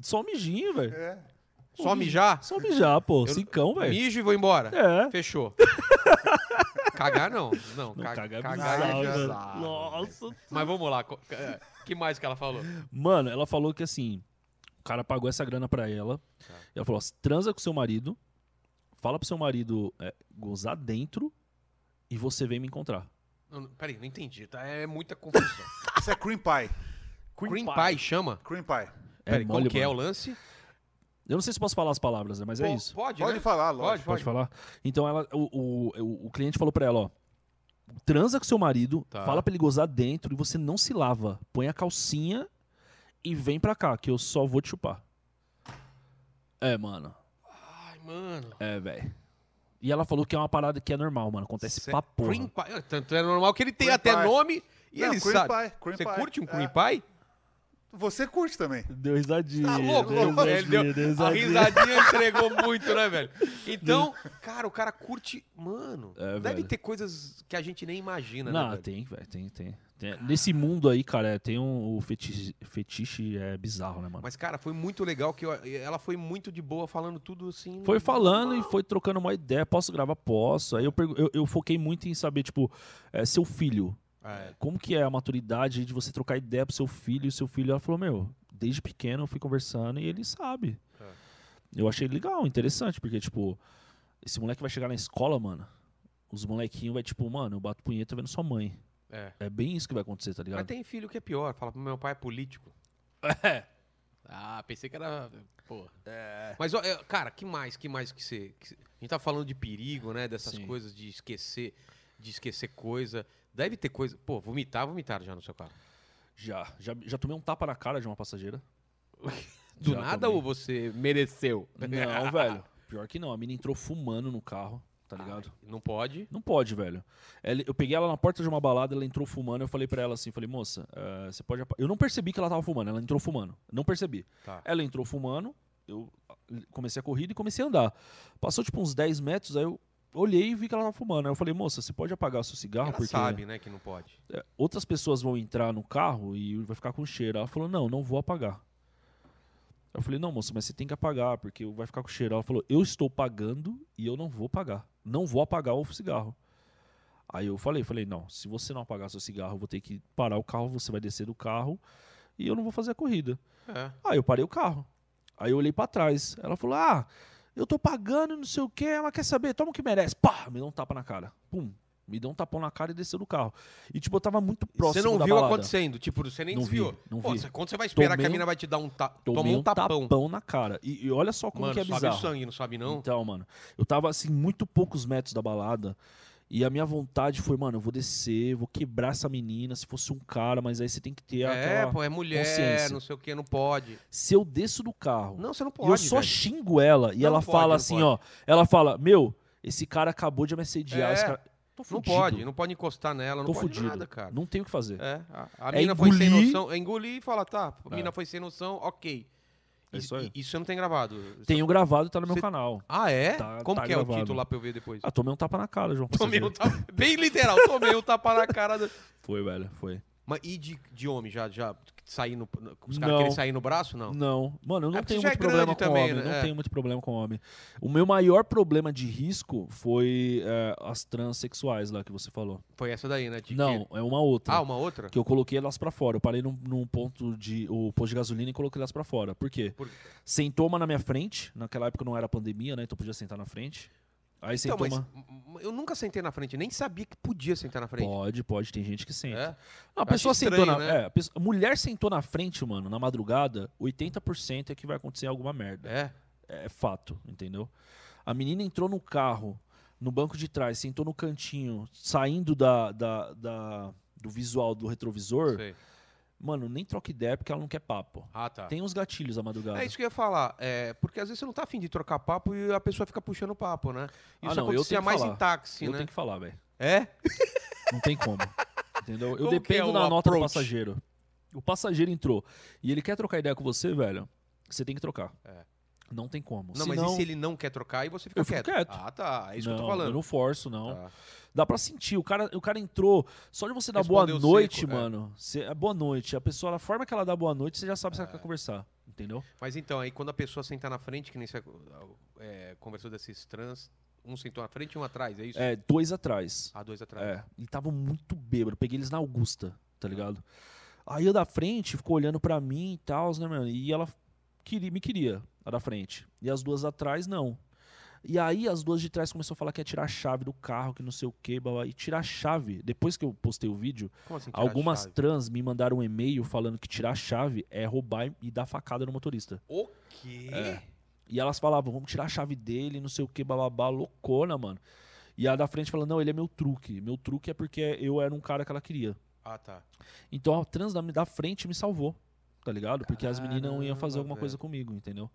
Speaker 2: Só um mijinho, velho.
Speaker 3: É.
Speaker 1: só mijar?
Speaker 2: Só um mijar, pô.
Speaker 1: Eu-
Speaker 2: Cincão, velho.
Speaker 1: Mijo e vou embora.
Speaker 2: É.
Speaker 1: Fechou. Cagar não. Não,
Speaker 2: Não,
Speaker 1: ca-
Speaker 2: cagar é
Speaker 3: cagar
Speaker 2: bizarro,
Speaker 3: é
Speaker 2: velho.
Speaker 1: bizarro.
Speaker 2: Nossa.
Speaker 1: Mas vamos lá. co- é, que mais que ela falou?
Speaker 2: Mano, ela falou que assim, o cara pagou essa grana pra ela.
Speaker 1: Tá.
Speaker 2: E ela falou: ó, transa com seu marido, fala pro seu marido é, gozar dentro e você vem me encontrar.
Speaker 1: Não, não, peraí, não entendi. Tá? É muita confusão.
Speaker 3: Isso é cream pie.
Speaker 1: Cream, pie. chama?
Speaker 3: Cream pie.
Speaker 2: É
Speaker 1: Peraí,
Speaker 2: mole,
Speaker 1: como que é o
Speaker 2: mano.
Speaker 1: lance?
Speaker 2: Eu não sei se posso falar as palavras, né? Mas é
Speaker 1: Po-
Speaker 2: isso.
Speaker 1: Pode,
Speaker 3: Pode
Speaker 1: né?
Speaker 3: falar,
Speaker 1: Pode,
Speaker 3: lógico.
Speaker 2: Pode falar? Então ela, o, o- o, o cliente falou pra ela, ó. Transa com seu marido,
Speaker 1: Tá.
Speaker 2: fala pra ele gozar dentro e você não se lava. Põe a calcinha e vem pra cá, que eu só vou te chupar. É, mano.
Speaker 1: Ai, mano.
Speaker 2: É, velho. E ela falou que é uma parada que é normal, mano. Acontece
Speaker 1: Cê-
Speaker 2: pra porra.
Speaker 1: Cream pie. Tanto é normal que ele tem
Speaker 3: Cream
Speaker 1: até
Speaker 3: pie.
Speaker 1: nome e
Speaker 3: Não,
Speaker 1: ele
Speaker 3: cream
Speaker 1: sabe.
Speaker 3: pie, cream
Speaker 1: Você
Speaker 3: pie.
Speaker 1: curte um cream
Speaker 3: É.
Speaker 1: pie?
Speaker 3: Você curte também.
Speaker 2: Deu risadinha.
Speaker 1: Tá louco?
Speaker 2: deu risadinha,
Speaker 1: Ele deu-
Speaker 2: deu
Speaker 1: a
Speaker 2: risadinha.
Speaker 1: risadinha entregou muito, né, velho? Então, cara, o cara curte. Mano,
Speaker 2: É,
Speaker 1: deve
Speaker 2: velho.
Speaker 1: ter coisas que a gente nem imagina, né?
Speaker 2: Não,
Speaker 1: velho?
Speaker 2: tem, velho. Tem, tem. Tem- Nesse mundo aí, cara, é, tem um, o fetiche, fetiche é bizarro, né, mano?
Speaker 1: Mas, cara, foi muito legal que eu- ela foi muito de boa falando tudo assim.
Speaker 2: Foi falando e foi trocando uma ideia. Posso gravar? Posso. Aí eu, pergu- eu, eu foquei muito em saber, tipo, é, seu filho.
Speaker 1: É.
Speaker 2: Como que é a maturidade de você trocar ideia pro seu filho? E o seu filho, ela falou, meu, desde pequeno eu fui conversando e ele sabe.
Speaker 1: É.
Speaker 2: Eu achei legal, interessante, porque, tipo, esse moleque vai chegar na escola, mano, os molequinhos vai, tipo, mano, eu bato punheta vendo sua mãe.
Speaker 1: É.
Speaker 2: É bem isso que vai acontecer, tá
Speaker 1: Mas
Speaker 2: ligado? É.
Speaker 1: tem filho que é pior. Fala pro meu pai é político.
Speaker 4: Ah, pensei que era. Pô.
Speaker 1: Mas, ó, é, cara, que mais? Que mais que você. que cê- A gente tá falando de perigo, né? Dessas
Speaker 2: Sim.
Speaker 1: coisas de esquecer, de esquecer coisa. Deve ter coisa. Pô, vomitar, vomitaram já no seu carro.
Speaker 2: Já, já, já tomei um tapa na cara de uma passageira.
Speaker 1: Do
Speaker 2: Já
Speaker 1: nada
Speaker 2: tomei.
Speaker 1: ou você mereceu?
Speaker 2: Não, velho. Pior que não. A mina entrou fumando no carro, tá ligado?
Speaker 1: Não pode.
Speaker 2: Não pode, velho. Ela- eu peguei ela na porta de uma balada, ela entrou fumando. Eu falei pra ela assim, falei, moça, eh, você pode... apa- Eu não percebi que ela tava fumando, ela entrou fumando. Não percebi.
Speaker 1: Tá.
Speaker 2: Ela entrou fumando, eu comecei a corrida e comecei a andar. Passou tipo uns 10 metros, aí eu olhei e vi que ela tava fumando. Aí eu falei, moça, você pode apagar o seu cigarro?
Speaker 1: Ela
Speaker 2: porque
Speaker 1: sabe, né, que não pode.
Speaker 2: eh, outras pessoas vão entrar no carro e vai ficar com cheiro. Ela falou, não, não vou apagar. Eu falei, não, moça, mas você tem que apagar, porque vai ficar com cheiro. Ela falou, eu estou pagando e eu não vou pagar. Não vou apagar o cigarro. Aí eu falei, falei, não, se você não apagar seu cigarro, eu vou ter que parar o carro, você vai descer do carro e eu não vou fazer a corrida.
Speaker 1: É.
Speaker 2: Aí Ah, eu parei o carro. Aí eu olhei pra trás. Ela falou: Ah, eu tô pagando, não sei o quê, mas quer saber? Toma o que merece. Pá! Me deu um tapa na cara. Pum. Me deu um tapão na cara e desceu do carro. E, tipo, eu tava muito próximo
Speaker 1: você não
Speaker 2: da
Speaker 1: viu
Speaker 2: balada.
Speaker 1: acontecendo. Tipo, você nem
Speaker 2: Não vi,
Speaker 1: desviou.
Speaker 2: não
Speaker 1: Pô,
Speaker 2: vi.
Speaker 1: você- quando você vai esperar
Speaker 2: Tomei
Speaker 1: que a
Speaker 2: um-
Speaker 1: mina vai te dar um tapão?
Speaker 2: Tomei
Speaker 1: Tomou um tapão.
Speaker 2: na cara. E, e olha só como
Speaker 1: Mano,
Speaker 2: que é
Speaker 1: sobe o
Speaker 2: bizarro.
Speaker 1: sangue, não sobe não?
Speaker 2: Então, mano, eu tava assim, muito poucos metros da balada. E a minha vontade foi, mano, eu vou descer, vou quebrar essa menina, se fosse um cara, mas aí você tem que ter
Speaker 1: é,
Speaker 2: aquela.
Speaker 1: pô, é mulher,
Speaker 2: consciência.
Speaker 1: não sei o que, não pode.
Speaker 2: Se eu desço do carro,
Speaker 1: Não, você não pode.
Speaker 2: E eu só
Speaker 1: velho.
Speaker 2: xingo ela. E
Speaker 1: Não
Speaker 2: ela
Speaker 1: pode, não
Speaker 2: fala assim,
Speaker 1: pode.
Speaker 2: ó. Ela fala, meu, esse cara acabou de me assediar.
Speaker 1: É,
Speaker 2: esse cara... Tô
Speaker 1: Não
Speaker 2: fudido.
Speaker 1: pode, não pode encostar nela, não
Speaker 2: Tô
Speaker 1: pode
Speaker 2: fudido.
Speaker 1: nada, cara.
Speaker 2: Não tenho o que fazer.
Speaker 1: É, a, a
Speaker 2: É
Speaker 1: mina foi sem
Speaker 2: engolir-
Speaker 1: noção. É engolir e falar, tá, a mina foi sem noção, ok.
Speaker 2: É isso aí.
Speaker 1: você não tem um- gravado.
Speaker 2: Tenho gravado e tá no meu
Speaker 1: Cê-
Speaker 2: canal.
Speaker 1: Ah, é?
Speaker 2: Tá-
Speaker 1: Como
Speaker 2: tá
Speaker 1: que é o
Speaker 2: gravado.
Speaker 1: título lá pra eu ver depois?
Speaker 2: Ah, tomei um tapa na cara, João.
Speaker 1: tomei
Speaker 2: Passageiro.
Speaker 1: um tapa. Bem literal, tomei um tapa na cara. Do...
Speaker 2: Foi, velho, foi.
Speaker 1: Mas e de, de homem? Já, já sair no. Os caras
Speaker 2: Não.
Speaker 1: querem sair no braço? Não.
Speaker 2: Não, mano, eu não
Speaker 1: É, porque você
Speaker 2: tenho
Speaker 1: já
Speaker 2: muito
Speaker 1: é grande
Speaker 2: problema com
Speaker 1: também,
Speaker 2: homem.
Speaker 1: né?
Speaker 2: Não
Speaker 1: É.
Speaker 2: tenho muito problema com homem. O meu maior problema de risco foi é, as transexuais lá que você falou.
Speaker 1: Foi essa daí, né? De
Speaker 2: não,
Speaker 1: que-
Speaker 2: é uma outra.
Speaker 1: Ah, uma outra?
Speaker 2: Que eu coloquei elas pra fora. Eu parei num, num ponto de. O posto de gasolina e coloquei elas pra fora. Por quê?
Speaker 1: Por-
Speaker 2: Sentou uma na minha frente. Naquela época não era pandemia, né? Então podia sentar na frente.
Speaker 1: Então,
Speaker 2: Aí sentou
Speaker 1: mas
Speaker 2: uma.
Speaker 1: m- eu nunca sentei na frente, nem sabia que podia sentar na frente.
Speaker 2: Pode, pode, tem gente que senta.
Speaker 1: É?
Speaker 2: Não, a
Speaker 1: Eu
Speaker 2: pessoa
Speaker 1: acho
Speaker 2: sentou na.
Speaker 1: estranho, né?
Speaker 2: é, a pessoa- a mulher sentou na frente, mano, na madrugada, 80% é que vai acontecer alguma merda.
Speaker 1: É.
Speaker 2: É, fato, entendeu? A menina entrou no carro, no banco de trás, sentou no cantinho, saindo da, da- da- do visual do retrovisor.
Speaker 1: sei.
Speaker 2: Mano, nem troca ideia porque ela não quer papo.
Speaker 1: Ah, tá.
Speaker 2: Tem uns gatilhos a madrugada.
Speaker 1: É isso que eu ia falar. É, porque às vezes você não tá afim de trocar papo e a pessoa fica puxando papo, né?
Speaker 2: Ah,
Speaker 1: Isso
Speaker 2: não, eu
Speaker 1: acontecia
Speaker 2: tenho que
Speaker 1: mais
Speaker 2: falar.
Speaker 1: em táxi,
Speaker 2: eu
Speaker 1: né?
Speaker 2: tenho que falar, velho.
Speaker 1: É?
Speaker 2: Não tem como. entendeu? Eu
Speaker 1: Como que é
Speaker 2: dependo
Speaker 1: o
Speaker 2: da nota do
Speaker 1: approach?
Speaker 2: passageiro. O passageiro entrou e ele quer trocar ideia com você, velho. Você tem que trocar.
Speaker 1: É.
Speaker 2: Não tem como.
Speaker 1: Não,
Speaker 2: Senão,
Speaker 1: mas e se ele não quer trocar e você fica
Speaker 2: Eu fico
Speaker 1: quieto?
Speaker 2: quieto.
Speaker 1: Ah, tá. É isso que eu
Speaker 2: Não,
Speaker 1: tô falando.
Speaker 2: não forço, não.
Speaker 1: Tá.
Speaker 2: Dá pra sentir. O cara, o cara entrou. Só de você dar
Speaker 1: Respondeu
Speaker 2: boa noite,
Speaker 1: seco, é.
Speaker 2: mano. Cê- é boa noite. A pessoa, da forma que ela dá boa noite, você já sabe se
Speaker 1: É.
Speaker 2: ela quer conversar. Entendeu?
Speaker 1: Mas então, aí quando a pessoa sentar na frente, que nem você é, conversou desses trans, um sentou na frente e um atrás, é isso?
Speaker 2: É, dois atrás.
Speaker 1: Ah, dois atrás.
Speaker 2: É, e tava muito bêbado. Eu Peguei eles na Augusta, tá ligado? Aí a da frente ficou olhando pra mim e tal, né, mano? E ela queria, me queria, a da frente. E as duas atrás, não. E aí as duas de trás começou a falar que ia tirar a chave do carro, que não sei o que, e tirar a chave. Depois que eu postei o vídeo,
Speaker 1: Como assim? tirar a
Speaker 2: algumas
Speaker 1: chave?
Speaker 2: trans me mandaram um e-mail falando que tirar a chave é roubar e- e dar facada no motorista.
Speaker 1: O quê?
Speaker 2: É. E elas falavam, vamos tirar a chave dele, não sei o que, bababá, loucona, mano. E a da frente falando, não, ele é meu truque. Meu truque é porque eu era um cara que ela queria.
Speaker 1: Ah, tá.
Speaker 2: Então a trans da, da frente me salvou, tá ligado? Porque as meninas não iam fazer
Speaker 1: Caramba,
Speaker 2: alguma coisa
Speaker 1: velho.
Speaker 2: comigo, entendeu?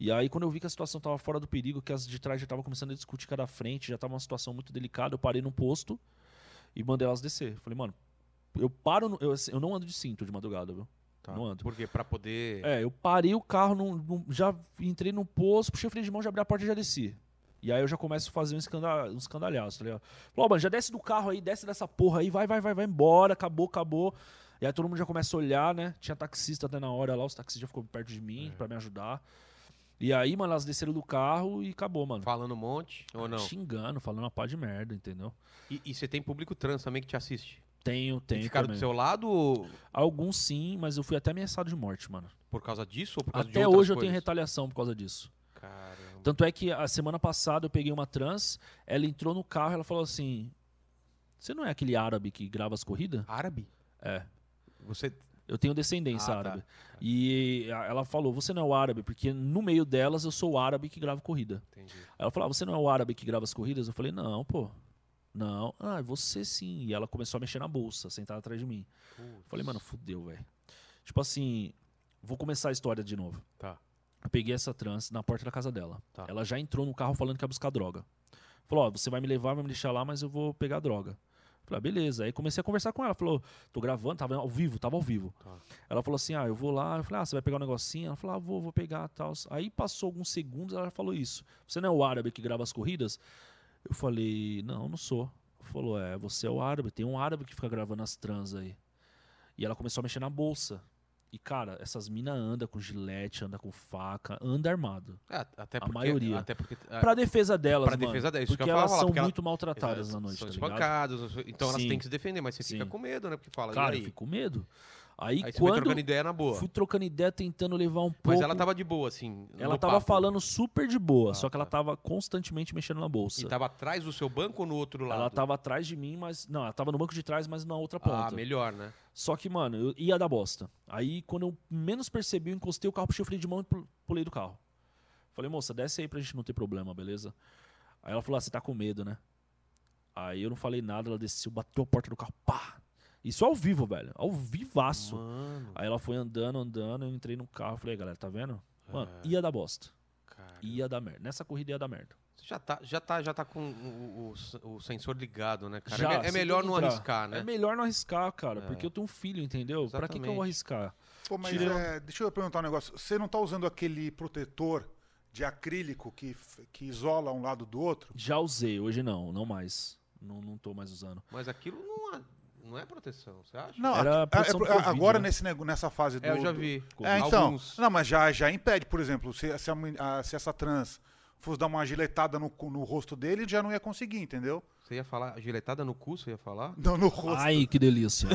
Speaker 2: E aí, quando eu vi que a situação tava fora do perigo, que as de trás já tava começando a discutir com a da frente, já tava uma situação muito delicada, eu parei num posto e mandei elas descer. Falei, mano, eu paro, no- eu, assim, eu não ando de cinto de madrugada, viu?
Speaker 1: tá.
Speaker 2: Não ando.
Speaker 1: Por quê? Pra poder.
Speaker 2: É, eu parei o carro, num- num- já entrei no posto, puxei o freio de mão, já abri a porta e já desci. E aí eu já começo a fazer um, escanda, um escandalhaço, tá ligado? Falou, "Ó, mano, já desce do carro aí, desce dessa porra aí, vai, vai, vai, vai embora, acabou, acabou. E aí todo mundo já começa a olhar, né? Tinha taxista até na hora lá, os taxistas já ficou perto de
Speaker 1: É.
Speaker 2: mim pra me ajudar. E aí, mano, elas desceram do carro e acabou, mano.
Speaker 1: Falando um
Speaker 2: Ah,
Speaker 1: monte ou não?
Speaker 2: Xingando, falando uma pá de merda, entendeu?
Speaker 1: E, e você tem público trans também que te assiste.
Speaker 2: Tenho,
Speaker 1: E
Speaker 2: tenho.
Speaker 1: ficaram
Speaker 2: também.
Speaker 1: do seu lado ou
Speaker 2: Alguns sim, mas eu fui até ameaçado de morte, mano.
Speaker 1: por causa disso ou por causa de
Speaker 2: Até
Speaker 1: outras
Speaker 2: hoje eu tenho
Speaker 1: coisas?
Speaker 2: retaliação por causa disso.
Speaker 1: Caramba.
Speaker 2: Tanto é que a semana passada eu peguei uma trans, ela entrou no carro e ela falou assim: Você não é aquele árabe que grava as corridas?
Speaker 1: Árabe?
Speaker 2: É.
Speaker 1: Você
Speaker 2: Eu tenho descendência
Speaker 1: Ah, tá.
Speaker 2: árabe. E a- ela falou: Você não é o árabe, porque no meio delas eu sou o árabe que grava corrida.
Speaker 1: entendi.
Speaker 2: Aí ela falou: "Ah, Você não é o árabe que grava as corridas? Eu falei: Não, pô. Não. Ah, você sim. E ela começou a mexer na bolsa, sentada atrás de mim. Eu Falei, mano, fudeu, velho. Tipo assim, vou começar a história de novo.
Speaker 1: Tá.
Speaker 2: Eu peguei essa trans na porta da casa dela.
Speaker 1: Tá.
Speaker 2: Ela já entrou no carro falando que ia buscar droga. Falou, ó, você vai me levar, vai me deixar lá, mas eu vou pegar droga. Eu Falei, ah, beleza. Aí comecei a conversar com ela. Falou, tô gravando, tava ao vivo, tava ao vivo.
Speaker 1: Tá.
Speaker 2: Ela falou assim, ah, eu vou lá. Eu falei, ah, você vai pegar um negocinho? Ela falou, ah, vou, vou pegar, tal. Aí passou alguns segundos, ela falou isso. Você não é o árabe que grava as corridas? Eu falei, não, não sou. Ela Falou, é, você é o árabe. Tem um árabe que fica gravando as trans aí. E ela começou a mexer na bolsa. E, cara, essas minas andam com gilete, anda com faca, anda armado.
Speaker 1: É, até
Speaker 2: A
Speaker 1: porque,
Speaker 2: maioria.
Speaker 1: Até porque, é,
Speaker 2: Pra defesa delas,
Speaker 1: pra
Speaker 2: mano.
Speaker 1: defesa delas, isso que
Speaker 2: Porque
Speaker 1: eu ia
Speaker 2: elas
Speaker 1: falar,
Speaker 2: são
Speaker 1: porque ela-
Speaker 2: muito maltratadas
Speaker 1: Exato,
Speaker 2: na noite,
Speaker 1: São
Speaker 2: tá ligado?
Speaker 1: espancadas, então elas
Speaker 2: Sim.
Speaker 1: têm que se defender, mas você fica
Speaker 2: Sim.
Speaker 1: com medo, né? Porque fala, e
Speaker 2: Cara,
Speaker 1: aí?
Speaker 2: eu fico com medo. Aí,
Speaker 1: aí você foi
Speaker 2: quando
Speaker 1: trocando ideia na boa.
Speaker 2: fui trocando ideia, tentando levar um pouco...
Speaker 1: Mas ela tava de boa, assim.
Speaker 2: ela
Speaker 1: no
Speaker 2: tava
Speaker 1: papo.
Speaker 2: falando super de boa,
Speaker 1: Ah,
Speaker 2: só que ela
Speaker 1: tá.
Speaker 2: tava constantemente mexendo na bolsa.
Speaker 1: E tava atrás do seu banco ou no outro lado?
Speaker 2: Ela tava atrás de mim, mas... Não, ela tava no banco de trás, mas na outra ponta.
Speaker 1: Ah, melhor, né?
Speaker 2: Só que, mano, eu ia dar bosta. Aí, quando eu menos percebi, eu encostei o carro, puxei o freio de mão e pu- pulei do carro. Falei, moça, desce aí pra gente não ter problema, beleza? Aí ela falou, ah, você tá com medo, né? Aí eu não falei nada, ela desceu, bateu a porta do carro, pá! Isso ao vivo, velho, ao vivaço.
Speaker 1: Mano,
Speaker 2: Aí ela foi andando, andando, eu entrei no carro, falei, galera, tá vendo? Mano,
Speaker 1: É.
Speaker 2: ia dar bosta,
Speaker 1: cara.
Speaker 2: ia dar merda. Nessa corrida ia dar merda.
Speaker 1: Você já tá, já tá, já tá com o, o- o sensor ligado, né, cara?
Speaker 2: Já,
Speaker 1: É me- é
Speaker 2: você
Speaker 1: melhor
Speaker 2: tem que
Speaker 1: não
Speaker 2: entrar.
Speaker 1: arriscar, né?
Speaker 2: É melhor não arriscar, cara,
Speaker 1: É.
Speaker 2: porque eu tenho um filho, entendeu? Pra que, que eu
Speaker 1: Exatamente.
Speaker 2: vou arriscar?
Speaker 3: Pô, mas
Speaker 2: Tirou.
Speaker 3: é, deixa eu perguntar um negócio. Você não tá usando aquele protetor de acrílico que, f- que isola um lado do outro?
Speaker 2: Já usei, hoje não, não mais. Não, não tô mais usando.
Speaker 1: Mas aquilo não é, não é proteção, você acha?
Speaker 3: Não,
Speaker 2: Era
Speaker 3: a- a- é
Speaker 2: proteção
Speaker 3: pro-
Speaker 2: do Covid,
Speaker 3: agora
Speaker 2: né?
Speaker 3: nesse nego- nessa fase do.
Speaker 1: É, eu já
Speaker 3: do-
Speaker 1: vi.
Speaker 3: É, então.
Speaker 1: Alguns.
Speaker 3: Não, mas já, já impede, por exemplo, se, se a men- a- se essa trans fosse dar uma giletada no, cu- no rosto dele, já não ia conseguir, entendeu?
Speaker 1: Você ia falar, giletada no cu, você ia falar?
Speaker 3: Não, no rosto.
Speaker 2: Ai, que delícia.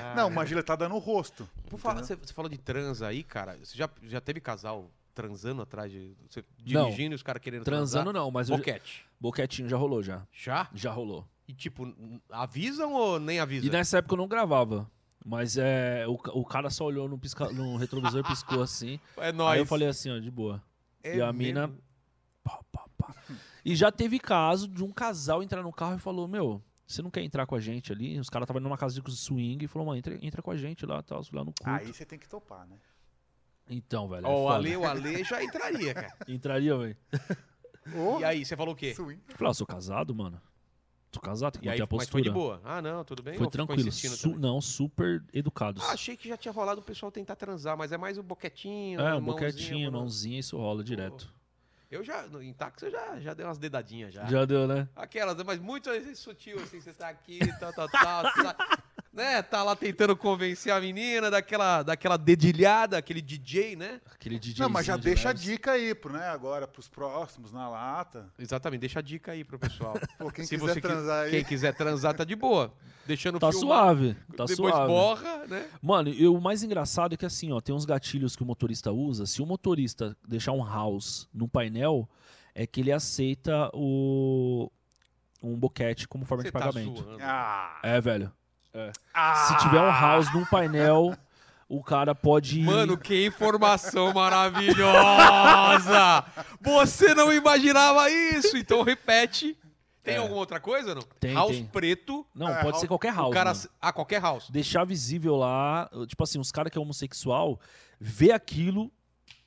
Speaker 1: Ah,
Speaker 3: não, uma giletada no rosto.
Speaker 1: Por falar, você, você falou de trans aí, cara. Você já, já teve casal transando atrás de. Você
Speaker 2: Não.
Speaker 1: dirigindo e os caras querendo
Speaker 2: Transando
Speaker 1: transar?
Speaker 2: não, mas eu já-
Speaker 1: Boquete.
Speaker 2: boquetinho já rolou já.
Speaker 1: Já?
Speaker 2: Já rolou.
Speaker 1: E tipo, n- avisam ou nem avisam?
Speaker 2: E nessa época eu não gravava. Mas é, o, ca- o cara só olhou no, pisca, no retrovisor e piscou assim.
Speaker 1: É nóis.
Speaker 2: Aí eu falei assim, ó, de boa.
Speaker 1: É
Speaker 2: e a
Speaker 1: mesmo?
Speaker 2: mina. pá, pá, pá. E já teve caso de um casal entrar no carro e falou: Meu, você não quer entrar com a gente ali? Os caras estavam numa casa de swing e falou: Mano, entra, entra com a gente lá, tal, lá no cu.
Speaker 3: Aí você tem que topar, né?
Speaker 2: Então, velho. É
Speaker 1: Ó, o
Speaker 2: foda.
Speaker 1: Ale, o Ale já entraria, cara.
Speaker 2: Entraria, velho.
Speaker 3: Ô,
Speaker 1: E aí, você falou o quê?
Speaker 3: swing.
Speaker 2: Eu Falei: ah, sou casado, mano. Sou casado, tem que
Speaker 1: E aí,
Speaker 2: manter a
Speaker 1: mas
Speaker 2: postura.
Speaker 1: foi de boa. Ah, não, tudo bem?
Speaker 2: Foi
Speaker 1: Ou ficou
Speaker 2: tranquilo.
Speaker 1: insistindo
Speaker 2: Su-
Speaker 1: também?
Speaker 2: não, super educados.
Speaker 1: Ah, achei que já tinha rolado o pessoal tentar transar, mas é mais o boquetinho.
Speaker 2: É,
Speaker 1: a
Speaker 2: um
Speaker 1: mãozinha,
Speaker 2: boquetinho,
Speaker 1: mano.
Speaker 2: mãozinha, isso rola direto.
Speaker 1: Eu já, no- em táxi, eu já, já dei umas dedadinhas já.
Speaker 2: Já deu, né?
Speaker 1: Aquelas, mas muito assim, sutil, assim, você tá aqui, tal, tal, tal. você tá, né, tá lá tentando convencer a menina daquela, daquela dedilhada, aquele DJ, né?
Speaker 2: Aquele DJ.
Speaker 3: Não, mas já deixa a dica aí, pro, né? Agora, pros próximos, na lata.
Speaker 1: Exatamente, deixa a dica aí pro pessoal.
Speaker 3: Pô, quem
Speaker 1: Se
Speaker 3: quiser
Speaker 1: você qui-
Speaker 3: transar aí.
Speaker 1: Quem quiser transar, tá de boa. Deixando
Speaker 2: Tá
Speaker 1: filmar,
Speaker 2: suave, tá
Speaker 1: depois
Speaker 2: suave.
Speaker 1: borra, né?
Speaker 2: Mano, e o mais engraçado é que assim, ó, tem uns gatilhos que o motorista usa. Se o motorista deixar um house num painel, é que ele aceita o um boquete como forma
Speaker 1: Você
Speaker 2: de
Speaker 1: tá
Speaker 2: pagamento.
Speaker 1: suando.
Speaker 3: Ah,
Speaker 2: é, velho.
Speaker 3: ah,
Speaker 2: Se tiver um house num painel, o cara pode ir-
Speaker 1: Mano, que informação maravilhosa! Você não imaginava isso! Então repete. Tem
Speaker 2: É.
Speaker 1: alguma outra coisa, não?
Speaker 2: Tem,
Speaker 1: house
Speaker 2: tem.
Speaker 1: preto.
Speaker 2: Não,
Speaker 3: É,
Speaker 2: pode
Speaker 3: house-
Speaker 2: ser qualquer house.
Speaker 1: o cara.
Speaker 2: mano.
Speaker 1: Ah, qualquer house.
Speaker 2: deixar visível lá, tipo assim, uns caras que é homossexual, vê aquilo,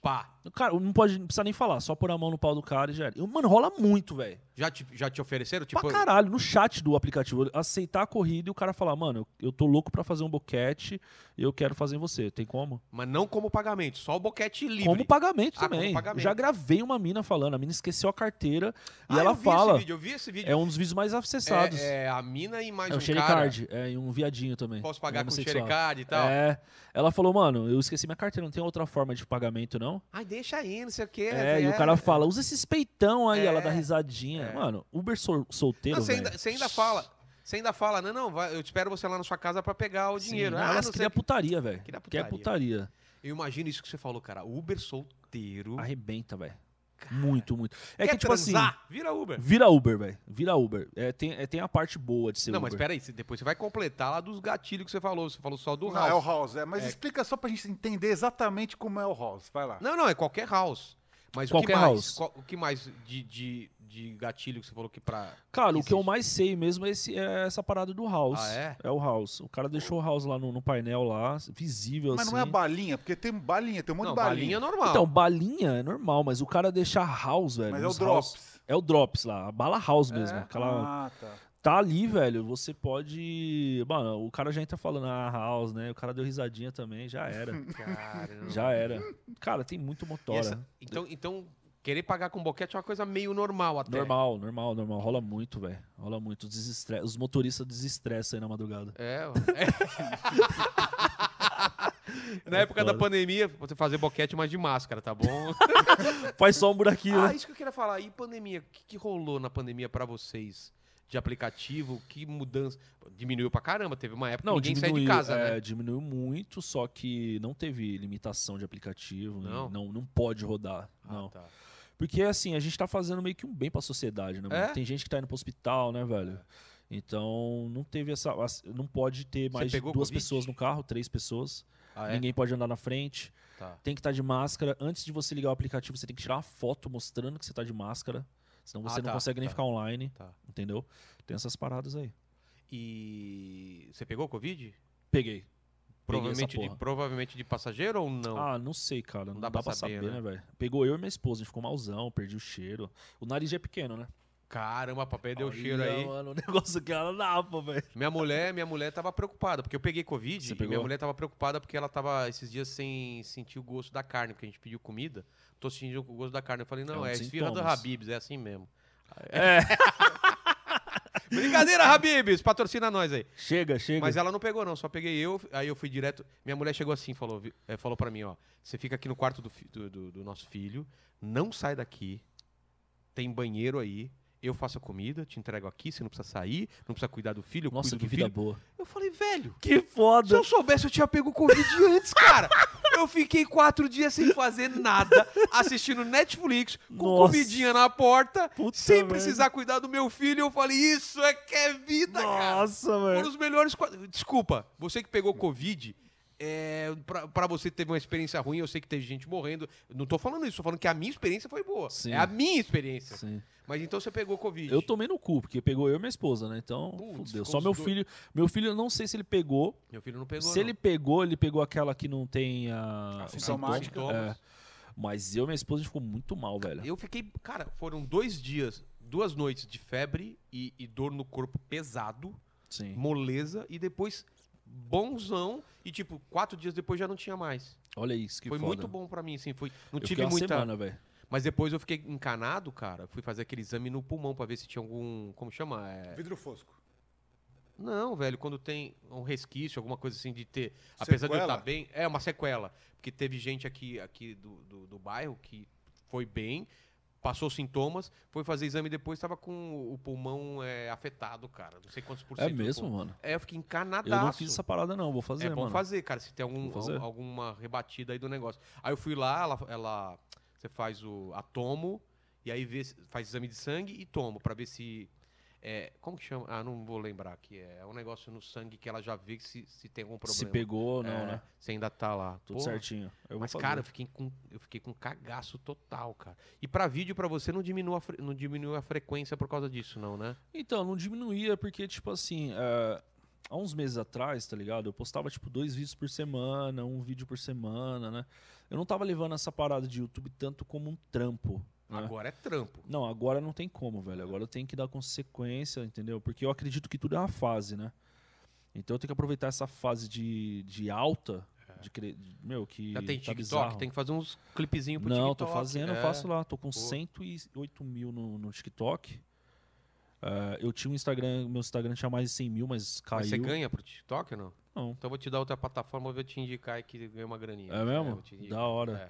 Speaker 1: Pá.
Speaker 2: o cara, não pode, não precisa nem falar, só pôr a mão no pau do cara e já era. Eu- Mano, rola muito, velho.
Speaker 1: Já te, já te ofereceram? Tipo,
Speaker 2: pra caralho, no chat do aplicativo, aceitar a corrida e o cara falar, mano, eu, eu tô louco pra fazer um boquete e eu quero fazer em você, tem como?
Speaker 1: mas não como pagamento, só o boquete livre.
Speaker 2: Como pagamento
Speaker 1: Ah,
Speaker 2: também.
Speaker 1: como pagamento.
Speaker 2: Já gravei uma mina falando, a mina esqueceu a carteira
Speaker 1: Ah,
Speaker 2: e ela
Speaker 1: eu vi Esse
Speaker 2: fala,
Speaker 1: vídeo, eu vi esse vídeo.
Speaker 2: é um dos vídeos mais acessados.
Speaker 1: É,
Speaker 2: É,
Speaker 1: é, a mina e mais
Speaker 2: o
Speaker 1: um
Speaker 2: Sherry
Speaker 1: cara.
Speaker 2: Card, é, e um viadinho também.
Speaker 1: Posso
Speaker 2: um
Speaker 1: pagar com
Speaker 2: homossexual.
Speaker 1: xerecard e tal?
Speaker 2: É. Ela falou, mano, eu esqueci minha carteira, não tem outra forma de pagamento, não?
Speaker 1: Ai, deixa aí, não sei o quê.
Speaker 2: É, e o cara fala, usa esses peitão aí,
Speaker 1: É,
Speaker 2: ela dá risadinha.
Speaker 1: é.
Speaker 2: Mano, Uber sol-
Speaker 1: Não,
Speaker 2: solteiro,
Speaker 1: você,
Speaker 2: velho.
Speaker 1: ainda, você ainda fala. Você ainda fala, não, não, vai- eu espero você lá na sua casa pra pegar o dinheiro.
Speaker 2: Sim,
Speaker 1: ah, não
Speaker 2: elas
Speaker 1: sei
Speaker 2: queriam
Speaker 1: o quê.
Speaker 2: putaria, velho.
Speaker 1: Queria
Speaker 2: Quer putaria.
Speaker 1: Eu imagino isso que você falou, cara. Uber solteiro.
Speaker 2: Arrebenta, velho. Muito, muito. É
Speaker 1: Uhum. Quer
Speaker 2: que, tipo assim,
Speaker 1: transar? Vira Uber.
Speaker 2: vira Uber, velho. Vira Uber. É, tem, é, tem a parte boa de ser
Speaker 1: Não, mas
Speaker 2: Uber.
Speaker 1: peraí, você- depois você vai completar lá dos gatilhos que você falou. Você falou só do
Speaker 3: Não, é o
Speaker 1: house.
Speaker 3: House, é. Mas explica só pra gente entender exatamente como é o House. Vai lá.
Speaker 1: Não, não, é qualquer house. Mas o que
Speaker 2: Qualquer
Speaker 1: mais?
Speaker 2: house.
Speaker 1: Qual- o que mais de, de, de gatilho que você falou que pra.
Speaker 2: Cara, o que eu
Speaker 1: existe.
Speaker 2: mais sei mesmo é, esse- é essa parada do House.
Speaker 1: Ah, é?
Speaker 2: o House. O cara deixou o House lá no, no painel lá, visível
Speaker 3: Mas
Speaker 2: assim.
Speaker 3: não é balinha, porque tem balinha, tem um monte
Speaker 1: não,
Speaker 3: de balinha.
Speaker 1: balinha é normal.
Speaker 2: Então, balinha é normal, mas o cara deixar House, velho.
Speaker 3: mas é o
Speaker 2: nos House-
Speaker 3: Drops.
Speaker 2: É o Drops lá, a bala House mesmo.
Speaker 1: É?
Speaker 2: Aquela,
Speaker 3: Ah, tá.
Speaker 2: tá ali, velho, você pode. Mano, o cara já entra falando, ah, house, né? O cara deu risadinha também, já era.
Speaker 1: Caramba.
Speaker 2: já era. Cara, tem muito
Speaker 1: E
Speaker 2: motora.
Speaker 1: essa- então, então, querer pagar com boquete é uma coisa meio normal até.
Speaker 2: Normal, normal, normal. Rola muito, velho. Rola muito. Desestre... Os motoristas desestressam aí na madrugada.
Speaker 1: É. é. Na
Speaker 2: É
Speaker 1: época da
Speaker 2: foda.
Speaker 1: pandemia, você fazer boquete mais de máscara, tá bom?
Speaker 2: Faz só um buraquinho,
Speaker 1: ah,
Speaker 2: né?
Speaker 1: isso que eu queria falar. E pandemia? O que, que rolou na pandemia pra vocês? De aplicativo? Que mudança? Diminuiu pra caramba. Teve uma época
Speaker 2: Não,
Speaker 1: que ninguém saiu
Speaker 2: diminuiu,
Speaker 1: de casa,
Speaker 2: é,
Speaker 1: né?
Speaker 2: diminuiu muito, só que não teve limitação de aplicativo.
Speaker 1: Não?
Speaker 2: Não, não, não pode rodar. não.
Speaker 1: Ah, tá.
Speaker 2: Porque, assim, a gente tá fazendo meio que um bem pra sociedade, né? mano?
Speaker 1: É?
Speaker 2: Tem gente que tá indo pro hospital, né, velho? Então, não teve essa. as- Não pode ter mais de
Speaker 1: pegou
Speaker 2: duas
Speaker 1: Covid?
Speaker 2: pessoas no carro, três pessoas.
Speaker 1: Ah, é?
Speaker 2: Ninguém pode andar na frente.
Speaker 1: Tá.
Speaker 2: Tem que estar de máscara. Antes de você ligar o aplicativo, você tem que tirar uma foto mostrando que você tá de máscara. Senão você
Speaker 1: Ah,
Speaker 2: não
Speaker 1: tá,
Speaker 2: consegue nem
Speaker 1: tá.
Speaker 2: ficar online.
Speaker 1: Tá.
Speaker 2: Entendeu? Tem essas paradas aí.
Speaker 1: E você pegou Covid?
Speaker 2: Peguei.
Speaker 1: Provavelmente de,
Speaker 2: porra.
Speaker 1: provavelmente de passageiro ou Então, não?
Speaker 2: Ah, não sei, cara. Não, dá, pra saber, né, velho? Pegou eu e minha esposa, a gente ficou malzão, perdi o cheiro. O nariz já é pequeno, né?
Speaker 1: Caramba, papel deu
Speaker 2: Olha,
Speaker 1: cheiro aí.
Speaker 2: Mano, o negócio que ela napa, velho.
Speaker 1: Minha mulher, minha mulher tava preocupada, porque eu peguei Covid
Speaker 2: Você
Speaker 1: e minha
Speaker 2: pegou?
Speaker 1: mulher tava preocupada porque ela tava esses dias sem sentir o gosto da carne, porque a gente pediu comida. Tô sentindo o gosto da carne. Eu falei,
Speaker 2: É um
Speaker 1: não, é,
Speaker 2: dos
Speaker 1: esfirra do
Speaker 2: sintomas.
Speaker 1: Habibs, é assim mesmo.
Speaker 2: É.
Speaker 1: Brincadeira, Habibs, patrocina nós aí.
Speaker 2: Chega, chega.
Speaker 1: Mas ela não pegou, não, só peguei eu, aí eu fui direto. Minha mulher chegou assim, falou, vi- é, falou para mim, ó. Você fica aqui no quarto do, fi- do- do- do nosso filho, não sai daqui, tem banheiro aí. Eu faço a comida, te entrego aqui, você não precisa sair, não precisa cuidar do filho, eu
Speaker 2: Nossa,
Speaker 1: cuido
Speaker 2: que
Speaker 1: do
Speaker 2: vida
Speaker 1: filho.
Speaker 2: boa.
Speaker 1: Eu falei, velho,
Speaker 2: Que
Speaker 1: Se
Speaker 2: foda.
Speaker 1: eu soubesse, eu tinha pego o Covid antes, cara. Eu fiquei quatro dias sem fazer nada, assistindo Netflix, com
Speaker 2: Nossa.
Speaker 1: comidinha na porta,
Speaker 2: Puta
Speaker 1: sem
Speaker 2: merda.
Speaker 1: precisar cuidar do meu filho. Eu falei, isso é que é vida, cara.
Speaker 2: Nossa,
Speaker 1: Foram
Speaker 2: velho.
Speaker 1: os Um melhores. qua- Desculpa, você que pegou Covid. É, pra, pra você teve uma experiência ruim, eu sei que teve gente morrendo. Não tô falando isso, tô falando que a minha experiência foi boa.
Speaker 2: Sim.
Speaker 1: É a minha experiência.
Speaker 2: Sim.
Speaker 1: Mas então você pegou Covid.
Speaker 2: Eu tomei no cu, porque pegou eu e minha esposa, né? Então,
Speaker 1: Putz,
Speaker 2: fudeu.
Speaker 1: ficou
Speaker 2: Só
Speaker 1: os
Speaker 2: meu
Speaker 1: dois.
Speaker 2: filho. Meu filho, eu não sei se ele pegou.
Speaker 1: Meu filho não pegou.
Speaker 2: se ele
Speaker 1: não. Então,
Speaker 2: pegou, ele pegou aquela que não tem a. o sintoma.
Speaker 3: Assintomática.
Speaker 2: é.
Speaker 1: Sintomas.
Speaker 2: Mas eu e minha esposa a gente ficou muito mal, velho.
Speaker 1: Eu fiquei. Cara, foram dois dias, duas noites de febre e, e dor no corpo pesado,
Speaker 2: Sim.
Speaker 1: moleza, e depois bonzão. E, tipo, quatro dias depois já não tinha mais.
Speaker 2: Olha isso, que
Speaker 1: foi
Speaker 2: foda.
Speaker 1: muito bom pra mim, assim. Foi, não
Speaker 2: Eu fiquei
Speaker 1: tive
Speaker 2: uma
Speaker 1: muita.
Speaker 2: semana, velho.
Speaker 1: Mas depois eu fiquei encanado, cara. Fui fazer aquele exame no pulmão pra ver se tinha algum. Como chama? É...
Speaker 3: Vidro fosco.
Speaker 1: Não, velho, quando tem um resquício, alguma coisa assim de ter. Apesar de eu
Speaker 3: Sequela?
Speaker 1: estar bem. É uma sequela. Porque teve gente aqui, aqui do, do, do bairro que foi bem, passou sintomas, foi fazer exame depois, tava com o pulmão é, afetado, cara. Não sei quantos por cento.
Speaker 2: É
Speaker 1: do
Speaker 2: mesmo,
Speaker 1: pulmão.
Speaker 2: mano.
Speaker 1: É, eu fiquei
Speaker 2: Eu
Speaker 1: encanadaço.
Speaker 2: não fiz essa parada, não. Vou fazer,
Speaker 1: É bom
Speaker 2: mano.
Speaker 1: fazer, cara, se tem algum,
Speaker 2: Vou fazer.
Speaker 1: al- alguma rebatida aí do negócio. Aí eu fui lá, ela, ela- você faz o atomo e aí vê, se- faz exame de sangue e tomo pra ver se é, como que chama? Ah, não vou lembrar que é, é um negócio no sangue que ela já vê que se, se tem algum problema.
Speaker 2: Se pegou ou não,
Speaker 1: É,
Speaker 2: né?
Speaker 1: Se ainda tá lá.
Speaker 2: Tudo
Speaker 1: Porra.
Speaker 2: certinho. Eu vou
Speaker 1: Mas
Speaker 2: fazer.
Speaker 1: cara, eu fiquei com eu fiquei com cagaço total, cara. E pra vídeo pra você não diminuiu a fre- não diminuiu a frequência por causa disso, não, né?
Speaker 2: Então, não diminuía, porque, tipo assim, é, há uns meses atrás, tá ligado? Eu postava, tipo, dois vídeos por semana, um vídeo por semana, né? Eu não tava levando essa parada de YouTube tanto como um trampo. né?
Speaker 1: Agora é trampo.
Speaker 2: Não, agora não tem como, velho. Agora eu tenho que dar consequência, entendeu? Porque eu acredito que tudo é uma fase, né? Então eu tenho que aproveitar essa fase de, de alta, de, cre- de- meu, que
Speaker 1: É. Já tem
Speaker 2: tá
Speaker 1: TikTok,
Speaker 2: bizarro.
Speaker 1: tem que fazer uns clipezinhos pro
Speaker 2: Não,
Speaker 1: TikTok.
Speaker 2: tô fazendo, eu
Speaker 1: é.
Speaker 2: faço lá. Tô com
Speaker 1: Boa.
Speaker 2: 108 mil no, no TikTok. É, eu tinha um Instagram, meu Instagram tinha mais de 100 mil, mas caiu.
Speaker 1: Mas você ganha pro TikTok ou não?
Speaker 2: Não.
Speaker 1: Então eu vou te dar outra plataforma, eu vou te indicar aí que ganha uma graninha.
Speaker 2: É mesmo?
Speaker 1: eu vou te indicar.
Speaker 2: Da hora.
Speaker 1: né,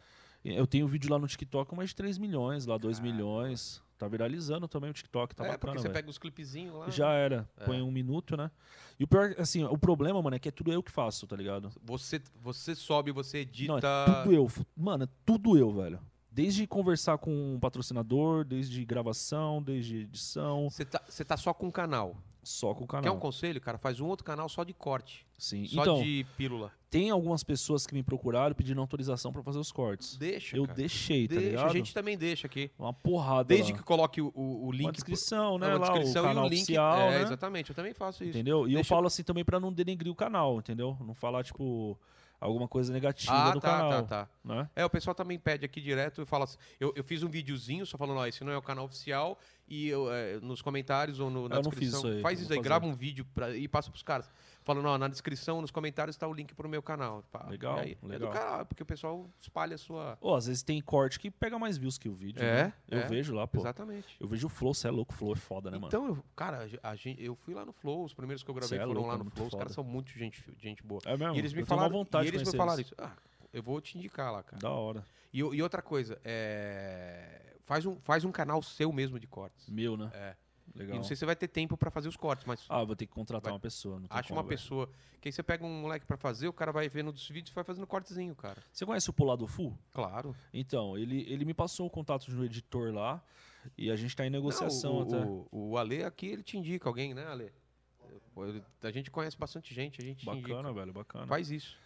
Speaker 1: É.
Speaker 2: Eu tenho vídeo lá no TikTok com mais de 3 milhões, lá 2
Speaker 1: Caramba.
Speaker 2: milhões. Tá viralizando também o TikTok, tá
Speaker 1: é,
Speaker 2: bacana,
Speaker 1: porque você
Speaker 2: velho.
Speaker 1: pega os clipezinhos lá.
Speaker 2: Já era.
Speaker 1: É.
Speaker 2: Põe um minuto, né? E o pior, assim, o problema, mano, é que é tudo eu que faço, tá ligado?
Speaker 1: Você, você sobe, você edita.
Speaker 2: Não, é tudo eu. fu- Mano, é tudo eu, velho. Desde conversar com um patrocinador, desde gravação, desde edição,
Speaker 1: Você tá, você tá só com um canal.
Speaker 2: só com o
Speaker 1: Quer
Speaker 2: canal.
Speaker 1: um conselho, cara? Faz um outro canal só de corte.
Speaker 2: Sim.
Speaker 1: Só
Speaker 2: então,
Speaker 1: de pílula.
Speaker 2: tem algumas pessoas que me procuraram pedindo autorização pra fazer os cortes.
Speaker 1: Deixa,
Speaker 2: eu
Speaker 1: cara.
Speaker 2: deixei, tá
Speaker 1: Deixa,
Speaker 2: ligado?
Speaker 1: a gente também deixa aqui.
Speaker 2: Uma porrada.
Speaker 1: Desde
Speaker 2: lá.
Speaker 1: que coloque o, o- o
Speaker 2: Uma
Speaker 1: link. é
Speaker 2: descrição, né?
Speaker 1: uma
Speaker 2: lá,
Speaker 1: descrição
Speaker 2: o canal
Speaker 1: e o link.
Speaker 2: oficial,
Speaker 1: é,
Speaker 2: né?
Speaker 1: exatamente. Eu também faço isso.
Speaker 2: Entendeu? E eu
Speaker 1: Deixa-
Speaker 2: falo assim também pra não denegrir o canal, entendeu? Não falar, tipo, alguma coisa negativa
Speaker 1: Ah,
Speaker 2: do
Speaker 1: tá,
Speaker 2: canal.
Speaker 1: tá, tá.
Speaker 2: Né?
Speaker 1: É, o pessoal também pede aqui direto e fala assim, eu, eu fiz um videozinho só falando, ó, esse não é o canal oficial e eu, é, nos comentários ou no- na
Speaker 2: Eu não fiz
Speaker 1: descrição,
Speaker 2: isso aí,
Speaker 1: faz
Speaker 2: eu
Speaker 1: isso
Speaker 2: vou
Speaker 1: aí,
Speaker 2: fazer.
Speaker 1: grava um vídeo pra- e passa pros caras. Falando, ó, na descrição, nos comentários tá o link pro meu canal. Pá.
Speaker 2: Legal,
Speaker 1: E aí, É do
Speaker 2: legal.
Speaker 1: canal, porque o pessoal espalha a sua...
Speaker 2: Ô, às vezes tem corte que pega mais views que o vídeo.
Speaker 1: É,
Speaker 2: né? Eu
Speaker 1: é.
Speaker 2: vejo lá, pô.
Speaker 1: Exatamente.
Speaker 2: Eu vejo o Flow, você é louco, o Flow é foda, né, mano?
Speaker 1: Então, eu, cara, a gente, eu fui lá no Flow, os primeiros que eu gravei
Speaker 2: Cê é
Speaker 1: foram
Speaker 2: louco,
Speaker 1: lá
Speaker 2: é
Speaker 1: no
Speaker 2: muito
Speaker 1: Flow, os
Speaker 2: foda.
Speaker 1: caras são muito gente, gente boa.
Speaker 2: é mesmo?
Speaker 1: E eles me
Speaker 2: eu tenho uma
Speaker 1: falaram,
Speaker 2: vontade
Speaker 1: e
Speaker 2: de
Speaker 1: eles me
Speaker 2: conhecer
Speaker 1: falaram
Speaker 2: eles.
Speaker 1: isso. Ah, eu vou te indicar lá, cara.
Speaker 2: Da hora.
Speaker 1: E, o- e outra coisa, é, faz, um, faz um canal seu mesmo de cortes.
Speaker 2: Meu, né?
Speaker 1: É. E
Speaker 2: Legal.
Speaker 1: não sei se você vai ter tempo pra fazer os cortes, mas
Speaker 2: Ah, vou ter que contratar
Speaker 1: Vai.
Speaker 2: uma pessoa. Não tem
Speaker 1: acha
Speaker 2: como, né?
Speaker 1: uma
Speaker 2: velho.
Speaker 1: pessoa. Que aí você pega um moleque pra fazer, o cara vai vendo os vídeos e vai fazendo cortezinho, cara.
Speaker 2: Você conhece o Polado Full?
Speaker 1: Claro.
Speaker 2: Então, ele, ele me passou o contato de um editor lá e a gente tá em
Speaker 1: Não,
Speaker 2: negociação
Speaker 1: o,
Speaker 2: até.
Speaker 1: o, o Ale aqui, ele te indica alguém, né, Ale? Pô, ele- A gente conhece bastante gente, a gente te indica.
Speaker 2: Bacana, É. velho, bacana. Ah,
Speaker 1: Faz isso.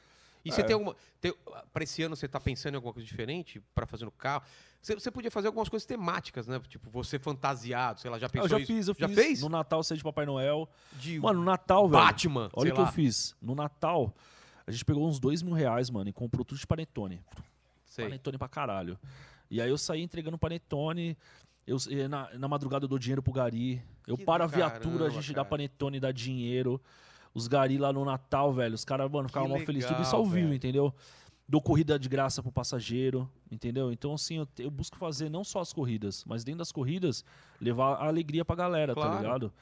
Speaker 1: E você tem alguma. Tem, pra esse ano você tá pensando em alguma coisa diferente pra fazer no carro? Você, você podia fazer algumas coisas temáticas, né? Tipo, você fantasiado, sei lá, já
Speaker 2: Ah,
Speaker 1: pensou
Speaker 2: eu já
Speaker 1: isso?
Speaker 2: fiz, eu
Speaker 1: já
Speaker 2: fiz.
Speaker 1: fez?
Speaker 2: No Natal, seja de Papai Noel.
Speaker 1: De
Speaker 2: Mano, no Natal, velho.
Speaker 1: Batman,
Speaker 2: Olha
Speaker 1: sei
Speaker 2: o que
Speaker 1: lá.
Speaker 2: eu fiz. No Natal, a gente pegou uns dois mil reais, mano, e comprou tudo de panetone.
Speaker 1: Sei.
Speaker 2: Panetone pra caralho. E aí eu saí entregando panetone. Eu, eh, na, na madrugada eu dou dinheiro pro Gari. Eu
Speaker 1: Que
Speaker 2: paro a
Speaker 1: do
Speaker 2: viatura, a
Speaker 1: caramba,
Speaker 2: gente dá
Speaker 1: cara.
Speaker 2: panetone, dá dinheiro. Os Gari lá no Natal, velho. Os caras, mano, ficavam mal
Speaker 1: legal,
Speaker 2: felizes. Tudo isso ao vivo,
Speaker 1: velho.
Speaker 2: entendeu? Dou corrida de graça pro passageiro, entendeu? Então, assim, eu, te- eu busco fazer não só as corridas, mas dentro das corridas, levar a alegria pra galera,
Speaker 1: Claro.
Speaker 2: tá ligado?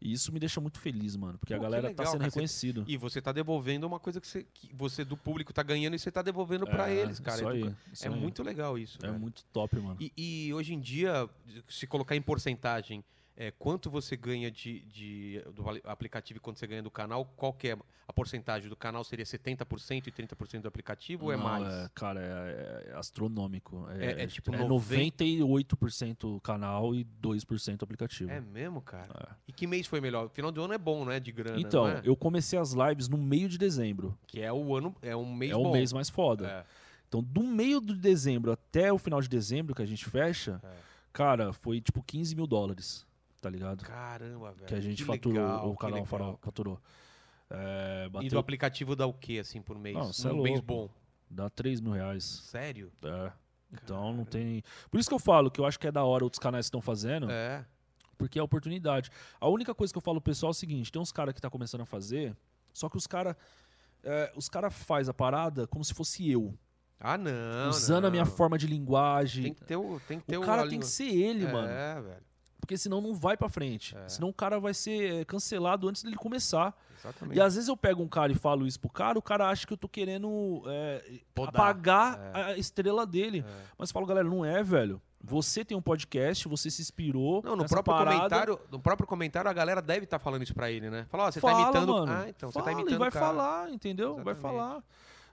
Speaker 2: E isso me deixa muito feliz, mano, porque a
Speaker 1: Pô, que
Speaker 2: galera
Speaker 1: legal,
Speaker 2: tá sendo
Speaker 1: cara. Você-
Speaker 2: reconhecida.
Speaker 1: E você tá devolvendo uma coisa que você, que você do público tá ganhando e você tá devolvendo pra eles, cara.
Speaker 2: Isso
Speaker 1: É
Speaker 2: aí,
Speaker 1: do-
Speaker 2: isso
Speaker 1: É
Speaker 2: aí.
Speaker 1: muito legal isso.
Speaker 2: É
Speaker 1: velho.
Speaker 2: muito top, mano.
Speaker 1: E, e hoje em dia, se colocar em porcentagem, é, quanto você ganha de, de- do ali- aplicativo e quanto você ganha do canal, qual que é a porcentagem do canal? Seria 70% e 30% do aplicativo ou é
Speaker 2: Não,
Speaker 1: mais?
Speaker 2: cara, é, é astronômico.
Speaker 1: É-
Speaker 2: É,
Speaker 1: é tipo
Speaker 2: é
Speaker 1: 90
Speaker 2: 98% canal e 2% aplicativo.
Speaker 1: É mesmo, cara? E que mês foi melhor? Final do ano é bom, né? De grana.
Speaker 2: então,
Speaker 1: não é?
Speaker 2: eu comecei as lives no meio de dezembro.
Speaker 1: que é o ano, é um mês
Speaker 2: é o
Speaker 1: bom.
Speaker 2: mês mais foda.
Speaker 1: É.
Speaker 2: Então, do meio de dezembro até o final de dezembro que a gente fecha,
Speaker 1: É.
Speaker 2: cara, foi tipo 15 mil dólares, tá ligado?
Speaker 1: Caramba, velho.
Speaker 2: que a gente
Speaker 1: que
Speaker 2: faturou,
Speaker 1: legal,
Speaker 2: o
Speaker 1: que
Speaker 2: canal
Speaker 1: legal.
Speaker 2: farol faturou. É,
Speaker 1: E do
Speaker 2: bateu,
Speaker 1: aplicativo dá o quê, assim, por mês?
Speaker 2: Não, cê é
Speaker 1: um mês bom.
Speaker 2: louco. dá 3 mil reais.
Speaker 1: Sério?
Speaker 2: É. Então não tem. Por isso que eu falo que eu acho que é da hora outros canais estão fazendo,
Speaker 1: É.
Speaker 2: porque é oportunidade. A única coisa que eu falo pro pessoal é o seguinte: tem uns caras que tá começando a fazer, só que os caras. os caras faz a parada como se fosse eu.
Speaker 1: Ah, não.
Speaker 2: usando a minha
Speaker 1: não.
Speaker 2: forma de linguagem.
Speaker 1: Tem que ter o. Tem que ter
Speaker 2: O
Speaker 1: a
Speaker 2: cara tem
Speaker 1: língua-
Speaker 2: que ser ele,
Speaker 1: é,
Speaker 2: mano.
Speaker 1: velho.
Speaker 2: Porque senão não vai pra frente. Senão o cara vai ser é, cancelado antes dele começar.
Speaker 1: Exatamente.
Speaker 2: E às vezes eu pego um cara e falo isso pro cara, o cara acha que eu tô querendo é,
Speaker 1: Podar.
Speaker 2: apagar a estrela dele. Mas eu falo, galera, não é, velho. Você tem um podcast, você se inspirou.
Speaker 1: Não, no
Speaker 2: nessa
Speaker 1: próprio,
Speaker 2: parada.
Speaker 1: comentário, no próprio comentário a galera deve estar falando isso pra ele, né? Fala, ó, você
Speaker 2: fala,
Speaker 1: tá imitando.
Speaker 2: Mano,
Speaker 1: ah, então, você
Speaker 2: fala,
Speaker 1: tá imitando.
Speaker 2: E vai
Speaker 1: o cara.
Speaker 2: falar, entendeu? Vai
Speaker 1: Exatamente. É.
Speaker 2: falar.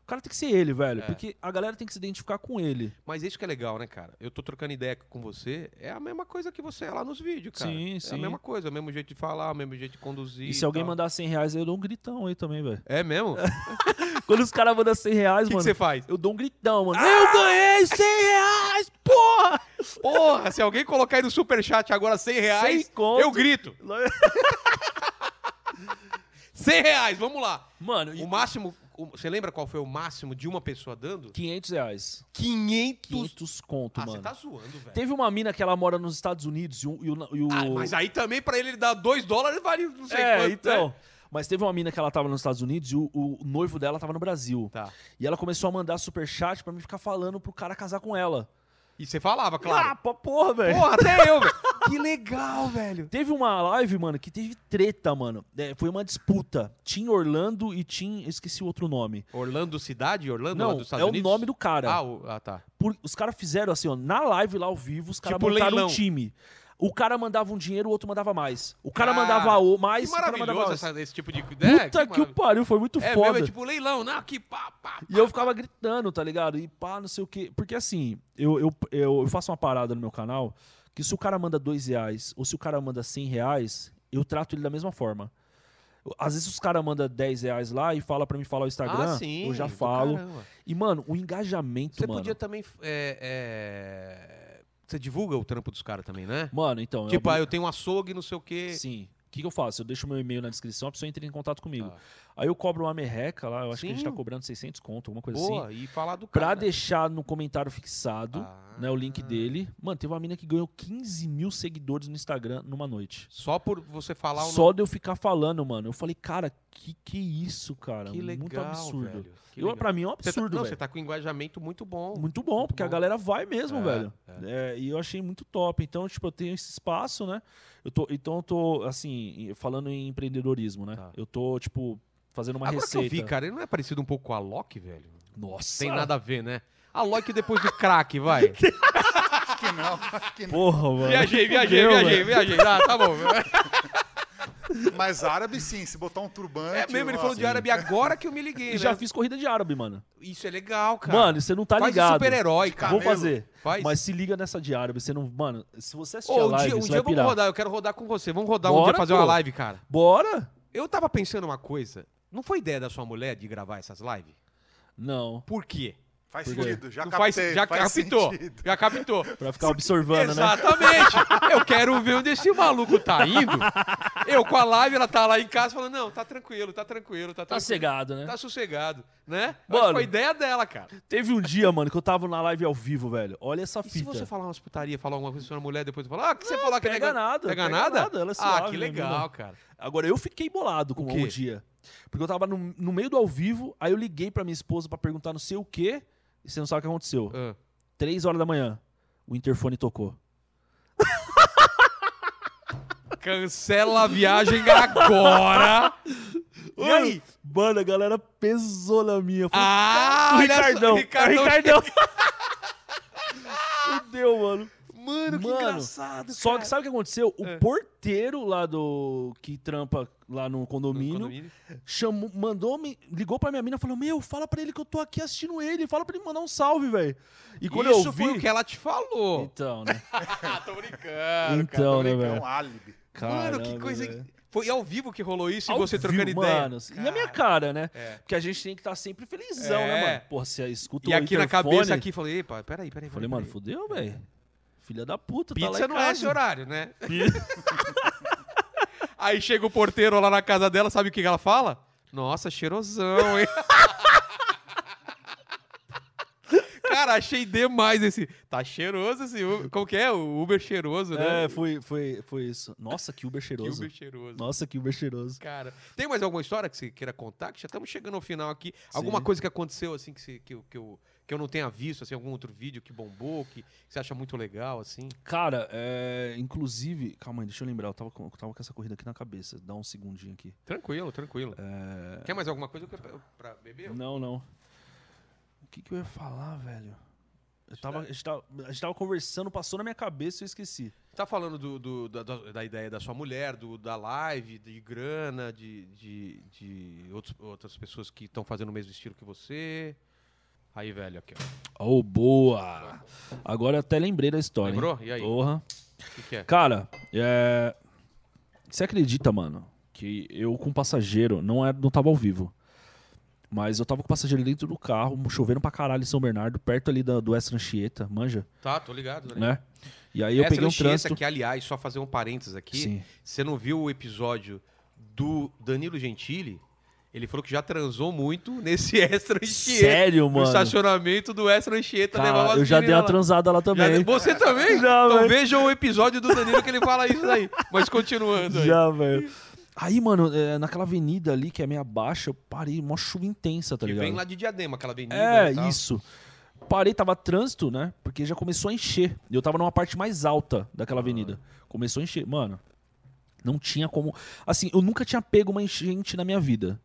Speaker 2: O cara tem que ser ele, velho. Porque a galera tem que se identificar com ele.
Speaker 1: Mas isso que é legal, né, cara? Eu tô trocando ideia com você, é a mesma coisa que você é lá nos vídeos, cara.
Speaker 2: Sim,
Speaker 1: é
Speaker 2: sim.
Speaker 1: a mesma coisa, o mesmo jeito de falar, o mesmo jeito de conduzir.
Speaker 2: E, se alguém
Speaker 1: tal.
Speaker 2: mandar 100 reais, eu dou um gritão aí também, velho.
Speaker 1: É mesmo? O
Speaker 2: Quando os caras mandam 100 reais,
Speaker 1: que que
Speaker 2: mano,
Speaker 1: você Ah! faz?
Speaker 2: eu dou um gritão, mano. Eu ganhei 100 reais, porra!
Speaker 1: Porra, se alguém colocar aí no superchat agora 100 reais,
Speaker 2: conto.
Speaker 1: eu grito. 100 reais, vamos lá.
Speaker 2: Mano,
Speaker 1: O
Speaker 2: e
Speaker 1: máximo, o- você lembra qual foi o máximo de uma pessoa dando?
Speaker 2: 500 reais.
Speaker 1: 500.
Speaker 2: 500 conto,
Speaker 1: Ah, você
Speaker 2: mano.
Speaker 1: tá zoando, velho.
Speaker 2: Teve uma mina que ela mora nos Estados Unidos e o. E o, e o-
Speaker 1: Ah, mas aí também pra ele dar 2 dólares vale não sei
Speaker 2: é,
Speaker 1: quanto.
Speaker 2: então.
Speaker 1: né?
Speaker 2: Mas teve uma mina que ela tava nos Estados Unidos e o, o noivo dela tava no Brasil.
Speaker 1: Tá.
Speaker 2: E ela começou a mandar superchat pra mim ficar falando pro cara casar com ela.
Speaker 1: E você falava, claro.
Speaker 2: pra Ah, porra, velho.
Speaker 1: Porra, até eu, velho. Que legal, velho.
Speaker 2: Teve uma live, mano, que teve treta, mano. É, foi uma disputa. Tim Orlando e Tim. Eu esqueci o outro nome.
Speaker 1: Orlando Cidade? Orlando lá
Speaker 2: Não,
Speaker 1: dos
Speaker 2: é
Speaker 1: Estados
Speaker 2: o
Speaker 1: Unidos?
Speaker 2: nome do cara.
Speaker 1: Ah, o- ah, tá.
Speaker 2: Por- os caras fizeram assim, ó, na live lá ao vivo, os caras
Speaker 1: Tipo
Speaker 2: montaram
Speaker 1: leilão.
Speaker 2: um time. O cara mandava um dinheiro, o outro mandava mais. O cara
Speaker 1: Ah,
Speaker 2: mandava o
Speaker 1: que
Speaker 2: mais, o cara mandava
Speaker 1: maravilhoso
Speaker 2: mais.
Speaker 1: essa- esse tipo de... é,
Speaker 2: Puta que, o
Speaker 1: maravilhoso.
Speaker 2: pariu, foi muito
Speaker 1: É
Speaker 2: foda.
Speaker 1: mesmo, é tipo leilão, não, que pá, pá, pá.
Speaker 2: E eu ficava gritando, tá ligado? E pá, não sei o quê. Porque assim, eu, eu, eu, eu faço uma parada no meu canal que se o cara manda dois reais ou se o cara manda cem reais, eu trato ele da mesma forma. Eu- Às vezes os caras mandam 10 reais lá e fala pra mim falar o Instagram,
Speaker 1: Ah, sim,
Speaker 2: eu já
Speaker 1: do
Speaker 2: falo.
Speaker 1: caramba.
Speaker 2: E, mano, o engajamento,
Speaker 1: Você
Speaker 2: mano.
Speaker 1: podia também... é, é, Você divulga o trampo dos caras também, né?
Speaker 2: Mano, então.
Speaker 1: Tipo, ah,
Speaker 2: abri-
Speaker 1: eu tenho um açougue, não sei o quê.
Speaker 2: Sim. O que, que eu faço? Eu deixo meu e-mail na descrição, a pessoa entra em contato comigo.
Speaker 1: Tá.
Speaker 2: Aí eu cobro uma merreca lá, eu acho que a gente tá
Speaker 1: Sim.
Speaker 2: cobrando 600 conto, alguma coisa assim.
Speaker 1: Boa, e falar do
Speaker 2: Pra
Speaker 1: cara.
Speaker 2: deixar no comentário fixado,
Speaker 1: Ah.
Speaker 2: né, o link dele. Mano, teve uma mina que ganhou 15 mil seguidores no Instagram numa noite.
Speaker 1: Só por você falar o
Speaker 2: Só de eu ficar falando, mano. Eu falei, cara, que que é isso, cara?
Speaker 1: Que legal,
Speaker 2: Muito absurdo.
Speaker 1: velho. Que
Speaker 2: Eu,
Speaker 1: legal.
Speaker 2: pra mim é um
Speaker 1: Você tá-
Speaker 2: absurdo,
Speaker 1: Não, você
Speaker 2: velho.
Speaker 1: tá com um engajamento muito bom.
Speaker 2: Muito bom,
Speaker 1: muito
Speaker 2: porque a
Speaker 1: bom.
Speaker 2: galera vai mesmo,
Speaker 1: É,
Speaker 2: velho. É, e eu achei muito top. Então, tipo, eu tenho esse espaço, né? Eu tô, então eu tô, assim, falando em empreendedorismo, né?
Speaker 1: Tá.
Speaker 2: Eu tô, tipo, fazendo uma
Speaker 1: Agora
Speaker 2: receita.
Speaker 1: que eu vi, cara, ele não é parecido um pouco com a Loki, velho?
Speaker 2: Nossa!
Speaker 1: Tem nada a ver, né? A Loki depois do crack, vai.
Speaker 3: Acho que não, acho que não.
Speaker 2: Porra, mano.
Speaker 1: viajei, viajei,
Speaker 2: Fudeu,
Speaker 1: viajei,
Speaker 2: velho.
Speaker 1: viajei. Ah, tá bom.
Speaker 3: Mas árabe sim, se botar um turbante.
Speaker 1: É mesmo, ele
Speaker 3: uma-
Speaker 1: falou de árabe agora que eu me liguei,
Speaker 2: E já
Speaker 1: né?
Speaker 2: fiz corrida de árabe, mano.
Speaker 1: Isso é legal, cara.
Speaker 2: Mano, você não tá
Speaker 1: Faz de
Speaker 2: ligado.
Speaker 1: super-herói, cara.
Speaker 2: Vou
Speaker 3: Camelo.
Speaker 2: fazer.
Speaker 1: Faz.
Speaker 2: Mas se liga nessa de árabe. Você não. Mano, se você assistir
Speaker 1: Ô,
Speaker 2: a
Speaker 1: um
Speaker 2: live,
Speaker 1: dia, um
Speaker 2: você
Speaker 1: dia
Speaker 2: vai
Speaker 1: vamos
Speaker 2: pirar.
Speaker 1: rodar, eu quero rodar com você. Vamos rodar um
Speaker 2: Bora,
Speaker 1: dia fazer uma
Speaker 2: pô.
Speaker 1: live, cara.
Speaker 2: Bora?
Speaker 1: Eu tava pensando uma coisa. Não foi ideia da sua mulher de gravar essas lives?
Speaker 2: Não.
Speaker 1: Por quê?
Speaker 3: Faz
Speaker 2: Por quê?
Speaker 3: sentido, já
Speaker 1: Não
Speaker 3: captei.
Speaker 1: faz- já
Speaker 3: faz
Speaker 1: captou.
Speaker 3: sentido.
Speaker 1: Já captou.
Speaker 2: Pra ficar observando, né?
Speaker 1: Exatamente. Eu quero ver onde esse maluco tá indo. Eu com a live, ela tá lá em casa falando: não, tá tranquilo, tá tranquilo, tá
Speaker 2: Tá
Speaker 1: tranquilo.
Speaker 2: cegado, né?
Speaker 1: Tá sossegado, né? Mas
Speaker 2: Mano.
Speaker 1: foi ideia dela, cara.
Speaker 2: Teve um dia, mano, que eu tava na live ao vivo, velho. Olha essa
Speaker 1: E
Speaker 2: fita.
Speaker 1: se você falar umas putaria, falar uma coisa pra mulher, depois falar, ah, o que você falar que
Speaker 2: pega
Speaker 1: negócio-
Speaker 2: nada,
Speaker 1: Pega,
Speaker 2: pega
Speaker 1: nada?
Speaker 2: nada, ela se
Speaker 1: ah,
Speaker 2: abre,
Speaker 1: que
Speaker 2: né,
Speaker 1: legal,
Speaker 2: menina?
Speaker 1: cara.
Speaker 2: Agora, eu fiquei bolado com
Speaker 1: O
Speaker 2: o
Speaker 1: quê?
Speaker 2: um dia. Porque eu tava no, no meio do ao vivo, aí eu liguei pra minha esposa pra perguntar não sei o quê, e você não sabe o que aconteceu.
Speaker 1: Ah.
Speaker 2: Três horas da manhã, o interfone tocou.
Speaker 1: Cancela a viagem agora. e aí?
Speaker 2: Mano, a galera pesou na minha. Eu falei,
Speaker 1: Ah,
Speaker 2: o
Speaker 1: olha só,
Speaker 2: Ricardão.
Speaker 1: Ricardão.
Speaker 2: É o Ricardão. Fudeu, mano.
Speaker 1: Mano, que
Speaker 2: Mano,
Speaker 1: engraçado,
Speaker 2: Só que
Speaker 1: cara.
Speaker 2: sabe o que aconteceu? O
Speaker 1: É.
Speaker 2: porteiro lá do. que trampa lá no
Speaker 1: No
Speaker 2: condomínio,
Speaker 1: condomínio.
Speaker 2: chamou, mandou, me, ligou pra minha mina e falou: Meu, fala pra ele que eu tô aqui assistindo ele, fala pra ele mandar um salve, velho. E quando
Speaker 1: Isso
Speaker 2: eu vi.
Speaker 1: foi o que ela te falou.
Speaker 2: Então, né?
Speaker 1: Ah, tô brincando,
Speaker 2: então, né,
Speaker 3: É
Speaker 2: velho?
Speaker 3: um álibe.
Speaker 1: Mano,
Speaker 2: Caramba,
Speaker 1: que coisa.
Speaker 2: velho.
Speaker 1: Foi ao vivo que rolou isso e
Speaker 2: Ao
Speaker 1: você
Speaker 2: vivo,
Speaker 1: trocando ideia.
Speaker 2: mano. E a minha cara, né?
Speaker 1: É.
Speaker 2: Porque a gente tem que estar sempre felizão,
Speaker 1: É.
Speaker 2: né, mano? Porra, você escuta
Speaker 1: E
Speaker 2: o
Speaker 1: aqui na
Speaker 2: interfone,
Speaker 1: cabeça, aqui, falei, epa, peraí, peraí.
Speaker 2: Falei,
Speaker 1: peraí,
Speaker 2: mano,
Speaker 1: peraí.
Speaker 2: fudeu, velho. Filha da puta, tá lá
Speaker 1: pizza
Speaker 2: em
Speaker 1: não é
Speaker 2: casa.
Speaker 1: esse horário, né? Aí chega o porteiro lá na casa dela, sabe o que ela fala? Nossa, cheirosão, hein? Cara, achei demais esse. Tá cheiroso esse Uber. Como que é? O Uber cheiroso, né?
Speaker 2: É, foi, foi, foi isso. Nossa, que Uber
Speaker 1: Que
Speaker 2: cheiroso.
Speaker 1: Uber cheiroso.
Speaker 2: Nossa, que Uber cheiroso.
Speaker 1: Cara, tem mais alguma história que você queira contar? Que já estamos chegando ao final aqui. Alguma coisa que aconteceu, assim, que, você- que, eu- que, eu, que eu não tenha visto, assim, algum outro vídeo que bombou, que, você acha muito legal, assim?
Speaker 2: Cara, é, inclusive. Calma aí, deixa eu lembrar. Eu tava, com, eu tava com essa corrida aqui na cabeça. Dá um segundinho aqui.
Speaker 1: Tranquilo, tranquilo. Quer mais alguma coisa que eu- pra, pra beber?
Speaker 2: Não, não. O que, que eu ia falar, velho? Eu tava, a, gente tava, a gente tava conversando, passou na minha cabeça e eu esqueci.
Speaker 1: Tá falando do, do- da, da- da ideia da sua mulher, do, da live, de grana, de, de, de outros- outras pessoas que estão fazendo o mesmo estilo que você. Aí, velho, aqui, ó.
Speaker 2: Oh, boa! Agora eu até lembrei da história. hein?
Speaker 1: Lembrou? E aí?
Speaker 2: Porra.
Speaker 1: O que, que é?
Speaker 2: Cara, é... você acredita, mano, que eu com passageiro não, era, não tava ao vivo. Mas eu tava com o passageiro dentro do carro, chovendo pra caralho em São Bernardo, perto ali da, do Extra Anchieta, manja,
Speaker 1: Tá, tô ligado. tô ligado.
Speaker 2: né? E aí eu
Speaker 1: Essa
Speaker 2: peguei um
Speaker 1: lanchoneta
Speaker 2: trânsito.
Speaker 1: que, aliás, só fazer um parênteses aqui.
Speaker 2: Sim.
Speaker 1: Você não viu o episódio do Danilo Gentili? Ele falou que já transou muito nesse extra Anchieta.
Speaker 2: Sério,
Speaker 1: No
Speaker 2: mano?
Speaker 1: estacionamento do extra Anchieta.
Speaker 2: Cara,
Speaker 1: levava as
Speaker 2: eu já dei
Speaker 1: meninas
Speaker 2: uma
Speaker 1: lá.
Speaker 2: transada lá
Speaker 1: Já
Speaker 2: também.
Speaker 1: deu- Você também?
Speaker 2: Já,
Speaker 1: então
Speaker 2: velho.
Speaker 1: veja o episódio do Danilo que ele fala isso aí. Mas continuando aí.
Speaker 2: Já, velho. Aí, mano, é, naquela avenida ali, que é meio baixa, eu parei, uma chuva intensa, tá
Speaker 1: Que
Speaker 2: ligado?
Speaker 1: vem lá de Diadema, aquela avenida. né,
Speaker 2: É,
Speaker 1: e tal.
Speaker 2: isso. Parei, tava trânsito, né? Porque já começou a encher. E eu tava numa parte mais alta daquela
Speaker 1: Ah.
Speaker 2: avenida. Começou a encher. Mano, não tinha como. Assim, eu nunca tinha pego uma enchente na minha vida.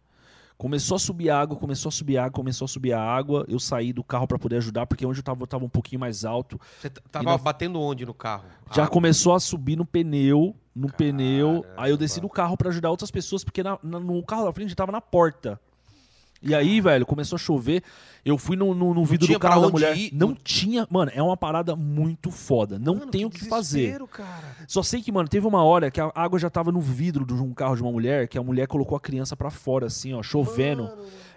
Speaker 2: Começou a subir água, começou a subir água, começou a subir a água. Eu saí do carro pra poder ajudar, porque onde eu tava, eu tava um pouquinho mais alto.
Speaker 1: Você t-
Speaker 2: E
Speaker 1: tava
Speaker 2: na-
Speaker 1: batendo onde no carro?
Speaker 2: Já
Speaker 1: Ah,
Speaker 2: começou a subir no pneu, no pneu. Aí eu desci
Speaker 1: Caramba.
Speaker 2: do carro pra ajudar outras pessoas, porque na- na- no carro da frente já tava na porta. E aí, velho, começou a chover. Eu fui no, no, no vidro
Speaker 1: tinha
Speaker 2: do carro
Speaker 1: pra
Speaker 2: da
Speaker 1: onde
Speaker 2: mulher.
Speaker 1: ir,
Speaker 2: Não
Speaker 1: não-
Speaker 2: tinha. Mano, é uma parada muito foda. Não
Speaker 1: mano,
Speaker 2: tem o que fazer.
Speaker 1: desespero, cara.
Speaker 2: Só sei que, mano, teve uma hora que a água já tava no vidro de um carro de uma mulher, que a mulher colocou a criança pra fora, assim, ó, chovendo.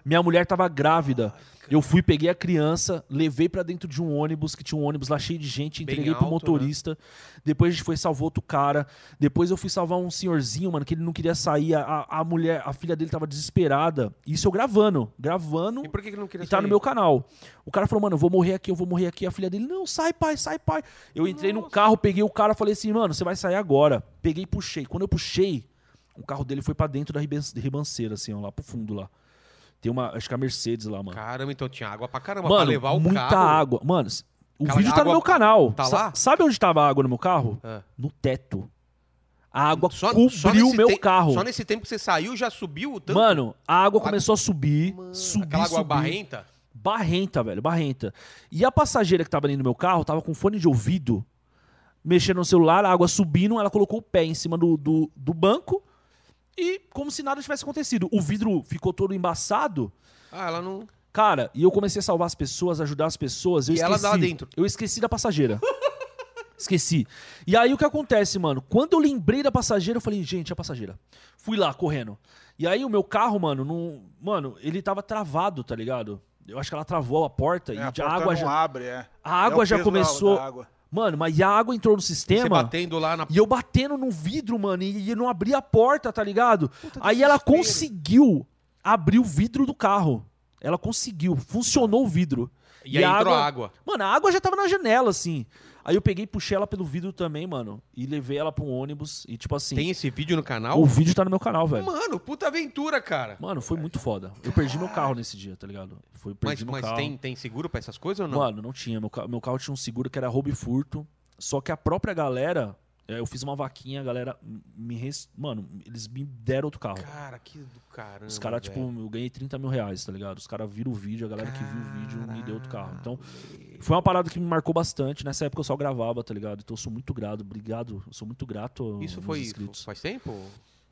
Speaker 2: Minha mulher tava grávida. Eu fui, peguei a criança, levei pra dentro de um ônibus, que tinha um ônibus lá cheio de gente,
Speaker 1: Bem
Speaker 2: entreguei
Speaker 1: alto,
Speaker 2: pro
Speaker 1: né?
Speaker 2: motorista. Depois a gente foi e salvou outro cara. Depois eu fui salvar um senhorzinho, mano, que ele não queria sair. A, a- a mulher, a filha dele tava desesperada. Isso eu gravando, gravando
Speaker 1: E por que que não queria
Speaker 2: e tá no
Speaker 1: sair?
Speaker 2: meu canal. O cara falou, mano, eu vou morrer aqui, eu vou morrer aqui. A filha dele, não, sai, pai, sai, pai. Eu entrei no carro, peguei o cara, falei assim, mano, você vai sair agora. Peguei e puxei. Quando eu puxei, o carro dele foi pra dentro da riban- ribanceira, assim, ó, lá pro fundo lá. Tem uma, acho que é a Mercedes lá, mano.
Speaker 1: Caramba, então tinha água pra caramba pra
Speaker 2: mano,
Speaker 1: levar o
Speaker 2: muita
Speaker 1: carro.
Speaker 2: água. Mano, s- o
Speaker 1: Aquela
Speaker 2: vídeo tá no
Speaker 1: água
Speaker 2: meu canal.
Speaker 1: tá
Speaker 2: Sa-
Speaker 1: lá?
Speaker 2: Sabe onde tava a água no meu carro?
Speaker 1: Ah.
Speaker 2: No teto. A água
Speaker 1: Só- só
Speaker 2: cobriu o
Speaker 1: nesse
Speaker 2: meu
Speaker 1: te-
Speaker 2: carro.
Speaker 1: Só nesse tempo que você saiu, já subiu o tanto?
Speaker 2: Mano, a água
Speaker 1: Água-
Speaker 2: começou a subir, subir,
Speaker 1: Aquela água
Speaker 2: subir.
Speaker 1: barrenta?
Speaker 2: Barrenta, velho, barrenta. E a passageira que tava ali no meu carro tava com fone de ouvido, mexendo no celular, a água subindo, ela colocou o pé em cima do, do, do banco e como se nada tivesse acontecido. O vidro ficou todo embaçado.
Speaker 1: Ah, ela não...
Speaker 2: Cara, e eu comecei a salvar as pessoas, ajudar as pessoas. Eu
Speaker 1: E ela
Speaker 2: esqueci,
Speaker 1: lá dentro.
Speaker 2: Eu esqueci da passageira. esqueci. E aí o que acontece, mano? Quando eu lembrei da passageira, eu falei, gente, é a passageira. Fui lá correndo. E aí o meu carro, mano, não. Mano, ele tava travado, tá ligado? Eu acho que ela travou a porta
Speaker 3: É,
Speaker 2: e
Speaker 3: a
Speaker 2: a,
Speaker 3: porta
Speaker 2: água
Speaker 3: não
Speaker 2: já.
Speaker 3: abre, é.
Speaker 2: A
Speaker 3: É
Speaker 2: água
Speaker 3: o
Speaker 2: já
Speaker 3: peso da-
Speaker 2: começou.
Speaker 3: da água.
Speaker 2: Mano, mas e a água entrou no
Speaker 1: Você
Speaker 2: sistema.
Speaker 1: batendo lá na...
Speaker 2: E eu batendo no vidro, mano, e e não abria a porta, tá ligado? Aí ela conseguiu abrir o vidro do carro. Ela conseguiu, funcionou o vidro.
Speaker 1: E aí entrou a água.
Speaker 2: Mano, a água já tava na janela, assim. Aí eu peguei e puxei ela pelo vidro também, mano. E levei ela pra um ônibus. E tipo assim,
Speaker 1: Tem esse vídeo no canal?
Speaker 2: o vídeo tá no meu canal, velho.
Speaker 1: Mano, puta aventura, cara.
Speaker 2: Mano, foi muito foda. Eu perdi meu carro nesse dia, tá ligado? Foi,
Speaker 1: Mas,
Speaker 2: perdi meu
Speaker 1: mas
Speaker 2: carro.
Speaker 1: tem, tem seguro pra essas coisas ou não?
Speaker 2: Mano, não tinha. Meu, ca- meu carro tinha um seguro que era roubo e furto. Só que a própria galera, é, eu fiz uma vaquinha, a galera me. res- Mano, eles me deram outro carro.
Speaker 1: Cara, que do caramba.
Speaker 2: Os caras, tipo,
Speaker 1: velho.
Speaker 2: eu ganhei 30 mil reais, tá ligado? Os caras viram o vídeo, a galera que viu o um vídeo me deu outro carro. Então, foi uma parada que me marcou bastante. Nessa época eu só gravava, tá ligado? Então eu sou muito grato, obrigado. Eu sou muito grato aos
Speaker 1: Isso
Speaker 2: meus
Speaker 1: foi
Speaker 2: um inscritos.
Speaker 1: faz tempo?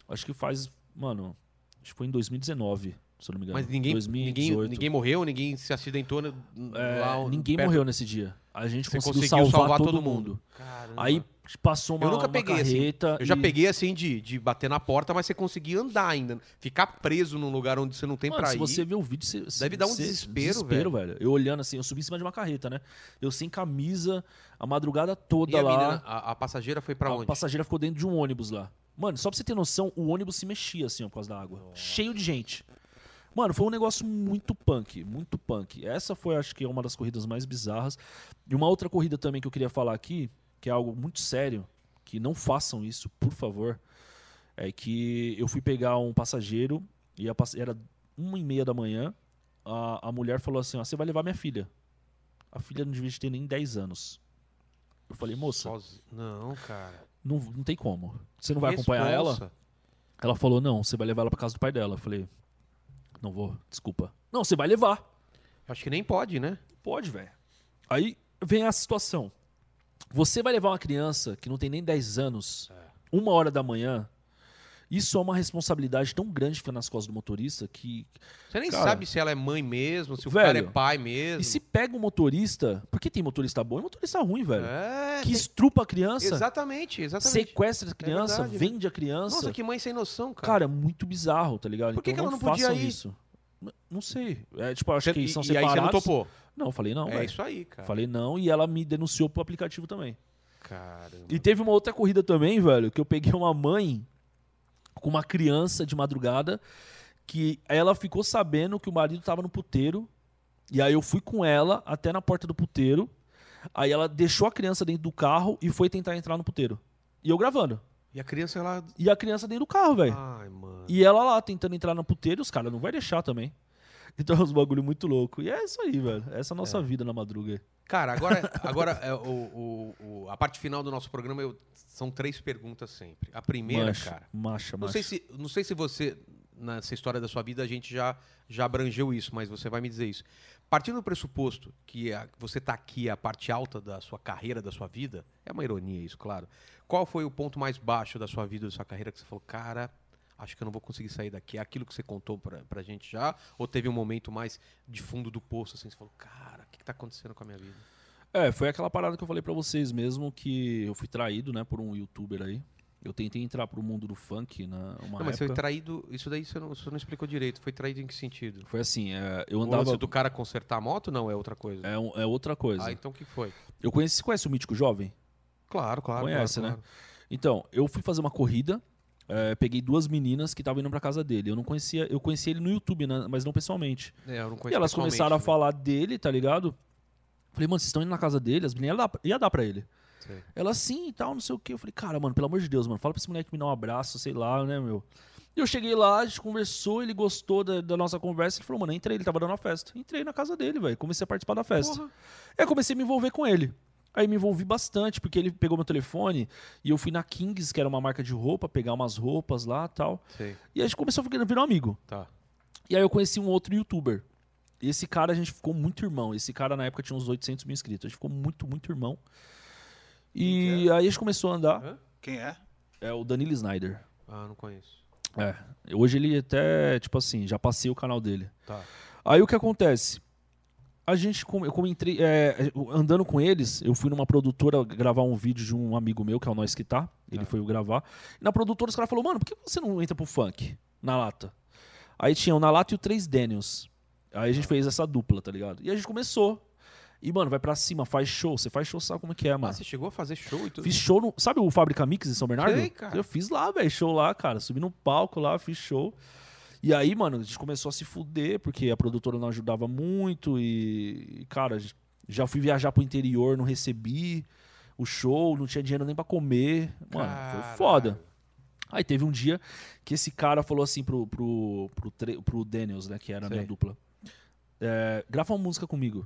Speaker 2: Acho que faz, mano, acho que foi em 2019, se eu não me engano.
Speaker 1: Mas ninguém,
Speaker 2: 2018.
Speaker 1: ninguém, ninguém morreu, ninguém se acidentou né,
Speaker 2: É,
Speaker 1: lá
Speaker 2: ninguém
Speaker 1: perto-
Speaker 2: morreu nesse dia. A gente
Speaker 1: Você
Speaker 2: conseguiu,
Speaker 1: conseguiu
Speaker 2: salvar,
Speaker 1: salvar
Speaker 2: todo,
Speaker 1: todo
Speaker 2: mundo.
Speaker 1: Caramba.
Speaker 2: Aí passou uma,
Speaker 1: Eu nunca
Speaker 2: uma
Speaker 1: peguei, assim.
Speaker 2: carreta.
Speaker 1: Eu já
Speaker 2: e-
Speaker 1: peguei assim de, de bater na porta, mas você conseguia andar ainda. né? Ficar preso num lugar onde você não tem
Speaker 2: Mano,
Speaker 1: pra
Speaker 2: se
Speaker 1: ir.
Speaker 2: você ver o vídeo, você,
Speaker 1: Deve dar um
Speaker 2: você-
Speaker 1: desespero,
Speaker 2: velho. Eu olhando assim, eu subi em cima de uma carreta, né? Eu sem camisa, a madrugada toda
Speaker 1: E a,
Speaker 2: lá.
Speaker 1: menina, a, a passageira foi pra
Speaker 2: a
Speaker 1: onde?
Speaker 2: passageira ficou dentro de um ônibus lá. Mano, só pra você ter noção, o ônibus se mexia assim, ó, por causa da água. Cheio de gente. Mano, foi um negócio muito punk, muito punk. Essa foi, acho que, é uma das corridas mais bizarras. E uma outra corrida também que eu queria falar aqui, que é algo muito sério, que não façam isso, por favor, é que eu fui pegar um passageiro e a pass- era uma e meia da manhã, a, a mulher falou assim, ó, você vai levar minha filha. A filha não devia ter nem 10 anos. Eu falei, moça,
Speaker 1: Sozi- Não, cara.
Speaker 2: não, não tem como. Você não vai acompanhar ela?
Speaker 1: Responsa.
Speaker 2: Ela falou, não, você vai levar ela pra casa do pai dela. Eu falei, não vou, desculpa. Não, você vai levar.
Speaker 1: Acho que nem pode, né?
Speaker 2: Pode, velho. Aí vem a situação. Você vai levar uma criança que não tem nem 10 anos,
Speaker 1: É.
Speaker 2: uma hora da manhã, isso é uma responsabilidade tão grande que fica nas costas do motorista que.
Speaker 1: Você nem
Speaker 2: Cara.
Speaker 1: sabe se ela é mãe mesmo, se o
Speaker 2: Velho,
Speaker 1: cara é pai mesmo.
Speaker 2: E se pega o motorista. Porque tem motorista bom e motorista ruim, velho.
Speaker 1: É,
Speaker 2: que
Speaker 1: tem-
Speaker 2: estrupa a criança,
Speaker 1: Exatamente, exatamente.
Speaker 2: sequestra a criança,
Speaker 1: verdade, velho.
Speaker 2: vende a criança.
Speaker 1: Nossa, que mãe sem noção, cara.
Speaker 2: Cara, é muito bizarro, tá ligado?
Speaker 1: Por que que
Speaker 2: então
Speaker 1: ela
Speaker 2: não,
Speaker 1: não podia
Speaker 2: façam
Speaker 1: ir?
Speaker 2: isso. N- Não sei. É, tipo, eu acho que
Speaker 1: e,
Speaker 2: são
Speaker 1: e aí
Speaker 2: separados.
Speaker 1: você não topou.
Speaker 2: Não, eu falei não,
Speaker 1: é
Speaker 2: velho.
Speaker 1: isso aí, cara. Tá
Speaker 2: Falei não e ela me denunciou pro aplicativo também.
Speaker 1: Caramba.
Speaker 2: E teve uma outra corrida também, velho, que eu peguei uma mãe com uma criança de madrugada que ela ficou sabendo que o marido tava no puteiro e aí eu fui com ela até na porta do puteiro. Aí ela deixou a criança dentro do carro e foi tentar entrar no puteiro. E eu gravando.
Speaker 1: E a criança, ela.
Speaker 2: E a criança dentro do carro, velho.
Speaker 1: Ai, mano.
Speaker 2: E ela lá tentando entrar no puteiro, os caras não vai deixar também. Então é uns bagulho muito louco. E é isso aí, velho. Essa é a nossa vida na madruga.
Speaker 1: Cara, agora, agora é, o- o- o- a parte final do nosso programa eu- são três perguntas sempre. A primeira,
Speaker 2: macha,
Speaker 1: cara.
Speaker 2: Macha,
Speaker 1: Não
Speaker 2: macha.
Speaker 1: sei, se, não sei se você. nessa história da sua vida a gente já, já abrangeu isso, mas você vai me dizer isso. Partindo do pressuposto que a- você está aqui, a parte alta da sua carreira, da sua vida, é uma ironia isso, claro. Qual foi o ponto mais baixo da sua vida, da sua carreira, que você falou, cara, acho que eu não vou conseguir sair daqui? É aquilo que você contou pra, pra gente já? Ou teve um momento mais de fundo do poço, assim, você falou, cara, o que, que tá acontecendo com a minha vida?
Speaker 2: É, foi aquela parada que eu falei pra vocês mesmo que eu fui traído, né, por um youtuber aí. Eu tentei entrar pro mundo do funk na uma
Speaker 1: não, mas foi
Speaker 2: época.
Speaker 1: traído, isso daí você não, você não explicou direito. Foi traído em que sentido?
Speaker 2: Foi assim, é, eu
Speaker 1: O lance
Speaker 2: andava
Speaker 1: do cara consertar a moto não é outra coisa.
Speaker 2: é, um- é outra coisa.
Speaker 1: Ah, então o que foi?
Speaker 2: Eu conheci, você conhece o mítico jovem?
Speaker 1: Claro, claro.
Speaker 2: Conhece,
Speaker 1: claro,
Speaker 2: né? Então, eu fui fazer uma corrida, é, peguei duas meninas que estavam indo pra casa dele. Eu não conhecia, eu conheci ele no YouTube, né, mas não pessoalmente.
Speaker 1: Né? É, eu não
Speaker 2: E
Speaker 1: conheço
Speaker 2: elas
Speaker 1: pessoalmente,
Speaker 2: começaram a
Speaker 1: né?
Speaker 2: falar dele, tá ligado? Falei, mano, vocês estão indo na casa dele? As meninas iam dar, ia dar pra ele.
Speaker 1: Sei.
Speaker 2: Ela sim e tal, não sei o que. Eu falei, cara, mano, pelo amor de Deus, mano, fala pra esse moleque me dar um abraço, sei lá, né, meu. E eu cheguei lá, a gente conversou, ele gostou da, da nossa conversa. Ele falou, mano, entra aí, ele tava dando uma festa. Entrei na casa dele, velho. Comecei a participar da festa. Aí eu comecei a me envolver com ele. Aí me envolvi bastante, porque ele pegou meu telefone e eu fui na Kings, que era uma marca de roupa, pegar umas roupas lá e tal.
Speaker 1: Sei,
Speaker 2: E a gente começou a ficar- virar um amigo.
Speaker 1: tá.
Speaker 2: E aí eu conheci um outro youtuber. E esse cara a gente ficou muito irmão. Esse cara na época tinha uns 800 mil inscritos. A gente ficou muito, muito irmão. E aí a gente começou a andar.
Speaker 3: Quem é?
Speaker 2: É o Danilo Snyder.
Speaker 1: Ah, não conheço.
Speaker 2: É. Hoje ele até, tipo assim, já passei o canal dele.
Speaker 1: Tá.
Speaker 2: Aí o que acontece? A gente, como eu como entrei, é, andando com eles, eu fui numa produtora gravar um vídeo de um amigo meu, que é o Nós Que Tá. Ele foi gravar. E na produtora os caras falaram, mano, por que você não entra pro funk na lata? Aí tinha o Na Lata e o Três Daniels. Aí a gente fez essa dupla, tá ligado? E a gente começou. E, mano, vai pra cima, faz show. Você faz show, sabe como que é,
Speaker 1: Ah,
Speaker 2: mano?
Speaker 1: você chegou a fazer show e tudo?
Speaker 2: Fiz show no. Sabe o Fábrica Mix em São Bernardo?
Speaker 1: Sei, cara.
Speaker 2: Eu fiz lá, velho, show lá, cara. Subi no palco lá, fiz show. E aí, mano, a gente começou a se fuder, porque a produtora não ajudava muito. E, e, cara, a gente- já fui viajar pro interior, não recebi o show, não tinha dinheiro nem pra comer. Mano, foi
Speaker 1: Caralho.
Speaker 2: foda. Aí teve um dia que esse cara falou assim pro, pro, pro, tre- pro Daniels, né, que era a minha
Speaker 1: Sei.
Speaker 2: dupla: é, grava uma música comigo.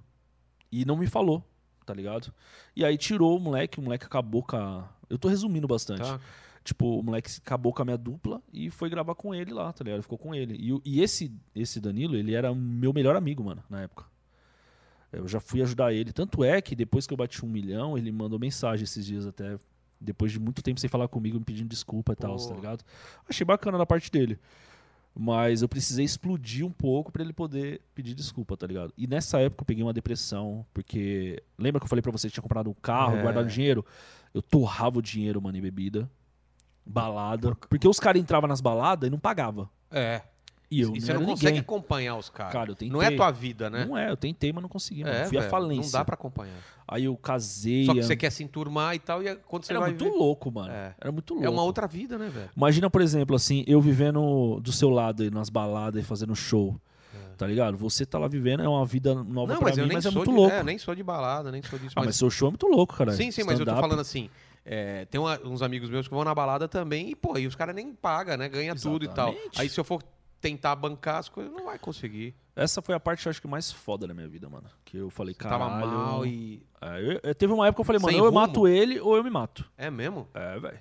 Speaker 2: E não me falou, tá ligado? E aí tirou o moleque, o moleque acabou com a. Eu tô resumindo bastante.
Speaker 1: Tá.
Speaker 2: Tipo, o moleque acabou com a minha dupla e foi gravar com ele lá, tá ligado? Ficou com ele. E, o- e esse, esse Danilo, ele era meu melhor amigo, mano, na época. Eu já fui ajudar ele. Tanto é que depois que eu bati um milhão, ele mandou mensagem esses dias até. Depois de muito tempo sem falar comigo, me pedindo desculpa e tal,
Speaker 1: Pô.
Speaker 2: tá ligado? Achei bacana da parte dele. Mas eu precisei explodir um pouco pra ele poder pedir desculpa, tá ligado? E nessa época eu peguei uma depressão, porque. Lembra que eu falei pra você que tinha comprado um carro,
Speaker 1: É.
Speaker 2: guardado dinheiro? Eu torrava o dinheiro, mano, em bebida. Balada. Porque os caras entravam nas baladas e não pagava.
Speaker 1: É.
Speaker 2: E eu
Speaker 1: e
Speaker 2: não
Speaker 1: você
Speaker 2: era
Speaker 1: não consegue
Speaker 2: ninguém.
Speaker 1: acompanhar os caras.
Speaker 2: Cara, eu tentei.
Speaker 1: não é tua vida, né?
Speaker 2: Não é, eu tentei, mas não consegui, mano.
Speaker 1: é,
Speaker 2: Fui à
Speaker 1: velho,
Speaker 2: falência.
Speaker 1: Não dá pra acompanhar.
Speaker 2: Aí eu casei.
Speaker 1: Só que
Speaker 2: an-
Speaker 1: você quer se enturmar e tal, e é- quando você
Speaker 2: Era
Speaker 1: vai
Speaker 2: muito
Speaker 1: ver-
Speaker 2: louco, mano.
Speaker 1: É.
Speaker 2: Era muito louco.
Speaker 1: É uma outra vida, né, velho?
Speaker 2: Imagina, por exemplo, assim, eu vivendo do seu lado aí, nas baladas e fazendo show. Tá ligado? Você tá lá vivendo, é uma vida nova
Speaker 1: não,
Speaker 2: pra
Speaker 1: mas eu
Speaker 2: mim,
Speaker 1: nem
Speaker 2: mas é
Speaker 1: sou
Speaker 2: muito
Speaker 1: de,
Speaker 2: louco.
Speaker 1: é, nem sou de balada, nem sou disso.
Speaker 2: Ah, mas seu show é muito louco, cara.
Speaker 1: Sim, sim, mas eu tô
Speaker 2: Stand-up.
Speaker 1: falando assim. é, tem uma- uns amigos meus que vão na balada também e, pô, e os caras nem pagam, né? Ganha tudo e tal.
Speaker 2: Exatamente.
Speaker 1: Aí se eu for tentar bancar as coisas, não vai conseguir.
Speaker 2: Essa foi a parte, eu acho que mais foda da minha vida, mano. Que eu falei,
Speaker 1: Você
Speaker 2: caralho...
Speaker 1: tava mal e.
Speaker 2: É, eu- eu- teve uma época que eu falei, mano,
Speaker 1: Sem
Speaker 2: ou eu
Speaker 1: rumo.
Speaker 2: mato ele ou eu me mato.
Speaker 1: É mesmo?
Speaker 2: É, velho.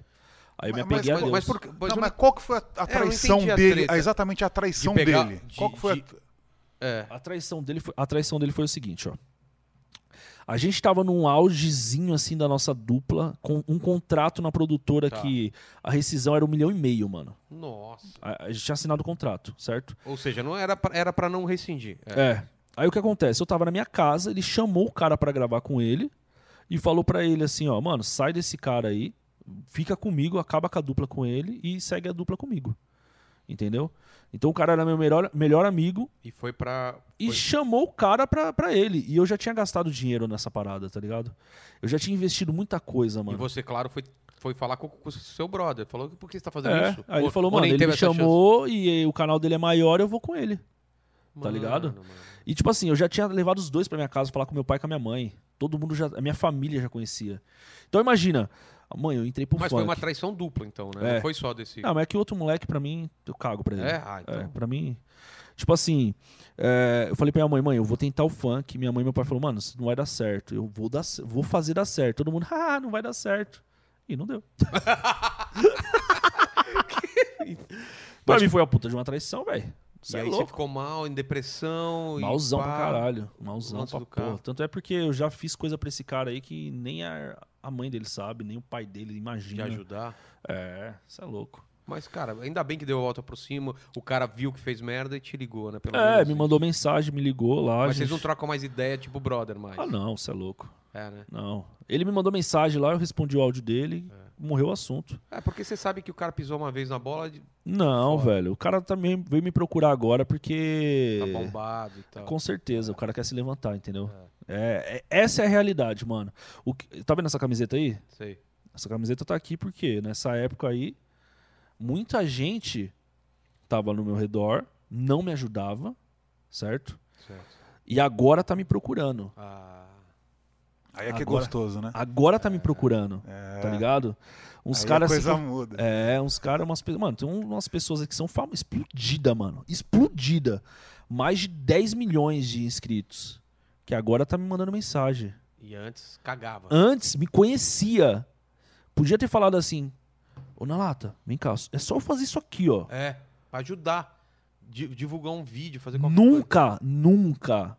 Speaker 2: Aí eu me
Speaker 3: Mas- mas-
Speaker 2: apeguei a
Speaker 1: Mas,
Speaker 2: Deus.
Speaker 1: mas por que- mas
Speaker 3: não,
Speaker 1: eu-
Speaker 3: mas qual que foi a, a
Speaker 1: É, eu não
Speaker 3: traição
Speaker 1: entendi a
Speaker 3: dele?
Speaker 1: treta.
Speaker 3: É exatamente a traição
Speaker 1: De pegar-
Speaker 3: dele.
Speaker 1: de-
Speaker 3: qual que foi
Speaker 1: de-
Speaker 3: a...
Speaker 1: É.
Speaker 2: A traição dele foi, a traição dele foi o seguinte, ó. A gente tava num augezinho assim da nossa dupla, com um contrato na produtora
Speaker 1: Tá.
Speaker 2: que a rescisão era um milhão e meio, mano.
Speaker 1: Nossa.
Speaker 2: A, a gente tinha assinado o contrato, certo?
Speaker 1: Ou seja, não era pra, era pra não rescindir. É.
Speaker 2: É. Aí o que acontece? Eu tava na minha casa, ele chamou o cara pra gravar com ele e falou pra ele assim, ó, mano, sai desse cara aí, fica comigo, acaba com a dupla com ele e segue a dupla comigo. Entendeu? Então o cara era meu melhor, melhor amigo,
Speaker 1: E foi pra.
Speaker 2: E
Speaker 1: foi-
Speaker 2: chamou o cara pra, pra ele. E eu já tinha gastado dinheiro nessa parada, tá ligado? Eu já tinha investido muita coisa,
Speaker 1: E
Speaker 2: mano.
Speaker 1: você, claro, foi, foi falar com, com o seu brother. Falou, por que você tá fazendo
Speaker 2: É,
Speaker 1: isso?
Speaker 2: aí
Speaker 1: Ou-
Speaker 2: ele falou,
Speaker 1: ou
Speaker 2: mano,
Speaker 1: nem
Speaker 2: ele
Speaker 1: teve
Speaker 2: me
Speaker 1: essa chance?
Speaker 2: chamou e o canal dele é maior, eu vou com ele. tá
Speaker 1: Mano,
Speaker 2: ligado?
Speaker 1: mano.
Speaker 2: E tipo assim, eu já tinha levado os dois pra minha casa falar com meu pai e com a minha mãe. Todo mundo já. A minha família já conhecia. Então imagina, mãe, eu entrei pro
Speaker 1: Mas foi
Speaker 2: funk.
Speaker 1: uma traição dupla, então, né?
Speaker 2: É.
Speaker 1: Não foi só desse.
Speaker 2: Não, mas é que outro moleque, pra mim, eu cago pra ele.
Speaker 1: É, ah, então.
Speaker 2: É, pra mim. Tipo assim, é, eu falei pra minha mãe, mãe, eu vou tentar o funk. Minha mãe e meu pai falaram, mano, isso não vai dar certo. Eu vou, dar, ce- vou fazer dar certo. Todo mundo, ah, não vai dar certo. E não deu. Pra mim foi a puta de uma traição, velho.
Speaker 1: E
Speaker 2: Você é
Speaker 1: aí você
Speaker 2: louco.
Speaker 1: ficou mal, em depressão. e
Speaker 2: Malzão pra
Speaker 1: pá.
Speaker 2: caralho. Malzão
Speaker 1: lance
Speaker 2: pra
Speaker 1: do carro.
Speaker 2: porra. Tanto é porque eu já fiz coisa pra esse cara aí que nem a, a mãe dele sabe, nem o pai dele
Speaker 1: De
Speaker 2: imagina.
Speaker 1: ajudar.
Speaker 2: É, você é louco.
Speaker 1: Mas, cara, ainda bem que deu a volta por cima. O cara viu que fez merda e te ligou, né? Pelo
Speaker 2: É,
Speaker 1: menos
Speaker 2: me
Speaker 1: isso.
Speaker 2: mandou mensagem, me ligou lá.
Speaker 1: Mas vocês não
Speaker 2: gente.
Speaker 1: trocam mais ideia, tipo brother mais.
Speaker 2: Ah, não, você é louco.
Speaker 1: É, né?
Speaker 2: Não. Ele me mandou mensagem lá, eu respondi o áudio dele, morreu o assunto.
Speaker 1: É, porque você sabe que o cara pisou uma vez na bola, de-
Speaker 2: Não,
Speaker 1: Foda.
Speaker 2: velho. O cara também veio me procurar agora porque.
Speaker 1: tá bombado e tal.
Speaker 2: Com certeza, o cara quer se levantar, entendeu? É, é- essa é a realidade, mano. O que- tá vendo essa camiseta aí?
Speaker 1: Sei.
Speaker 2: Essa camiseta tá aqui porque nessa época aí, muita gente tava no meu redor, não me ajudava, certo?
Speaker 1: Certo.
Speaker 2: E agora tá me procurando.
Speaker 1: Ah,
Speaker 3: Aí é que é
Speaker 2: Agora-
Speaker 3: gostoso, né?
Speaker 2: Agora tá me procurando, tá ligado? Uns
Speaker 3: é. Aí
Speaker 2: caras.
Speaker 3: a coisa
Speaker 2: assim,
Speaker 3: muda.
Speaker 2: É, uns caras, umas pessoas. Mano, tem um, umas pessoas aqui que são famosas. Explodida, mano. Explodida. Mais de 10 milhões de inscritos. Que agora tá me mandando mensagem.
Speaker 1: e antes cagava.
Speaker 2: Antes me conhecia. Podia ter falado assim. Ô, Nalata, vem cá. É só eu fazer isso aqui, ó.
Speaker 1: É, pra ajudar. Di- divulgar um vídeo, fazer qualquer coisa.
Speaker 2: Nunca, nunca.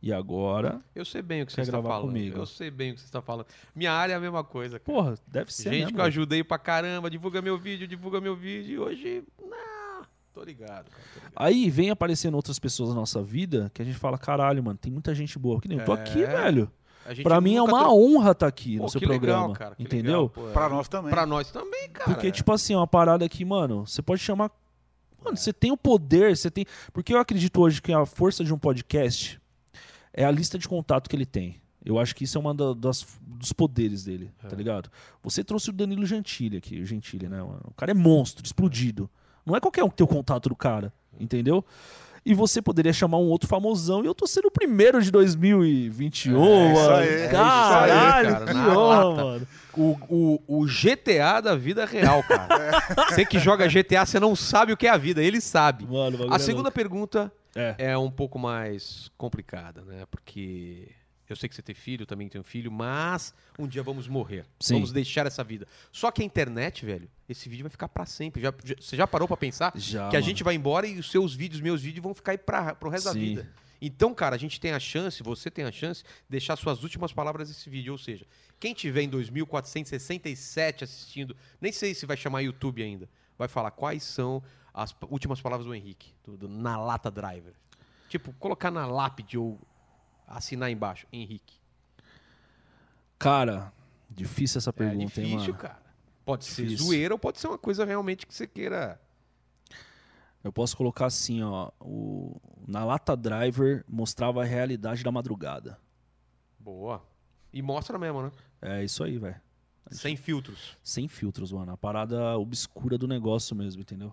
Speaker 2: E agora.
Speaker 1: Eu sei bem o que você
Speaker 2: Quer
Speaker 1: está
Speaker 2: gravar
Speaker 1: falando.
Speaker 2: comigo?
Speaker 1: Eu sei bem o que você está falando. Minha área é a mesma coisa. Cara.
Speaker 2: Porra, deve ser.
Speaker 1: Gente
Speaker 2: né,
Speaker 1: que eu
Speaker 2: mano?
Speaker 1: ajudei pra caramba, divulga meu vídeo, divulga meu vídeo. E hoje, não. Tô ligado, cara. Tô ligado.
Speaker 2: Aí vem aparecendo outras pessoas na nossa vida que a gente fala, caralho, mano, tem muita gente boa. Que nem eu tô aqui,
Speaker 1: É.
Speaker 2: velho.
Speaker 1: A gente
Speaker 2: Pra mim é
Speaker 1: nunca
Speaker 2: uma
Speaker 1: trocou-
Speaker 2: honra estar aqui
Speaker 1: Pô,
Speaker 2: no seu
Speaker 1: que legal,
Speaker 2: programa.
Speaker 1: cara, que
Speaker 2: entendeu?
Speaker 1: legal, pô, é.
Speaker 3: Pra nós né? também.
Speaker 1: Pra nós também, cara.
Speaker 2: Porque, tipo assim, é uma parada que, mano, você pode chamar.
Speaker 1: É.
Speaker 2: Mano, você tem o poder, você tem. Porque eu acredito hoje que a força de um podcast é a lista de contato que ele tem. Eu acho que isso é uma da- das, dos poderes dele,
Speaker 1: É.
Speaker 2: tá ligado? Você trouxe o Danilo Gentili aqui, o Gentili, né? mano? O cara é monstro, explodido. Não é qualquer um que tem o contato do cara,
Speaker 1: Hum.
Speaker 2: entendeu? E você poderia chamar um outro famosão, e eu tô sendo o primeiro de 2021,
Speaker 3: É isso
Speaker 2: mano.
Speaker 3: aí, é isso aí,
Speaker 2: Caralho,
Speaker 1: cara, na
Speaker 2: que honra,
Speaker 1: lata.
Speaker 2: mano.
Speaker 1: O, o, o GTA da vida é real, cara. Você que joga GTA, você não sabe o que é a vida, ele sabe.
Speaker 2: Mano, o bagulho
Speaker 1: A
Speaker 2: é
Speaker 1: segunda pergunta
Speaker 2: É.
Speaker 1: é um pouco mais complicada, né? Porque eu sei que você tem filho, eu também tenho filho, mas um dia vamos morrer.
Speaker 2: Sim.
Speaker 1: Vamos deixar essa vida. Só que a internet, velho, esse vídeo vai ficar pra sempre. Já- já- você já parou pra pensar
Speaker 2: Já,
Speaker 1: que a
Speaker 2: Ah, mano.
Speaker 1: gente vai embora e os seus vídeos, meus vídeos vão ficar aí pra, pro resto da
Speaker 2: Sim.
Speaker 1: vida. Então, cara, a gente tem a chance, você tem a chance, de deixar suas últimas palavras nesse vídeo. Ou seja, quem tiver em 2467 assistindo, nem sei se vai chamar YouTube ainda, vai falar quais são as p- últimas palavras do Henrique, do, do na lata driver. Tipo, colocar na lápide ou assinar embaixo, Henrique.
Speaker 2: Cara, difícil essa pergunta,
Speaker 1: é difícil,
Speaker 2: hein, mano?
Speaker 1: cara. Pode ser
Speaker 2: Difícil.
Speaker 1: zoeira ou pode ser uma coisa realmente que você queira.
Speaker 2: Eu posso colocar assim, ó. O... Na lata driver mostrava a realidade da madrugada.
Speaker 1: Boa. E mostra mesmo, né?
Speaker 2: É isso aí, velho.
Speaker 1: Sem filtros.
Speaker 2: Sem filtros, mano. A parada obscura do negócio mesmo, entendeu?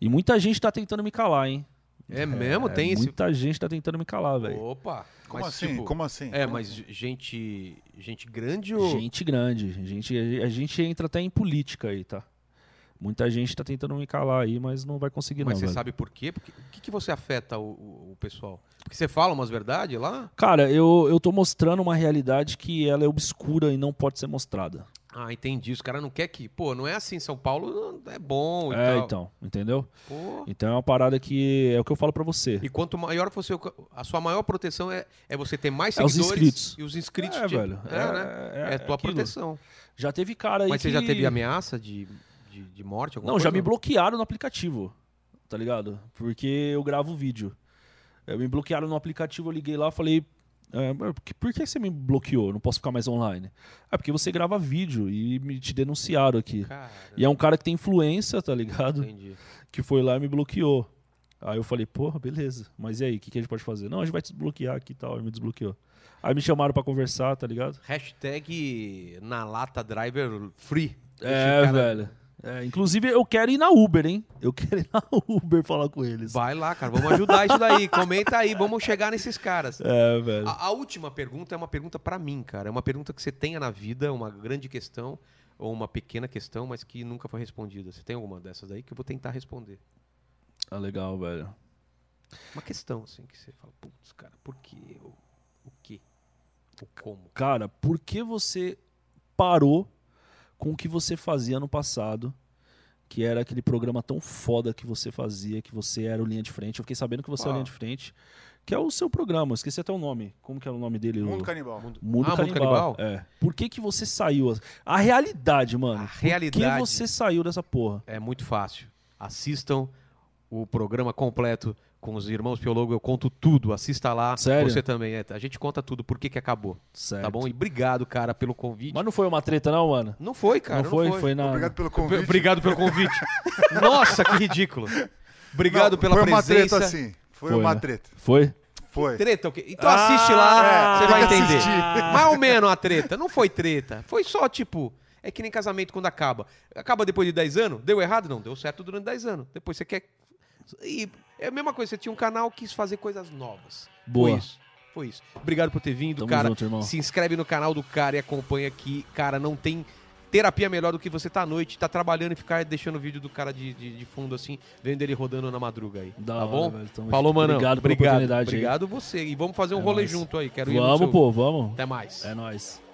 Speaker 2: E muita gente tá tentando me calar, hein?
Speaker 1: É, mesmo?
Speaker 2: É,
Speaker 1: Tem esse.
Speaker 2: muita gente tá tentando me calar, velho.
Speaker 1: Opa!
Speaker 3: Como
Speaker 1: mas,
Speaker 3: assim?
Speaker 1: tipo,
Speaker 3: Como assim?
Speaker 1: É, mas gente. Gente grande ou.
Speaker 2: Gente grande. Gente, a gente entra até em política aí, tá? Muita gente tá tentando me calar aí, mas não vai conseguir
Speaker 1: Mas
Speaker 2: não,
Speaker 1: você
Speaker 2: velho.
Speaker 1: sabe por quê? Porque, o que, que você afeta o, o- o pessoal? Porque você fala umas verdades lá?
Speaker 2: Cara, eu, eu tô mostrando uma realidade que ela é obscura e não pode ser mostrada.
Speaker 1: Ah, entendi. Os caras não querem que. Pô, não é assim. São Paulo é bom e
Speaker 2: é,
Speaker 1: tal.
Speaker 2: então, entendeu?
Speaker 1: Pô.
Speaker 2: Então é uma parada que é o que eu falo pra você.
Speaker 1: E quanto maior você. A sua maior proteção é, é você ter mais
Speaker 2: É os
Speaker 1: seguidores.
Speaker 2: inscritos.
Speaker 1: E os inscritos.
Speaker 2: É,
Speaker 1: te-
Speaker 2: velho.
Speaker 1: É, né? É, a tua
Speaker 2: aquilo.
Speaker 1: proteção.
Speaker 2: Já teve cara aí
Speaker 1: Mas você
Speaker 2: É que-
Speaker 1: já teve ameaça de, de, de morte?
Speaker 2: Não,
Speaker 1: Alguma coisa?
Speaker 2: já me bloquearam no aplicativo, tá ligado? Porque eu gravo vídeo. Eu me bloquearam no aplicativo, eu liguei lá falei... "É, mas por que- por que você me bloqueou? Eu Não posso ficar mais online. Ah, porque você grava vídeo e me te denunciaram aqui.
Speaker 1: Cara,
Speaker 2: E é um cara que tem influência, tá ligado?
Speaker 1: entendi.
Speaker 2: que foi lá e me bloqueou. Aí eu falei, porra, beleza, mas e aí, o que, que a gente pode fazer? Não, a gente vai te desbloquear aqui e tal, e me desbloqueou. Aí me chamaram pra conversar, tá ligado?
Speaker 1: Hashtag na lata driver free.
Speaker 2: É,
Speaker 1: Cara,
Speaker 2: velho. É, inclusive, eu quero ir na Uber, hein? Eu quero ir na Uber falar com eles.
Speaker 1: Vai lá, cara. Vamos ajudar isso daí. Comenta aí. Vamos chegar nesses caras.
Speaker 2: É, velho.
Speaker 1: A, a última pergunta é uma pergunta pra mim, cara. É uma pergunta que você tenha na vida, uma grande questão ou uma pequena questão, mas que nunca foi respondida. Você tem alguma dessas daí que eu vou tentar responder?
Speaker 2: Ah, legal, velho.
Speaker 1: Uma questão, assim, que você fala, putz, cara, por que eu? O quê? O como?
Speaker 2: Cara, por que você parou com o que você fazia no passado que era aquele programa tão foda que você fazia, que você era o linha de frente. Eu fiquei sabendo que você é o
Speaker 3: Qual?
Speaker 2: linha de frente, que é o seu programa. eu Esqueci até o nome. Como que era o nome dele?
Speaker 3: Mundo
Speaker 2: o...
Speaker 3: Canibal.
Speaker 2: Mundo
Speaker 1: Ah, Mundo
Speaker 2: Canibal. É. Por que que você saiu? A realidade, mano.
Speaker 1: A
Speaker 2: Por que
Speaker 1: realidade.
Speaker 2: você saiu dessa porra?
Speaker 1: É muito fácil. Assistam o programa completo com os irmãos Piologo. Eu conto tudo. Assista lá.
Speaker 2: Sério?
Speaker 1: Você também. É, a gente conta tudo. Por que, que acabou?
Speaker 2: Certo.
Speaker 1: Tá bom? E obrigado, cara, pelo convite.
Speaker 2: Mas não foi uma treta, não, mano?
Speaker 1: Não foi, cara.
Speaker 2: não foi? Foi na.
Speaker 3: Obrigado pelo
Speaker 1: P-
Speaker 3: convite.
Speaker 1: Obrigado pelo convite. Nossa, que ridículo. Obrigado
Speaker 3: Não,
Speaker 1: pela
Speaker 3: foi
Speaker 1: presença.
Speaker 3: Uma treta, assim. sim. Foi,
Speaker 2: Foi,
Speaker 3: uma
Speaker 2: né?
Speaker 3: treta.
Speaker 2: Foi?
Speaker 3: Foi. Ah,
Speaker 1: Treta, ok. Então assiste lá,
Speaker 3: é,
Speaker 1: você
Speaker 3: tem
Speaker 1: vai
Speaker 3: que
Speaker 1: entender.
Speaker 3: assistir.
Speaker 1: Mais ou menos a treta. Não foi treta. Foi só, tipo, é que nem casamento quando acaba. Acaba depois de 10 anos? Deu errado? Não, deu certo durante 10 anos. Depois você quer. E é a mesma coisa, você tinha um canal, quis fazer coisas novas.
Speaker 2: Boa.
Speaker 1: Foi isso. Foi isso. Obrigado por ter vindo,
Speaker 2: Tamo
Speaker 1: cara.
Speaker 2: junto, irmão.
Speaker 1: Se inscreve no canal do cara e acompanha aqui. Cara, não tem terapia melhor do que você tá à noite, tá trabalhando e ficar deixando o vídeo do cara de, de, de fundo assim, vendo ele rodando na madruga aí.
Speaker 2: Da
Speaker 1: tá
Speaker 2: hora,
Speaker 1: bom?
Speaker 2: velho, tamo
Speaker 1: Falou,
Speaker 2: junto.
Speaker 1: mano.
Speaker 2: Obrigado pela
Speaker 1: obrigado,
Speaker 2: oportunidade aí.
Speaker 1: Obrigado você. E vamos fazer um
Speaker 2: É
Speaker 1: rolê
Speaker 2: nóis.
Speaker 1: junto aí. Quero ir no
Speaker 2: Vamos,
Speaker 1: seu.
Speaker 2: pô, vamos.
Speaker 1: Até mais.
Speaker 2: É nóis.